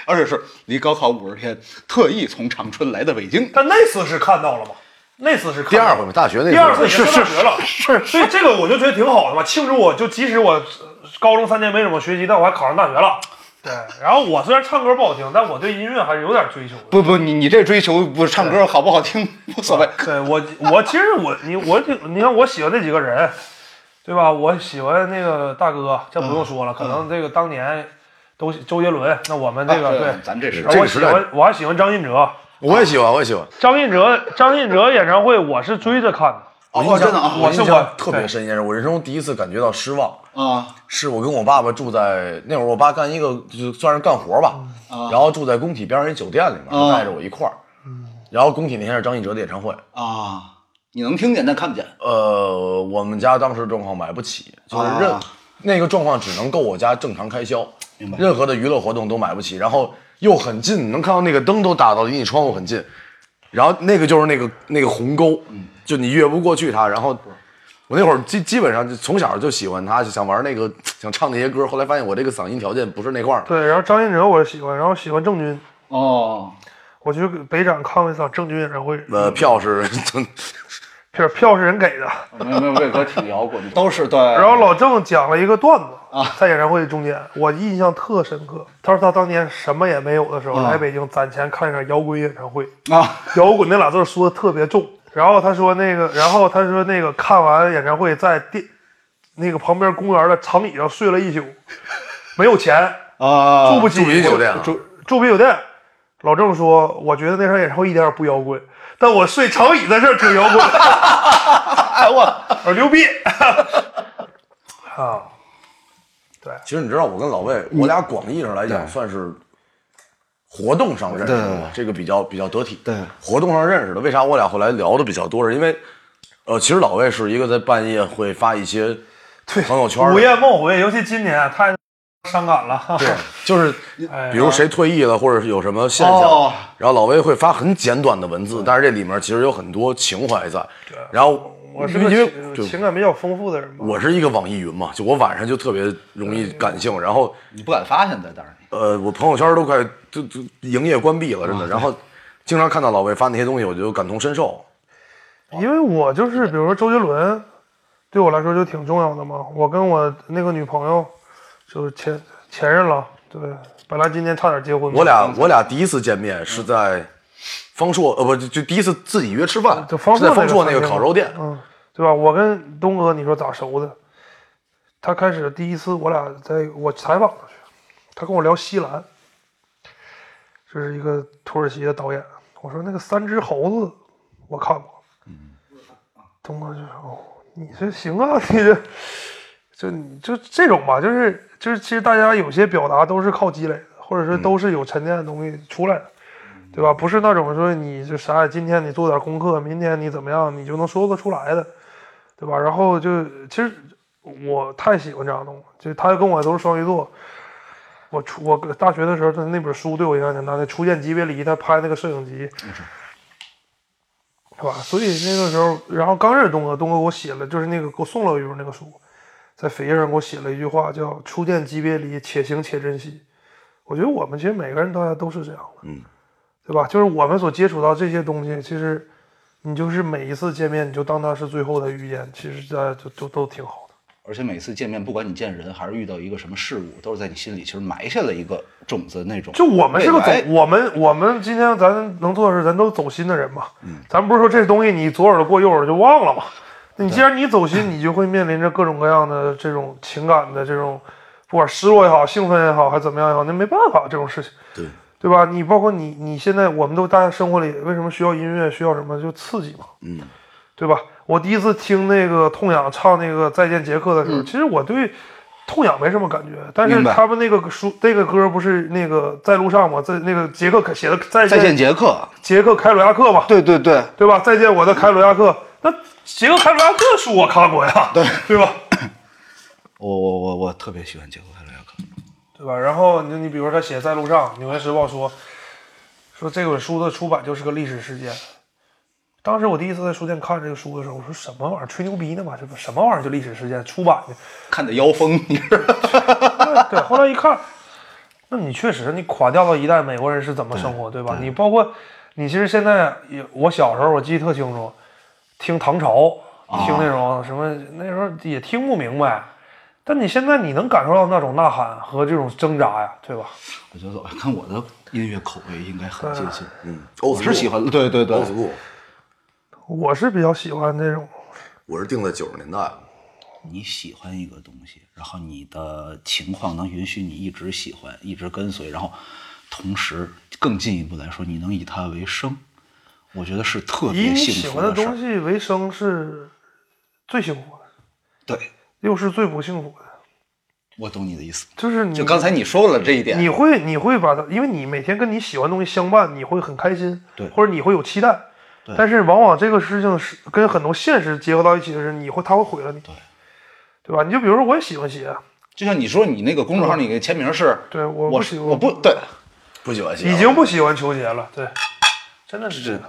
Speaker 2: 而且是离高考五十天，特意从长春来的北京。
Speaker 3: 但那次是看到了嘛？那次是看
Speaker 1: 第二回嘛，大学那
Speaker 3: 第二次
Speaker 1: 回
Speaker 3: 已经上大学了，是，所以这个我就觉得挺好的嘛，庆祝我就即使我高中三年没怎么学习，但我还考上大学了。对，然后我虽然唱歌不好听，但我对音乐还是有点追求的。
Speaker 2: 不不，你你这追求不是唱歌好不好听无所谓，
Speaker 3: 对我，我其实我你我挺你看我喜欢那几个人，对吧？我喜欢那个大哥，这不用说了，可能这个当年都周杰伦，那我们这个、
Speaker 2: 啊
Speaker 3: 对，
Speaker 2: 咱这是
Speaker 3: 然后我
Speaker 1: 这个
Speaker 3: 喜
Speaker 1: 时代
Speaker 3: 欢我还喜欢张信哲，
Speaker 1: 我也喜欢，我也喜欢。
Speaker 3: 张信哲张信哲演唱会我是追着看的，
Speaker 2: 哦，真的啊
Speaker 3: 我
Speaker 1: 印
Speaker 3: 是我
Speaker 1: 象特别。深，先生，我人生中第一次感觉到失望。
Speaker 2: 啊
Speaker 1: 是我跟我爸爸住在那会儿，我爸干一个就算是干活吧，然后住在工体边上一酒店里面，
Speaker 2: 啊
Speaker 1: 带着我一块儿。然后工体那天是张信哲的演唱会，
Speaker 2: 啊！你能听见但看不见
Speaker 1: 呃，我们家当时状况买不起，就是任、
Speaker 2: 啊
Speaker 1: 那个状况只能够我家正常开销，任何的娱乐活动都买不起，然后又很近，能看到那个灯都打到离你窗户很近，然后那个就是那个那个鸿沟，就你越不过去它，然后。我那会儿基基本上就从小就喜欢他，就想玩那个，想唱那些歌。后来发现我这个嗓音条件不是那块儿，
Speaker 3: 对，然后张信哲我是喜欢，然后喜欢郑钧，
Speaker 2: 哦。
Speaker 3: 我去北展看过一场郑钧演唱会，
Speaker 1: 呃，票是
Speaker 3: 票票是人给的。
Speaker 2: 没有没有，魏哥挺摇滚的，都是对。
Speaker 3: 然
Speaker 2: 然
Speaker 3: 后老郑讲了一个段子在演唱会中间，我印象特深刻。他说他当年什么也没有的时候，来北京攒钱看一场摇滚演唱会，
Speaker 2: 啊，
Speaker 3: 摇滚那俩字儿说的特别重。然后他说那个，然后他说那个看完演唱会，在电那个旁边公园的长椅上睡了一宿，没有钱，
Speaker 2: 啊，
Speaker 3: 住不起
Speaker 1: 住不起酒店啊
Speaker 3: 住住不起酒店。老郑说，我觉得那场演唱会一点也不摇滚，但我睡长椅的事儿挺摇滚。
Speaker 2: 哎我
Speaker 3: 我说牛逼啊！
Speaker 1: 其实你知道，我跟老魏，我俩广义上来讲算是活动上认识的，这个比较比较得体。
Speaker 2: 对
Speaker 1: 活动上认识的，为啥我俩后来聊的比较多？是因为，呃，其实老魏是一个在半夜会发一些朋友圈的
Speaker 3: 午夜梦回，尤其今年啊太伤感了。
Speaker 1: 对，就是
Speaker 3: 哎呀
Speaker 1: 比如谁退役了，或者是有什么现
Speaker 2: 哦
Speaker 1: 象，然后老魏会发很简短的文字，但是这里面其实有很多情怀在。然后
Speaker 3: 我是
Speaker 1: 因
Speaker 3: 个
Speaker 1: 为因为
Speaker 3: 情
Speaker 1: 对
Speaker 3: 情感比较丰富的人吧。
Speaker 1: 我是一个网易云嘛，就我晚上就特别容易感性，然后。
Speaker 2: 你不敢发现在当然
Speaker 1: 呃，我朋友圈都快就就营业关闭了，真的。然后经常看到老魏发那些东西，我就感同身受。
Speaker 3: 因为我就是，比如说周杰伦，对我来说就挺重要的嘛。我跟我那个女朋友，就是前前任了，对，本来今年差点结婚嘛，
Speaker 1: 我俩我俩第一次见面是在方硕，呃，不就就第一次自己约吃饭，
Speaker 3: 就方
Speaker 1: 是在方
Speaker 3: 硕
Speaker 1: 硕那个烤肉店。
Speaker 3: 嗯，对吧？我跟东哥，你说咋熟的？他开始第一次我俩在我采访他去，他跟我聊西兰，这是一个土耳其的导演。我说那个三只猴子我看过，东哥就说哦，你这行啊，你这就你就这种吧，就是就是其实大家有些表达都是靠积累的，或者说都是有沉淀的东西出来的。对吧？不是那种说你就啥，今天你做点功课，明天你怎么样，你就能说得出来的，对吧？然后就其实我太喜欢张东了，就他跟我都是双鱼座。我初我大学的时候，他那本书对我影响挺大的，《初见级别离》，他拍那个摄影集，是吧？所以那个时候，然后刚认识东哥，东哥给我写了，就是那个给我送了我一本那个书，在扉页上给我写了一句话，叫“初见即别离，且行且珍惜”。我觉得我们其实每个人大家都是这样的。对吧？就是我们所接触到这些东西，其实你就是每一次见面，你就当它是最后的遇见，其实大家就就都挺好的。
Speaker 2: 而且每次见面，不管你见人还是遇到一个什么事物，都是在你心里其实埋下了一个种子那种。
Speaker 3: 就我们是个走
Speaker 2: 未来，
Speaker 3: 我们我们今天咱能做的是，咱都走心的人嘛。
Speaker 2: 嗯
Speaker 3: 咱不是说这东西你左耳朵过右耳就忘了嘛？你既然你走心，你就会面临着各种各样的这种情感的这种，不管失落也好，兴奋也好，还怎么样也好，那没办法这种事情。
Speaker 1: 对，
Speaker 3: 对吧？你包括你，你现在我们都大家生活里为什么需要音乐，需要什么就刺激嘛，嗯，对吧？我第一次听那个痛仰唱那个《再见杰克》的时候，其实我对痛仰没什么感觉，但
Speaker 2: 嗯
Speaker 3: 是
Speaker 2: 明白
Speaker 3: 他们那个书那个歌不是那个在路上嘛，在那个杰克凯写的《再
Speaker 2: 再见，
Speaker 3: 见
Speaker 2: 杰克。啊
Speaker 3: 杰克凯鲁亚克》嘛，
Speaker 2: 对对对，
Speaker 3: 对吧？再见我的凯鲁亚克，那杰克凯鲁亚克书我看过呀，对对吧？
Speaker 2: 我我我我特别喜欢杰克凯鲁亚克。
Speaker 3: 对吧？然后你你比如说他写在路上，《纽约时报说》说这本书的出版就是个历史事件。当时我第一次在书店看这个书的时候，我说什么玩意儿，吹牛逼呢嘛，这不什么玩意儿就历史事件出版的？
Speaker 2: 看的妖风， 你知道
Speaker 3: 对，后来一看，那你确实你垮掉了一代美国人是怎么生活，对吧？你包括你其实现在也，我小时候我记忆特清楚，听唐朝，听那种什么，那时候也听不明白。但你现在你能感受到那种呐喊和这种挣扎呀，对吧？
Speaker 2: 我觉得我看我的音乐口味应该很接近，
Speaker 3: 啊
Speaker 2: 嗯，
Speaker 1: 我
Speaker 2: 我是喜欢，对对对
Speaker 1: 欧，子路，
Speaker 3: 我是比较喜欢这种，
Speaker 1: 我是定在九十年代的。
Speaker 2: 你喜欢一个东西，然后你的情况能允许你一直喜欢，一直跟随，然后同时更进一步来说，你能以它为生，我觉得是特
Speaker 3: 以
Speaker 2: 别
Speaker 3: 你
Speaker 2: 幸
Speaker 3: 喜
Speaker 2: 福
Speaker 3: 欢的
Speaker 2: 事
Speaker 3: 东
Speaker 2: 儿。
Speaker 3: 西为生是最幸福的，
Speaker 2: 对，
Speaker 3: 又是最不幸福的。
Speaker 2: 我懂你的意思。
Speaker 3: 就是你
Speaker 2: 就刚才你说了这一点，
Speaker 3: 你会你会把它，因为你每天跟你喜欢的东西相伴，你会很开心，
Speaker 2: 对
Speaker 3: 或者你会有期待，
Speaker 2: 对
Speaker 3: 但是往往这个事情是跟很多现实结合到一起的时候，你会它会毁了你，对，吧？你就比如说我也喜欢鞋，啊
Speaker 2: 就像你说你那个公众号，你的签名是，
Speaker 3: 嗯对我
Speaker 2: 我
Speaker 3: 不喜
Speaker 2: 是
Speaker 3: 欢，嗯
Speaker 2: 我不对，
Speaker 1: 不喜欢鞋，
Speaker 3: 已经不喜欢球鞋了，对，真的是这样。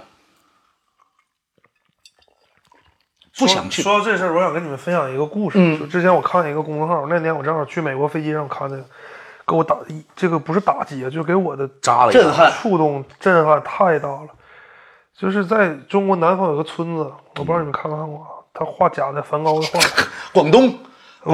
Speaker 2: 不想去。嗯
Speaker 3: 说到这事儿，我想跟你们分享一个故事。就之前我看一个公众号，那年我正好去美国飞机上看的，给我打这个不是打击啊，就给我的
Speaker 1: 扎了一
Speaker 2: 震
Speaker 1: 下。
Speaker 2: 撼，
Speaker 3: 触动震撼太大了。就是在中国南方有个村子，我不知道你们看没看过，啊，他画甲的梵高的画，
Speaker 2: 广东，
Speaker 3: 我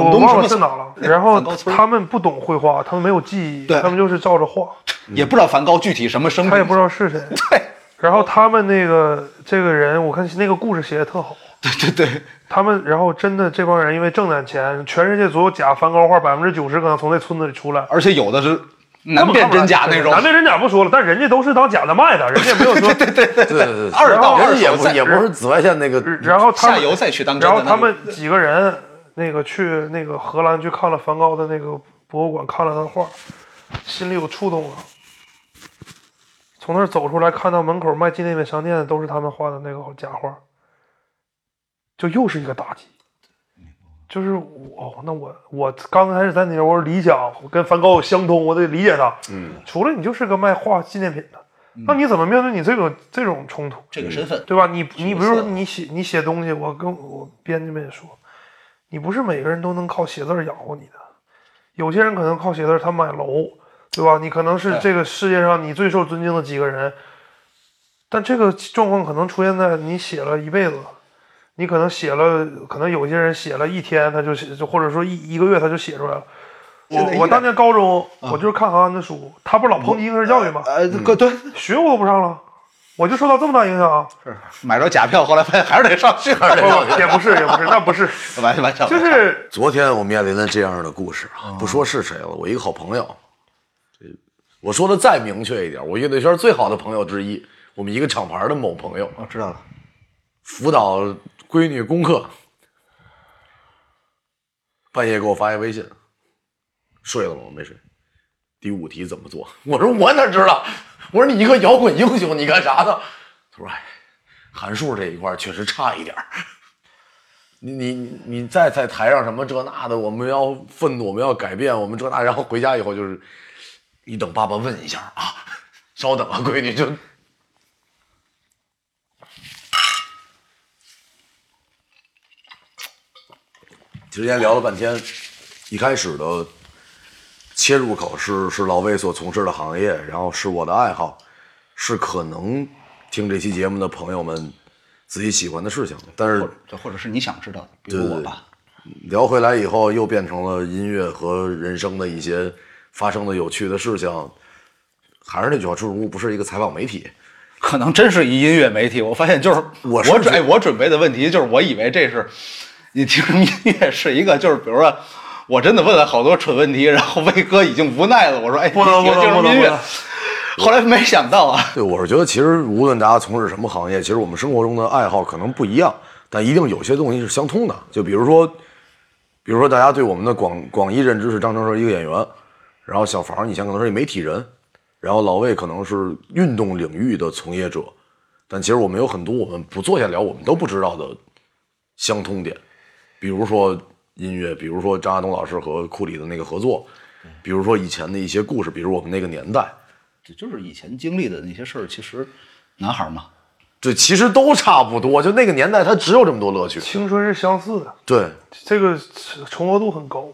Speaker 2: 广东
Speaker 3: 忘了
Speaker 2: 什
Speaker 3: 是
Speaker 2: 么
Speaker 3: 哪儿了。然后
Speaker 2: 梵高村
Speaker 3: 他们不懂绘画，他们没有记忆，
Speaker 2: 对
Speaker 3: 他们就是照着画，
Speaker 2: 也不知道梵高具体什么生
Speaker 3: 他也
Speaker 2: 平，
Speaker 3: 不知道是谁。
Speaker 2: 对
Speaker 3: 然后他们那个这个人，我看那个故事写的特好。
Speaker 2: 对对对，
Speaker 3: 他们然后真的这帮人因为挣点钱，全世界所有假梵高画百分之九十可能从那村子里出来，
Speaker 2: 而且有的是难辨真假那种，
Speaker 3: 难辨真假不说了，但人家都是当假的卖的，人家也没有 说对对
Speaker 1: 对
Speaker 3: 对
Speaker 1: 对对，对
Speaker 2: 二道二
Speaker 1: 人也
Speaker 2: 手
Speaker 1: 不
Speaker 2: 菜
Speaker 1: 也不是紫外线那个，
Speaker 3: 然后他
Speaker 2: 下
Speaker 3: 们
Speaker 2: 游再去当真的
Speaker 3: 然后
Speaker 2: 那
Speaker 3: 他
Speaker 2: 种
Speaker 3: 们几个人那个去那个荷兰去看了梵高的那个博物馆，看了他的画，心里有触动啊。从那儿走出来，看到门口卖纪念品商店的都是他们画的那个假画，就又是一个打击。就是我，哦那我我刚开始在那时候我理想我跟梵高有相通，我得理解他。嗯，除了你就是个卖画纪念品的，那你怎么面对你这种这种冲突？
Speaker 2: 这个身份，
Speaker 3: 对吧？你你比如
Speaker 2: 色
Speaker 3: 说你写你写东西，我跟我编辑们也说，你不是每个人都能靠写字儿养活你的，有些人可能靠写字儿他买楼，对吧？你可能是这个世界上你最受尊敬的几个人，但这个状况可能出现在你写了一辈子，你可能写了，可能有些人写了一天他就写，就或者说一一个月他就写出来了。我
Speaker 2: 现在一
Speaker 3: 我
Speaker 2: 点
Speaker 3: 当年高中，我就是看韩寒的书，他不是老抨击应试教育吗？
Speaker 2: 呃，对对，
Speaker 3: 学我都不上了，我就受到这么大影响啊！
Speaker 2: 买着假票，后来发现还是得上学，
Speaker 3: 不也不是，也不是，那不是，
Speaker 2: 玩玩笑，
Speaker 3: 就是
Speaker 1: 昨天我面临了这样的故事
Speaker 2: 哦
Speaker 1: 啊，不说是谁了，我一个好朋友，这我说的再明确一点，我乐队圈最好的朋友之一，我们一个厂牌的某朋友，
Speaker 2: 哦我知道了，
Speaker 1: 辅导闺女功课，半夜给我发一微信，睡了吗？我没睡。第五题怎么做？我说我哪知道？我说你一个摇滚英雄，你干啥呢？他说：“哎，函数这一块儿确实差一点儿。你你你再在台上什么这那的，我们要愤怒，我们要改变，我们这那，然后回家以后就是，你等爸爸问一下啊，稍等啊，闺女就之前聊了半天，一开始的切入口是是老魏所从事的行业，然后是我的爱好，是可能听这期节目的朋友们自己喜欢的事情。但是
Speaker 2: 或者或者是你想知道的，比如我吧，
Speaker 1: 聊回来以后，又变成了音乐和人生的一些发生的有趣的事情。还是那句话，出入不是一个采访媒体，
Speaker 2: 可能真是一音乐媒体，我发现就是
Speaker 1: 我是
Speaker 2: 我准哎我准备的问题就是我以为这是你听音乐是一个就是比如说。我真的问了好多蠢问题，然后魏哥已经无奈了。我说：“哎，
Speaker 3: 不能
Speaker 2: 你喜欢
Speaker 3: 不
Speaker 2: 听什么
Speaker 3: 能
Speaker 2: 音
Speaker 3: 不
Speaker 2: 乐
Speaker 3: 能？”
Speaker 2: 后来没想到啊，
Speaker 1: 对，我是觉得其实无论大家从事什么行业，其实我们生活中的爱好可能不一样，但一定有些东西是相通的。就比如说，比如说大家对我们的广广义认知是张成是一个演员，然后小房以前可能是一媒体人，然后老魏可能是运动领域的从业者，但其实我们有很多我们不坐下聊我们都不知道的相通点，比如说音乐，比如说张亚东老师和库里的那个合作，比如说以前的一些故事，比如我们那个年代。
Speaker 2: 就就是以前经历的那些事儿，其实男孩儿嘛，
Speaker 1: 对，其实都差不多，就那个年代它只有这么多乐趣。
Speaker 3: 青春是相似的，
Speaker 1: 对，
Speaker 3: 这个重合度很高。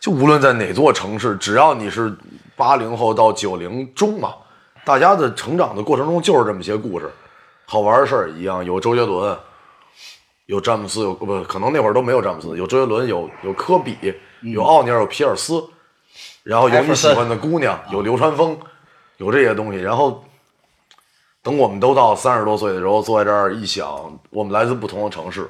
Speaker 1: 就无论在哪座城市，只要你是八零后到九零中嘛，大家的成长的过程中就是这么些故事，好玩的事儿一样，有周杰伦，有詹姆斯，有不可能那会儿都没有詹姆斯，有周杰伦，有有科比，有奥尼尔，有皮尔斯，然后有你喜欢的姑娘，有流川枫，有这些东西。然后等我们都到三十多岁的时候，坐在这儿一想，我们来自不同的城市，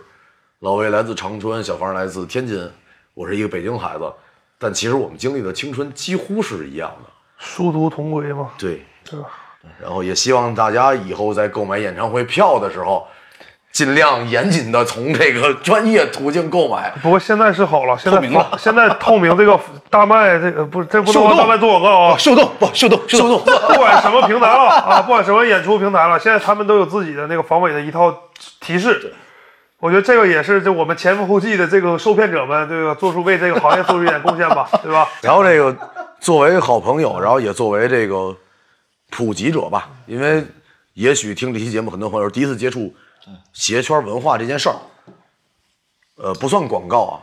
Speaker 1: 老魏来自长春，小芳来自天津，我是一个北京孩子，但其实我们经历的青春几乎是一样的。
Speaker 3: 殊途同归嘛，
Speaker 1: 对，
Speaker 3: 对吧？
Speaker 1: 然后也希望大家以后在购买演唱会票的时候，尽量严谨的从这个专业途径购买。
Speaker 3: 不过现在是好了，现在
Speaker 2: 透明了
Speaker 3: 现在透明这个大麦这个不是这不能往
Speaker 1: 秀动
Speaker 3: 大麦做广告啊，
Speaker 1: 秀动不秀动秀动，
Speaker 3: 不管什么平台了啊，不管什么演出平台了，现在他们都有自己的那个防伪的一套提示。我觉得这个也是，就我们前赴后继的这个受骗者们，这个做出为这个行业做出一点贡献吧，对 吧？
Speaker 1: 然后这个作为好朋友，然后也作为这个普及者吧，因为也许听这期节目，很多朋友第一次接触鞋圈文化这件事儿，呃，不算广告啊。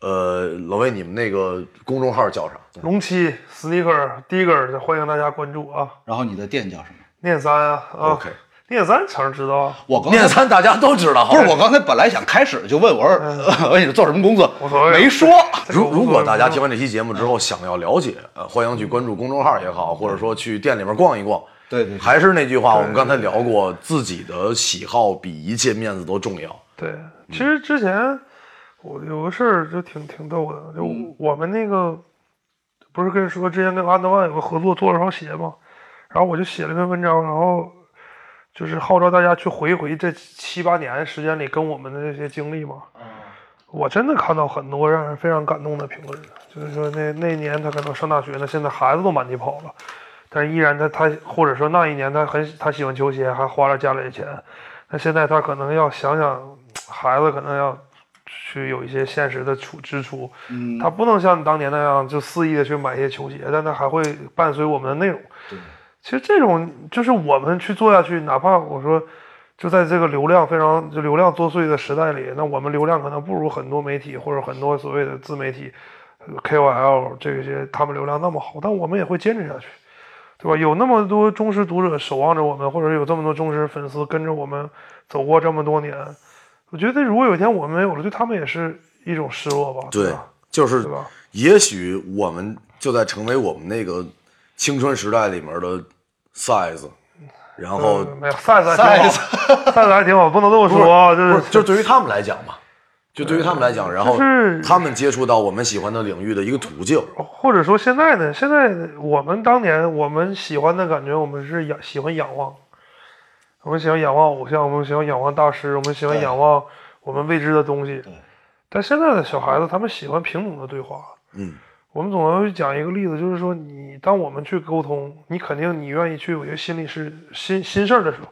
Speaker 1: 呃，老魏，你们那个公众号叫啥？
Speaker 3: 龙七 sneaker digger，欢迎大家关注啊！
Speaker 4: 然后你的店叫什么？
Speaker 3: 念三啊，啊
Speaker 1: OK
Speaker 3: 念三常知道啊，
Speaker 4: 我刚才
Speaker 1: 念三大家都知道，
Speaker 4: 不是我刚才本来想开始就问我 说，我说你做什么工作
Speaker 3: 嗯无所谓，
Speaker 4: 没说。
Speaker 1: 如如果大家听完这期节目之后想要了解，呃，欢迎去关注公众号也好，或者说去店里面逛一逛。
Speaker 4: 对对对
Speaker 1: 还是那句话，我们刚才聊过，自己的喜好比一切面子都重要。
Speaker 3: 对，其实之前我有个事儿就挺挺逗的，就我们那个不是跟你说之前跟阿德万有个合作做了双鞋嘛，然后我就写了一篇文章，然后就是号召大家去回忆回忆这七八年时间里跟我们的这些经历嘛。我真的看到很多让人非常感动的评论，就是说那那年他可能上大学呢，现在孩子都满地跑了，但是依然他他或者说那一年他很他喜欢球鞋，还花了家里的钱，那现在他可能要想想孩子可能要去有一些现实的出支出，他不能像当年那样就肆意的去买一些球鞋，但他还会伴随我们的内容。其实这种就是我们去做下去，哪怕我说就在这个流量非常就流量作祟的时代里，那我们流量可能不如很多媒体或者很多所谓的自媒体、呃 KOL 这些他们流量那么好，但我们也会坚持下去，对吧？有那么多忠实读者守望着我们，或者有这么多忠实粉丝跟着我们走过这么多年，我觉得如果有一天我们没有了，对他们也是一种失落吧，
Speaker 1: 对
Speaker 3: 吧？，
Speaker 1: 就是
Speaker 3: 对吧
Speaker 1: 也许我们就在成为我们那个青春时代里面的 size，然后
Speaker 3: 嗯没有赛赛挺好，赛赛还挺好，不能这么说，就
Speaker 1: 不是
Speaker 3: 是，
Speaker 1: 就对于他们来讲嘛，就对于他们来讲，然后
Speaker 3: 就是
Speaker 1: 他们接触到我们喜欢的领域的一个途径。
Speaker 3: 或者说现在呢，现在我们当年我们喜欢的感觉，我们是仰喜欢仰望，我们喜欢仰望偶像，我们喜欢仰望大师，我们喜欢仰望我们未知的东西。但现在的小孩子，他们喜欢平等的对话。
Speaker 1: 嗯，
Speaker 3: 我们总要去讲一个例子，就是说你当我们去沟通，你肯定你愿意去有一个心里是心心事儿的时候，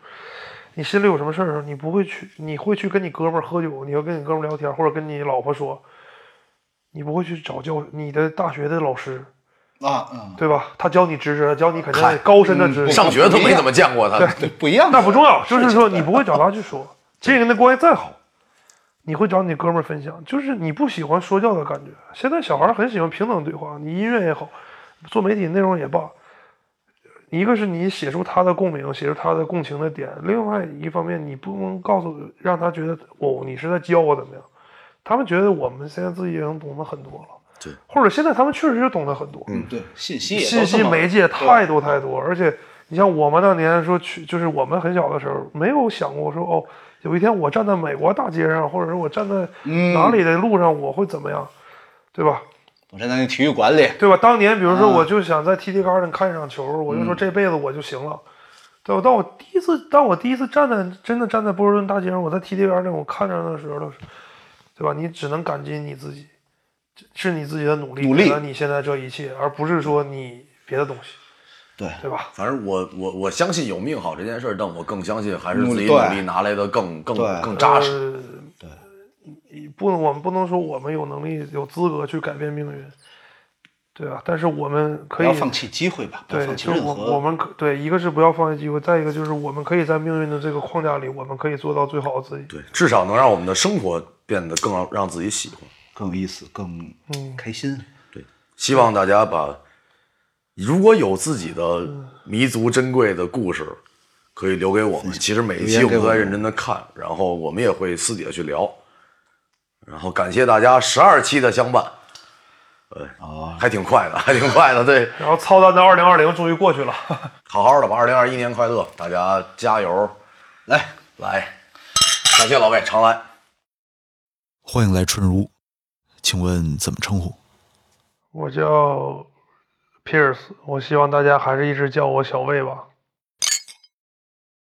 Speaker 3: 你心里有什么事儿的时候，你不会去，你会去跟你哥们儿喝酒，你会跟你哥们儿聊天，或者跟你老婆说，你不会去找教你的大学的老师，
Speaker 4: 啊，嗯，
Speaker 3: 对吧？他教你知识，他教你肯定
Speaker 1: 嗨嗯
Speaker 3: 高深的知识，
Speaker 1: 上学都没怎么见过他，
Speaker 4: 对，不一样。
Speaker 2: 啊
Speaker 3: 那不重要， 就是说你不会找他去 说，这个人的关系再好，你会找你哥们儿分享。就是你不喜欢说教的感觉。现在小孩儿很喜欢平等对话，你音乐也好，做媒体内容也罢，一个是你写出他的共鸣，写出他的共情的点；，另外一方面，你不能告诉让他觉得哦，你是在教我怎么样。他们觉得我们现在自己已经懂得很多了，
Speaker 1: 对，
Speaker 3: 或者现在他们确实是懂得很多，嗯，
Speaker 4: 对，信息也都
Speaker 3: 信息
Speaker 4: 这么
Speaker 3: 媒介太多太多，而且你像我们当年说去，就是我们很小的时候，没有想过说哦，有一天我站在美国大街上，或者是我站在
Speaker 4: 嗯
Speaker 2: 嗯
Speaker 3: 哪里的路上，我会怎么样，对吧？
Speaker 4: 我站在那体育馆里，
Speaker 3: 对吧？当年比如
Speaker 4: 嗯
Speaker 3: 说，我就想在 TT Garden 看一场球，我就说这辈子我就行了，对吧？当我第一次，当我第一次站在真的站在波士顿大街上，我在 TT Garden 我看着的时候，对吧？你只能感激你自己，这是你自己的努力
Speaker 4: 努力
Speaker 3: 给了你现在这一切，而不是说你别的东西，
Speaker 4: 对
Speaker 3: 对吧？
Speaker 1: 反正我我我相信有命好这件事儿，但我更相信还是自己
Speaker 4: 努
Speaker 1: 努
Speaker 4: 力
Speaker 1: 力嗯拿来的更更
Speaker 4: 对
Speaker 1: 更扎实。
Speaker 3: 呃、对，不能我们不能说我们有能力、有资格去改变命运，对吧？但是我们
Speaker 4: 不
Speaker 3: 可以
Speaker 4: 要放弃机会吧，不要
Speaker 3: 对，
Speaker 4: 放弃
Speaker 3: 就是
Speaker 4: 任
Speaker 3: 我
Speaker 4: 何
Speaker 3: 我们可对，一个是不要放弃机会，再一个就是我们可以在命运的这个框架里，我们可以做到最好的自己。
Speaker 1: 对，至少能让我们的生活变得更让让自己喜欢。
Speaker 4: 更有意思、更
Speaker 3: 嗯
Speaker 4: 开心。
Speaker 1: 希望大家把如果有自己的弥足珍贵的故事，可以留给我们。其实每一期我们都在认真的看，然后我们也会私底下去聊。然后感谢大家十二期的相伴，呃，
Speaker 4: 啊
Speaker 1: 还挺快的， 还挺快的。对，
Speaker 3: 然后操蛋的二零二零终于过去了，
Speaker 1: 好好的吧，二零二一年快乐，大家加油，
Speaker 4: 来，
Speaker 1: 来，感谢老魏，常来。
Speaker 5: 欢迎来春如，请问怎么称呼？
Speaker 3: 我叫 Pierce，我希望大家还是一直叫我小魏吧。